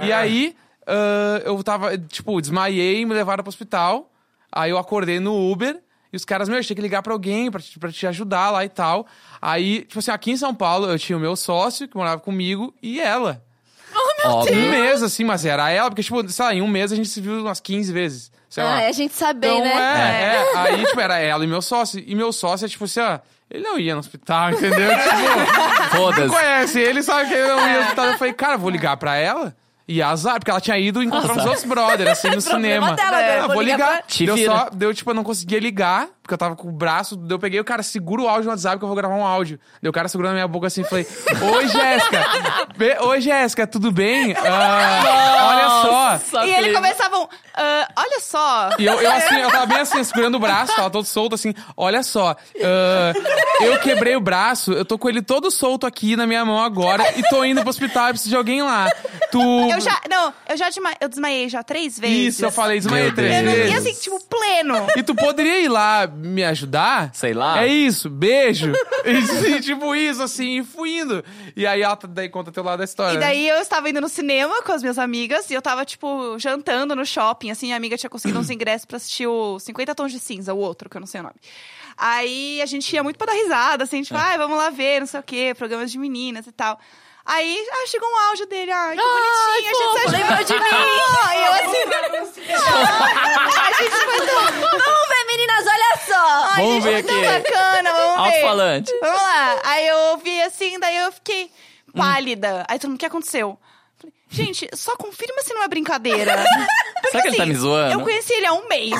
S4: E aí, ah, eu tava, tipo, desmaiei, me levaram pro hospital. Aí eu acordei no Uber. E os caras, meu, tinha que ligar pra alguém pra, te- pra te ajudar lá e tal. Aí, tipo assim, aqui em São Paulo, eu tinha o meu sócio, que morava comigo, e ela.
S3: Óbvio.
S5: <laughs>
S4: Um mês, assim, mas era ela, porque, tipo, sei lá, em um mês a gente se viu umas 15 vezes. Sei lá.
S1: Ah, é a gente saber,
S4: Então,
S1: né?
S4: é, é. Aí, tipo, era ela e meu sócio. E meu sócio é tipo assim, ó. Ele não ia no hospital, <laughs> entendeu? tipo,
S3: Foda-se.
S4: conhece ele, sabe que ele não ia no hospital. Eu falei, cara, vou ligar pra ela. E azar, porque ela tinha ido encontrar uns outros brothers, assim, no cinema.
S1: dela, né?
S4: Ah,
S1: Vou
S4: vou
S1: ligar
S4: ligar.
S3: pra- Te
S4: Deu
S3: vira.
S4: só, deu, tipo, eu não conseguia ligar, porque eu tava com o braço. Daí eu peguei, o cara segura o áudio no WhatsApp que eu vou gravar um áudio. Deu o cara segurando a minha boca assim, falei: Oi, Jéssica! Be- Oi, Jéssica, tudo bem? Ah, olha só!
S5: E ele começava um. "Ah, olha só.
S4: E eu, eu assim, eu tava bem assim, segurando o braço, tava todo solto assim. Olha só, ah, eu quebrei o braço, eu tô com ele todo solto aqui na minha mão agora e tô indo pro hospital, eu preciso de alguém lá. Tu.
S5: Eu já. Não, eu já desma- eu desmaiei já três vezes.
S4: Isso, eu falei, desmaiei
S3: Meu
S4: três
S5: Eu não-
S4: vezes.
S5: E assim, tipo, pleno.
S4: E tu poderia ir lá me ajudar?
S3: Sei lá.
S4: É isso, beijo. e, sim, tipo isso, assim, e fui indo. E aí ela tá, daí conta teu lado da história.
S5: E daí eu estava indo no cinema com as minhas amigas e eu tava, tipo, jantando no shopping, assim, a amiga tinha conseguido uns ingressos pra assistir o 50 Tons de Cinza, o outro, que eu não sei o nome. Aí a gente ia muito pra dar risada, assim, tipo, ai, vamos lá ver, não sei o quê, programas de meninas e tal. Aí ah, chegou um áudio dele, ai, que bonitinho, a gente
S1: fofo,
S5: se
S1: lembrou de mim.
S5: Ah, <laughs> e eu assim,
S1: <laughs>
S5: "Ah, a gente foi tão,
S1: Vamos ver, meninas, olha só!
S5: ai,
S3: Vamos ver
S5: gente, foi é tão
S3: aqui.
S5: bacana, vamos ver.
S3: Alto-falante.
S5: Vamos lá. Aí eu ouvi assim, daí eu fiquei
S3: Hum.
S5: pálida. Aí todo mundo, o que aconteceu? Falei, Gente, só confirma se não é brincadeira. Porque,
S3: <laughs> Será que ele tá
S5: assim,
S3: me zoando?
S5: Eu conheci ele há um mês.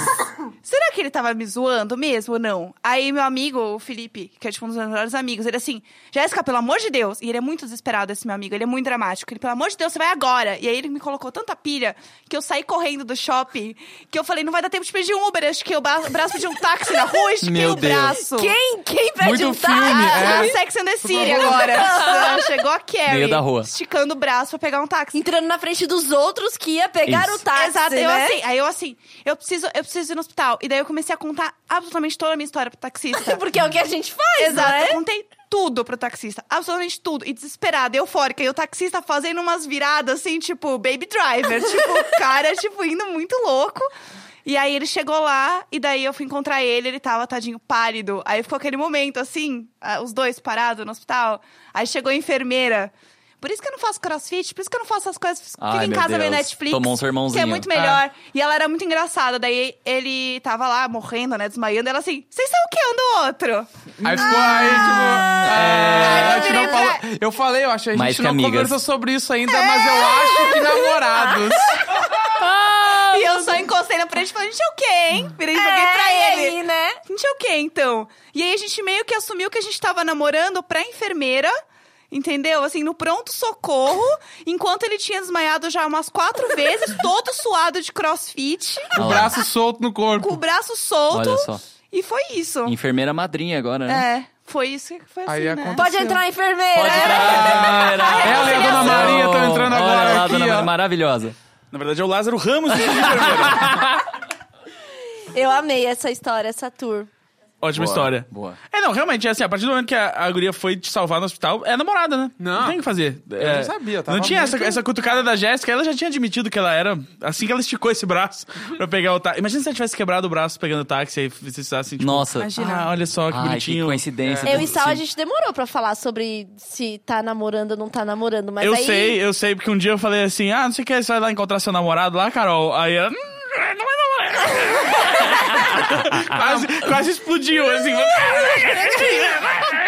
S5: Será que ele tava me zoando mesmo ou não? Aí meu amigo, o Felipe, que é tipo um dos meus melhores amigos, ele assim, Jéssica, pelo amor de Deus. E ele é muito desesperado, esse meu amigo, ele é muito dramático. Ele, pelo amor de Deus, você vai agora. E aí ele me colocou tanta pilha que eu saí correndo do shopping que eu falei, não vai dar tempo de pedir um Uber. Eu estiquei o bra- braço de um táxi na rua, estiquei
S3: <laughs> Meu
S5: o
S3: Deus.
S5: braço.
S1: Quem? Quem perde
S4: Muito
S1: um
S4: filme,
S1: táxi?
S5: Ah,
S4: É.
S5: Sex and the City agora. Ah, Chegou a Carrie.
S3: Meio da rua.
S5: Esticando o braço pra pegar um táxi.
S1: Entrando na frente dos outros que ia pegar
S3: Isso.
S1: o táxi,
S5: Exato, eu
S1: né?
S5: assim, aí eu assim, eu preciso, eu preciso ir no hospital. E daí eu comecei a contar absolutamente toda a minha história pro taxista. <laughs>
S1: Porque é o que a gente faz,
S5: Exato,
S1: né?
S5: eu contei tudo pro taxista, absolutamente tudo. E desesperada, eufórica. E o taxista fazendo umas viradas assim, tipo, baby driver. <laughs> tipo, o cara, tipo, indo muito louco. E aí ele chegou lá, e daí eu fui encontrar ele, ele tava tadinho pálido. Aí ficou aquele momento assim, ah, os dois parados no hospital. Aí chegou a enfermeira. Por isso que eu não faço crossfit, por isso que eu não faço as coisas.
S3: Ai,
S5: Fica em
S3: meu
S5: casa vendo
S3: Deus.
S5: Netflix.
S3: Tomou um sermãozinho. Ah.
S5: Que é muito melhor. E ela era muito engraçada. Daí ele tava lá morrendo, né? Desmaiando. Ela assim, vocês são o quê um do outro?
S4: Aí ficou aí, tipo. é, a gente não
S5: Ai,
S4: falou- eu falei, eu achei a gente
S3: Mais que
S4: não
S3: amigas.
S4: conversou sobre isso ainda, mas eu acho que namorados.
S5: <laughs> E eu só encostei na frente e falei, gente, é o quê, hein? Virei e joguei
S1: É,
S5: pra
S1: e
S5: ele.
S1: aí, né?
S5: Gente, é o quê, então? E aí a gente meio que assumiu que a gente tava namorando pra enfermeira, entendeu? Assim, no pronto-socorro, enquanto ele tinha desmaiado já umas quatro <laughs> vezes, todo suado de crossfit,
S4: O braço solto no
S5: com o
S4: corpo.
S5: braço solto.
S3: Olha só.
S5: E foi isso.
S3: Enfermeira madrinha agora, né?
S5: É, foi isso que foi assim,
S4: Aí
S5: né?
S4: aconteceu.
S1: Pode entrar, enfermeira!
S3: Pode entrar,
S5: É.
S3: enfermeira.
S4: Ela e a Dona Maria estão entrando
S3: Olha
S4: agora
S3: lá,
S4: aqui,
S3: Dona
S4: ó.
S3: Maria maravilhosa.
S2: Na verdade, é o Lázaro
S1: <laughs>
S2: Ramos. que é enfermeiro.
S1: Eu amei essa história, essa tour.
S2: Ótima história.
S3: Boa.
S5: Tipo,
S2: É, não, realmente, é assim, a partir do momento que a, a guria foi te salvar no hospital, é namorada, né?
S4: Não.
S2: Não tem o que fazer. Eu
S4: não sabia, tava
S2: Não tinha
S4: muito-
S2: essa, essa cutucada da Jéssica, ela já tinha admitido que ela era, assim que ela esticou esse
S4: <laughs>
S2: braço pra pegar o táxi. Imagina se ela tivesse quebrado o braço pegando o táxi e precisasse, tipo...
S3: Nossa.
S5: Imagina. É.
S2: Ah, olha só, que
S3: Ai, que
S2: bonitinho.
S3: coincidência.
S2: Tá
S1: Eu e
S3: Sim.
S1: Sal, a gente demorou pra falar sobre se tá namorando ou não tá namorando, mas
S2: eu
S1: aí...
S2: sei, eu sei, porque um dia eu falei assim, ah, não sei o que, você vai lá encontrar seu namorado lá, Carol? Aí ela... "Hum, Não é namorado." <laughs> quase, quase explodiu, assim.
S1: Ah,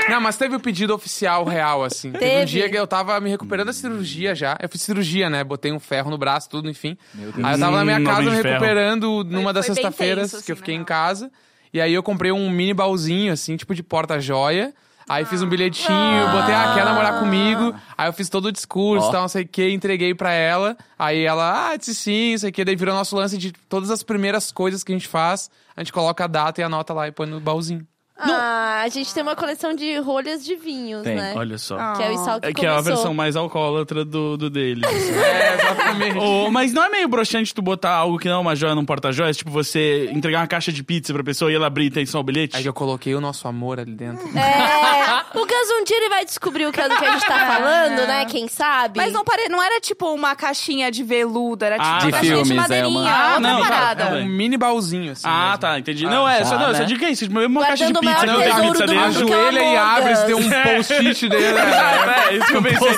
S4: Não, mas teve o pedido oficial real, assim. Teve. um
S1: Teve.
S4: dia que eu tava me recuperando da cirurgia já. Eu fiz cirurgia, né? Botei um ferro no braço, tudo, enfim. Aí eu tava na minha
S2: Hum,
S4: casa
S2: homem
S4: me
S2: de ferro.
S4: recuperando numa
S5: Foi-
S4: das
S5: foi bem
S4: sexta-feiras
S5: tenso,
S4: que eu
S5: assim,
S4: fiquei
S5: na real.
S4: em casa. E aí eu comprei um mini baúzinho, assim, tipo de porta-joia. Aí
S5: Ah.
S4: fiz um bilhetinho, botei, ah, quer namorar comigo? Aí eu fiz todo o discurso,
S3: Ó.
S4: tal, não sei o que, entreguei pra ela. Aí ela, ah, disse sim, isso aqui. Daí virou nosso lance de todas as primeiras coisas que a gente faz, a gente coloca a data e anota lá e põe no baúzinho.
S1: Ah, a gente tem uma coleção de rolhas de vinhos,
S3: Tem,
S1: né?
S2: Olha só.
S1: Que é o Sal que,
S2: É que é
S1: começou.
S2: a versão mais alcoólatra do, do dele.
S4: É, <laughs> exatamente.
S2: Ô, mas não é meio broxante tu botar algo que não é uma joia num porta-joias? Tipo, você entregar uma caixa de pizza pra pessoa e ela abrir e tem só o bilhete?
S4: Aí É eu coloquei o nosso amor ali dentro.
S1: É, o Gus um dia ele vai descobrir o que é do que a gente tá falando, né? Quem sabe?
S5: Mas não, pare... não era tipo uma caixinha de veludo, era tipo
S2: Ah,
S5: uma
S2: tá.
S5: caixinha de
S3: Filmes, é
S5: madeirinha,
S3: uma-
S2: Ah,
S5: outra
S2: não, tá,
S5: parada.
S2: tá
S4: É um mini baúzinho, assim.
S2: Ah,
S4: mesmo.
S2: tá, entendi.
S4: Ah,
S2: não, é,
S3: tá,
S2: só, não,
S3: né?
S2: só diga isso. Tipo, uma caixa de
S1: Guardando Tá o maior
S2: pizza, não tem
S1: tesouro
S2: pizza
S1: do mundo,
S2: dentro.
S1: que é o
S4: Ajoelha e
S1: amor,
S4: abre,
S1: Gus.
S4: se tem um post-it dele. né?
S2: <laughs> É, é isso que eu pensei.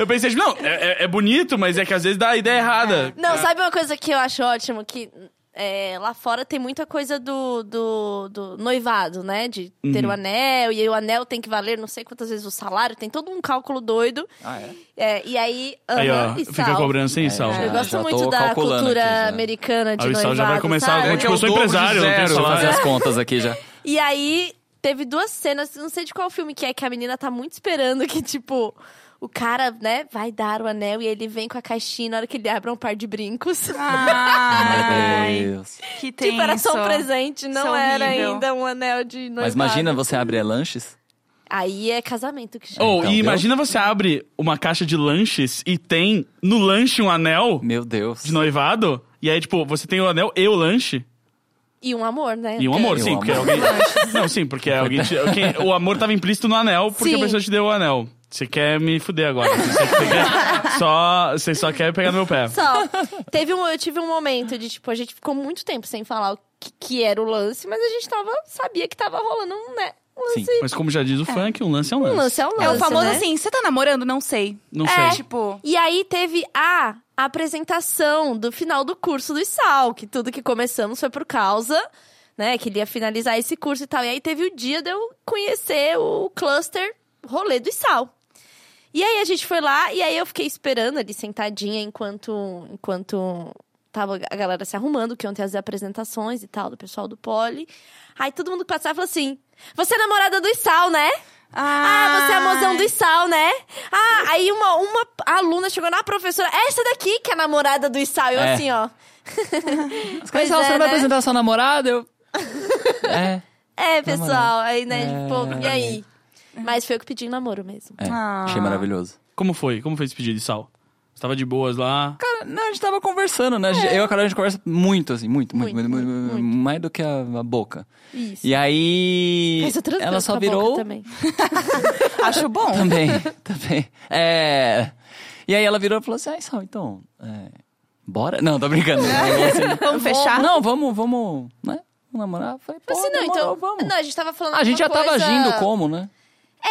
S2: Eu pensei, tipo, não, é, é- é bonito, mas é que às vezes dá a ideia errada.
S1: Não, sabe uma coisa que eu acho ótimo? Que é, lá fora tem muita coisa do, do, do noivado, né? De ter
S2: Uhum.
S1: o anel, e aí o anel tem que valer não sei quantas vezes o salário, tem todo um cálculo doido.
S3: Ah, é?
S1: É, e aí,
S2: Aí,
S1: aham,
S2: ó,
S1: e
S2: fica
S1: sal.
S2: cobrando sem sal.
S1: Eu
S3: É.
S1: gosto
S3: Já tô
S1: muito da
S3: calculando
S1: cultura
S3: aqui já.
S1: americana de
S2: Aí o
S1: noivando,
S2: sal já vai começar.
S1: sabe?
S4: É
S2: Tipo, eu sou
S4: o dobro de
S2: empresário, eu tenho
S4: zero. né?
S3: Tô fazendo
S2: salário.
S3: as contas aqui já.
S1: E aí, teve duas cenas, não sei de qual filme que é, que a menina tá muito esperando que, tipo, o cara, né, vai dar o anel e ele vem com a caixinha na hora que ele abre é um par de <laughs> brincos.
S5: Ai,
S3: Meu Deus.
S5: Ah, que tenso.
S1: Tipo, era só um presente, não
S5: Isso é
S1: era
S5: horrível.
S1: ainda um anel de noivado.
S3: Mas imagina, você abrir lanches.
S1: Aí é casamento que chama.
S2: Ou,
S3: Então,
S2: e
S3: viu?
S2: imagina você abre uma caixa de lanches e tem no lanche um anel
S3: Meu Deus.
S2: de noivado. E aí, tipo, você tem o anel e o lanche.
S1: E um amor, né?
S2: E um amor,
S3: E um
S2: sim, porque
S3: amor.
S2: alguém. Não, sim, porque alguém. te- quem- O amor tava implícito no anel porque
S1: Sim.
S2: a pessoa te deu o anel. Você quer me fuder agora. Você, você quer só, você só quer pegar no meu pé.
S1: Só. Teve um, eu tive um momento de, tipo, a gente ficou muito tempo sem falar o que, que era o lance, mas a gente tava, sabia que tava rolando um, né, um lance.
S3: Sim.
S2: Mas como já diz o funk, um lance é um lance.
S1: Um lance é um lance.
S5: É o famoso
S1: né?
S5: assim, você tá namorando? Não sei.
S2: Não
S5: É,
S2: sei.
S5: tipo...
S1: E aí teve a apresentação do final do curso do ISAL, que tudo que começamos foi por causa, né, que ele ia finalizar esse curso e tal. E aí teve o dia de eu conhecer o cluster rolê do ISAL. E aí a gente foi lá e aí eu fiquei esperando ali sentadinha enquanto enquanto tava a galera se arrumando, que iam ter as apresentações e tal do pessoal do Poli. Aí todo mundo que passava falou assim: "Você é namorada do ISAL, né?" Ah, você é a mozão <laughs> do Issal, né? Ah, aí uma, uma aluna chegou na professora, essa daqui que é a namorada do Issal. Eu
S3: É.
S1: assim, ó.
S3: Os
S1: Pois
S3: caras falam,
S1: é,
S3: você não vai
S1: né?
S3: apresentar sua namorada?
S5: <laughs>
S3: Eu... é.
S1: É, pessoal, aí, né,
S3: É.
S1: tipo, e aí? Mas foi eu que pedi em namoro mesmo.
S3: é.
S5: Ah.
S3: Achei maravilhoso.
S2: Como foi? Como foi esse pedido de sal? Você tava de boas lá?
S3: Cara, não, a gente tava conversando, né? A gente- Eu e a Carol, a gente conversa muito, assim, muito, muito,
S1: É. Muito,
S3: muito, muito,
S1: muito,
S3: muito, mais do que a, a boca.
S1: Isso.
S3: E aí.
S1: Mas eu transo
S3: ela
S1: com
S3: só
S1: a boca
S3: virou. <laughs>
S1: Também.
S5: Acho bom.
S3: Também, <laughs> também. É. E aí ela virou e falou assim: ai, Sal, então. é, bora? Não, tô brincando. né?
S1: <laughs>
S5: Vamos fechar?
S3: assim, Não, vamos, vamos, né? Vamos namorar? Eu Falei, pô,
S1: Assim, não,
S3: demorou,
S1: então.
S3: vamos.
S1: Não, a gente tava falando.
S3: a gente já
S1: alguma
S3: tava
S1: coisa-
S3: agindo como, né?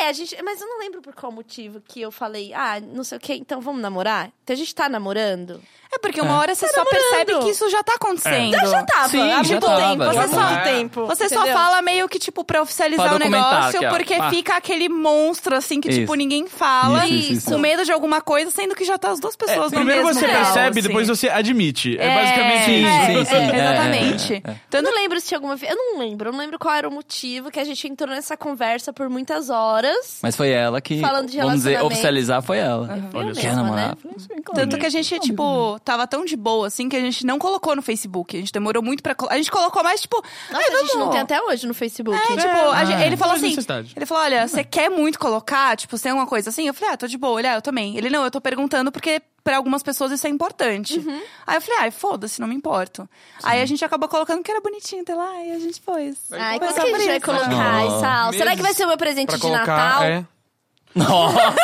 S1: É, a gente. Mas eu não lembro por qual motivo que eu falei, ah, não sei o quê, então vamos namorar? Então a gente tá namorando?
S5: É porque uma hora você só percebe que isso já tá acontecendo.
S1: Então já tava.
S3: Sim,
S1: há
S3: já
S1: muito
S3: tava,
S1: tempo.
S3: já
S1: Você só. um
S4: tava.
S1: tempo.
S5: Você só
S1: entendeu?
S5: fala meio que, tipo, pra oficializar
S3: Pra
S5: o
S3: documentar
S5: negócio,
S3: aqui, ó.
S5: porque
S3: Pá.
S5: fica aquele monstro, assim, que, tipo,
S3: Isso.
S5: ninguém fala,
S3: Isso, isso, isso.
S5: com medo de alguma coisa, sendo que já tá as duas pessoas no
S2: Primeiro
S5: mesmo
S2: você
S5: grau,
S2: percebe,
S5: assim.
S2: depois você admite. É, basicamente
S5: Sim,
S2: isso.
S5: sim, sim.
S3: é, é,
S5: Exatamente.
S1: Eu
S5: Tanto
S1: não lembro se tinha alguma. Eu não lembro, eu não lembro qual era o motivo que a gente entrou nessa conversa por muitas horas.
S3: Mas foi ela que.
S1: Falando de
S3: vamos dizer,
S1: relacionamento.
S3: oficializar foi ela.
S1: Eu
S2: Olha só.
S1: mesma, né?
S3: <laughs>
S5: Tanto que a gente, tipo, tava tão de boa, assim, que a gente não colocou no Facebook. A gente demorou muito pra... colo- A gente colocou mais, tipo...
S1: Nossa,
S5: "Ai,
S1: a gente
S5: vamos."
S1: não tem até hoje no Facebook.
S5: É, tipo, a gente- ele falou
S2: Não tem
S5: assim...
S2: Né? Ah, necessidade.
S5: Ele falou, olha, você quer muito colocar? Tipo, você tem alguma coisa assim? Eu falei, ah, tô de boa. Ele, ah, eu também. Ele, não, eu tô perguntando porque pra algumas pessoas isso é importante.
S1: Uhum.
S5: Aí eu falei, ai, foda-se, não me importo. Aí a gente acabou colocando que era bonitinho, até lá, e a gente pôs.
S1: Ai,
S5: Foi
S1: quando
S5: só
S1: que a
S5: por
S1: gente vai
S5: É. isso.
S1: colocar
S3: Não.
S1: Sal? Será que
S4: Meses
S1: vai ser o meu presente
S4: Pra
S1: de
S4: colocar.
S1: Natal?
S4: É.
S2: <laughs>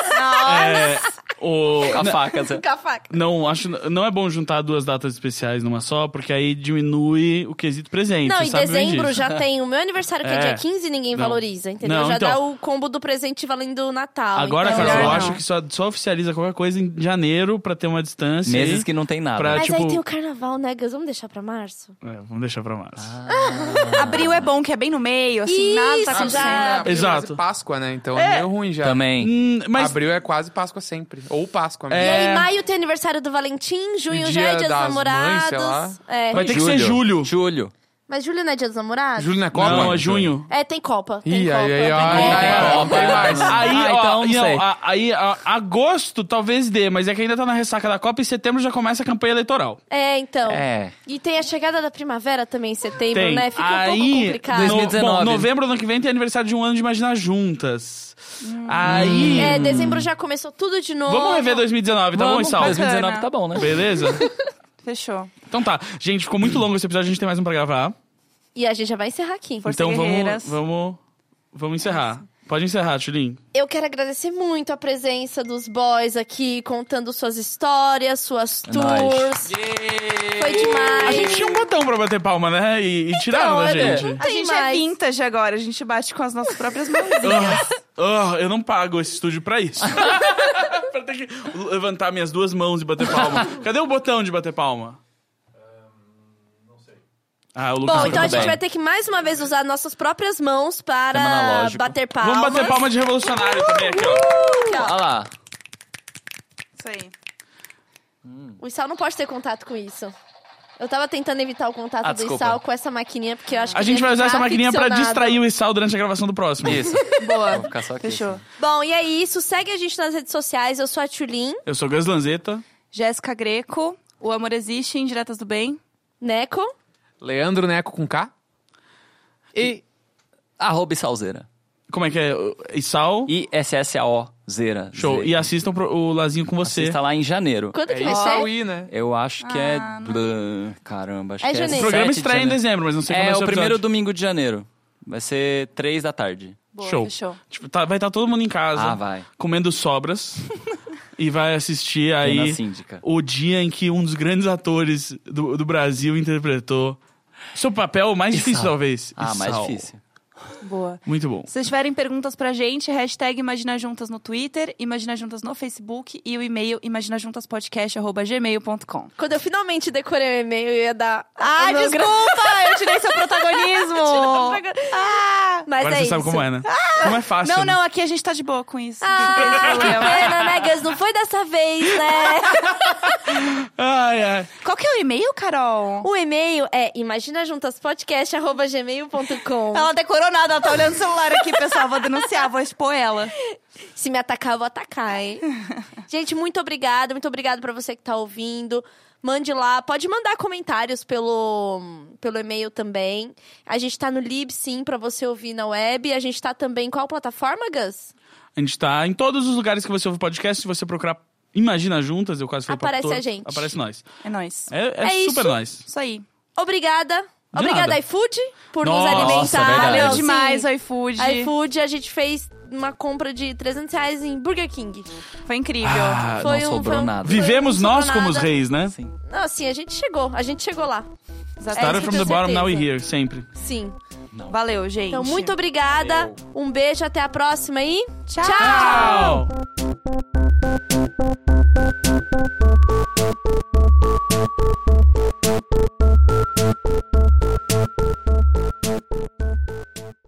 S2: É, o,
S3: A faca. assim.
S1: Com a faca.
S2: não, acho, não é bom juntar duas datas especiais numa só, porque aí diminui o quesito presente.
S1: Não,
S2: você
S1: em
S2: sabe bem
S1: dezembro
S2: disso.
S1: já tem o meu aniversário, que é,
S2: É.
S1: dia 15, e ninguém
S2: Não.
S1: valoriza, entendeu?
S2: Não,
S1: já dá
S2: então.
S1: o combo do presente valendo o Natal.
S2: Agora,
S1: então...
S5: é
S2: Carol, eu
S5: melhor não.
S2: acho que só, só oficializa qualquer coisa em janeiro pra ter uma distância.
S3: Meses
S2: aí.
S3: que não tem nada.
S2: Pra-
S1: Mas aí
S2: tipo-
S1: tem o carnaval, né, Gus? Vamos deixar pra março?
S2: É, vamos deixar pra março.
S5: <laughs>
S3: Ah.
S5: Abril é bom, que é bem no meio, assim, nada
S1: Isso,
S5: tá
S4: Ah, sim,
S5: acontecendo.
S4: né? Abril é
S2: Exato.
S4: quase Páscoa, né? Então é, meio ruim já.
S3: Também.
S2: Hum, mas
S4: Abril é quase Páscoa sempre. Ou Páscoa mesmo.
S1: E aí,
S2: É.
S1: maio tem aniversário do Valentim, junho
S4: E
S1: já é
S4: dia
S1: dia dos
S4: das
S1: namorados.
S4: mães, sei lá.
S1: É.
S2: Vai ter que ser julho.
S3: Julho.
S1: Mas julho não é dia dos namorados?
S4: Julho na né, Copa?
S2: não, é
S3: Copa?
S2: junho.
S1: É, tem Copa. Tem
S4: Ih,
S1: Copa.
S4: aí, aí,
S1: tem
S4: aí,
S1: Copa.
S4: aí,
S3: É,
S4: aí, não tem
S3: é.
S4: mais.
S2: Aí,
S3: Ah,
S2: ó,
S3: então, não sei.
S2: a- aí, ó, agosto talvez dê, mas é que ainda tá na ressaca da Copa e setembro já começa a campanha eleitoral.
S1: É, então.
S3: É.
S1: E tem a chegada da primavera também em setembro,
S2: Tem.
S1: né? Fica
S2: aí,
S1: um pouco complicado.
S2: No,
S3: 2019.
S2: bom, novembro do ano que vem tem aniversário de um ano de Imaginar Juntas. Aí.
S1: É, dezembro já começou tudo de novo.
S2: Vamos rever 2019, tá bom,
S3: Vamos,
S2: Sal?
S3: 2019 tá bom, né?
S2: Beleza?
S5: Fechou.
S2: então tá. Gente, ficou muito longo esse episódio, a gente tem mais um pra gravar.
S1: E a gente já vai encerrar aqui.
S5: Força,
S2: então
S5: guerreiras.
S2: vamos, vamos, vamos encerrar. Pode encerrar, Tulin.
S1: Eu quero agradecer muito a presença dos boys aqui, contando suas histórias, suas
S3: É
S1: tours. Foi demais.
S2: A gente tinha um botão pra bater palma, né? E, e tiraram da
S3: olha.
S2: gente.
S5: A
S1: Tem
S5: gente é
S1: mais.
S5: vintage agora, a gente bate com as nossas
S1: <laughs>
S5: próprias mãos.
S2: Ah, ah, eu não pago esse estúdio pra isso. pra ter que levantar minhas duas mãos e bater palma. Cadê o botão de bater palma? Ah, o Lucas
S3: Tá
S1: Bom,
S2: foi
S1: então a
S2: muito
S1: gente
S2: bem.
S1: vai ter que mais uma vez usar nossas próprias mãos
S3: Tema
S1: para
S3: analógico.
S1: bater palmas.
S2: Vamos bater palma de revolucionário também aqui, ó.
S1: Aqui, ó.
S3: Olha lá.
S5: Isso aí.
S1: O Isal não pode ter contato com isso. Eu tava tentando evitar o contato
S3: Ah,
S1: do
S3: desculpa.
S1: Isal com essa maquininha, porque eu acho que
S2: A
S1: ele é
S2: gente
S1: ia
S2: vai usar
S1: ficar
S2: essa maquininha pra
S1: aficionado.
S2: distrair o Issal durante a gravação do próximo.
S3: Isso.
S1: Boa.
S3: Vou ficar só aqui.
S5: Fechou.
S1: Bom, e é isso. Segue a gente nas redes sociais. Eu sou a Tulin,
S2: Eu sou o Gus Lanzetta.
S5: Jéssica Greco, O Amor Existe, Indiretas do Bem.
S1: Neco.
S4: Leandro Neco com K.
S3: E arroba Salzeira.
S2: Como é que é? Issal.
S3: I-S-S-A-O, Zeira.
S2: Show. E assistam pro- o Lazinho com você.
S3: Está lá em janeiro.
S1: Quando que
S4: É
S1: vai
S4: isso
S1: ser?
S4: aí, né?
S3: Eu acho que é... blã, Caramba, acho
S1: É
S3: que
S1: janeiro.
S3: é
S2: O programa
S3: 7 de
S2: estreia em
S3: janeiro.
S2: dezembro, mas não sei quando
S3: É,
S2: vai
S3: o
S2: ser
S3: primeiro
S2: episódio.
S3: domingo de janeiro. Vai ser três da tarde.
S5: Boa,
S2: Show.
S5: fechou.
S2: Tipo, tá- vai estar todo mundo em casa.
S3: Ah, vai.
S2: Comendo
S3: <laughs>
S2: sobras. e vai assistir aí
S3: Pena síndica.
S2: o dia em que um dos grandes atores do, do Brasil interpretou seu papel mais difícil,
S3: Issal.
S2: talvez.
S3: Ah, mais
S2: Issal.
S3: difícil.
S5: Boa.
S2: Muito bom.
S5: Se vocês tiverem perguntas pra gente, hashtag Imagina Juntas no Twitter, Imagina Juntas no Facebook e o e-mail imaginajuntaspodcast.gmail.com.
S1: Quando eu finalmente decorei o e-mail, eu ia dar.
S5: Ah,
S1: meu gra-
S5: <laughs> desculpa! Eu tirei seu protagonismo! ah!
S1: Mas
S2: Agora
S1: é
S2: você
S1: isso.
S2: sabe como é, né? Como é fácil.
S5: Não,
S2: né?
S5: não, aqui a gente tá de boa com isso.
S1: Ah,
S5: Não tem
S1: que
S5: é problema.
S1: pena, né, Gus? Não foi dessa vez, né? <laughs>
S2: Ai, ai.
S5: Qual que é o e-mail, Carol?
S1: o e-mail é imaginajuntaspodcast.gmail.com.
S5: Ela decorou nada, ela tá olhando o celular aqui, pessoal. Vou denunciar, vou expor ela.
S1: Se me atacar, eu vou atacar,
S5: <laughs>
S1: hein? Gente, muito obrigada. Muito obrigada pra você que tá ouvindo. Mande lá. Pode mandar comentários pelo, pelo e-mail também. A gente tá no Lib, sim, pra você ouvir na web. A gente tá também... Qual plataforma, Gus?
S2: A gente tá em todos os lugares que você ouve podcast. Se você procurar Imagina Juntas, eu quase falei pra
S1: Aparece
S2: tutor,
S1: a gente.
S2: Aparece nós.
S5: É nóis.
S2: É, é
S1: É
S2: super
S1: isso.
S2: nós.
S5: Isso aí.
S1: Obrigada.
S2: De
S1: Obrigada,
S2: nada.
S1: iFood, por nos
S2: Nossa,
S1: alimentar.
S3: verdade.
S5: Valeu
S1: Meu, sim.
S5: demais, iFood.
S1: iFood, a gente fez uma compra de 300 reais em Burger King.
S5: Foi incrível.
S3: Ah, não sobrou nada.
S1: foi- um
S2: Vivemos
S1: não sobrou
S2: nós como os
S1: nada.
S2: reis, né?
S3: Sim.
S1: Não, assim, a gente chegou. A gente chegou lá.
S5: Exatamente.
S2: Started
S1: É isso eu
S2: from
S1: tenho
S2: the bottom, now we're
S1: certeza.
S2: here, sempre.
S1: Sim.
S5: Valeu, gente.
S1: Então, muito obrigada. Um beijo, até a próxima e...
S5: Tchau.
S2: Tchau!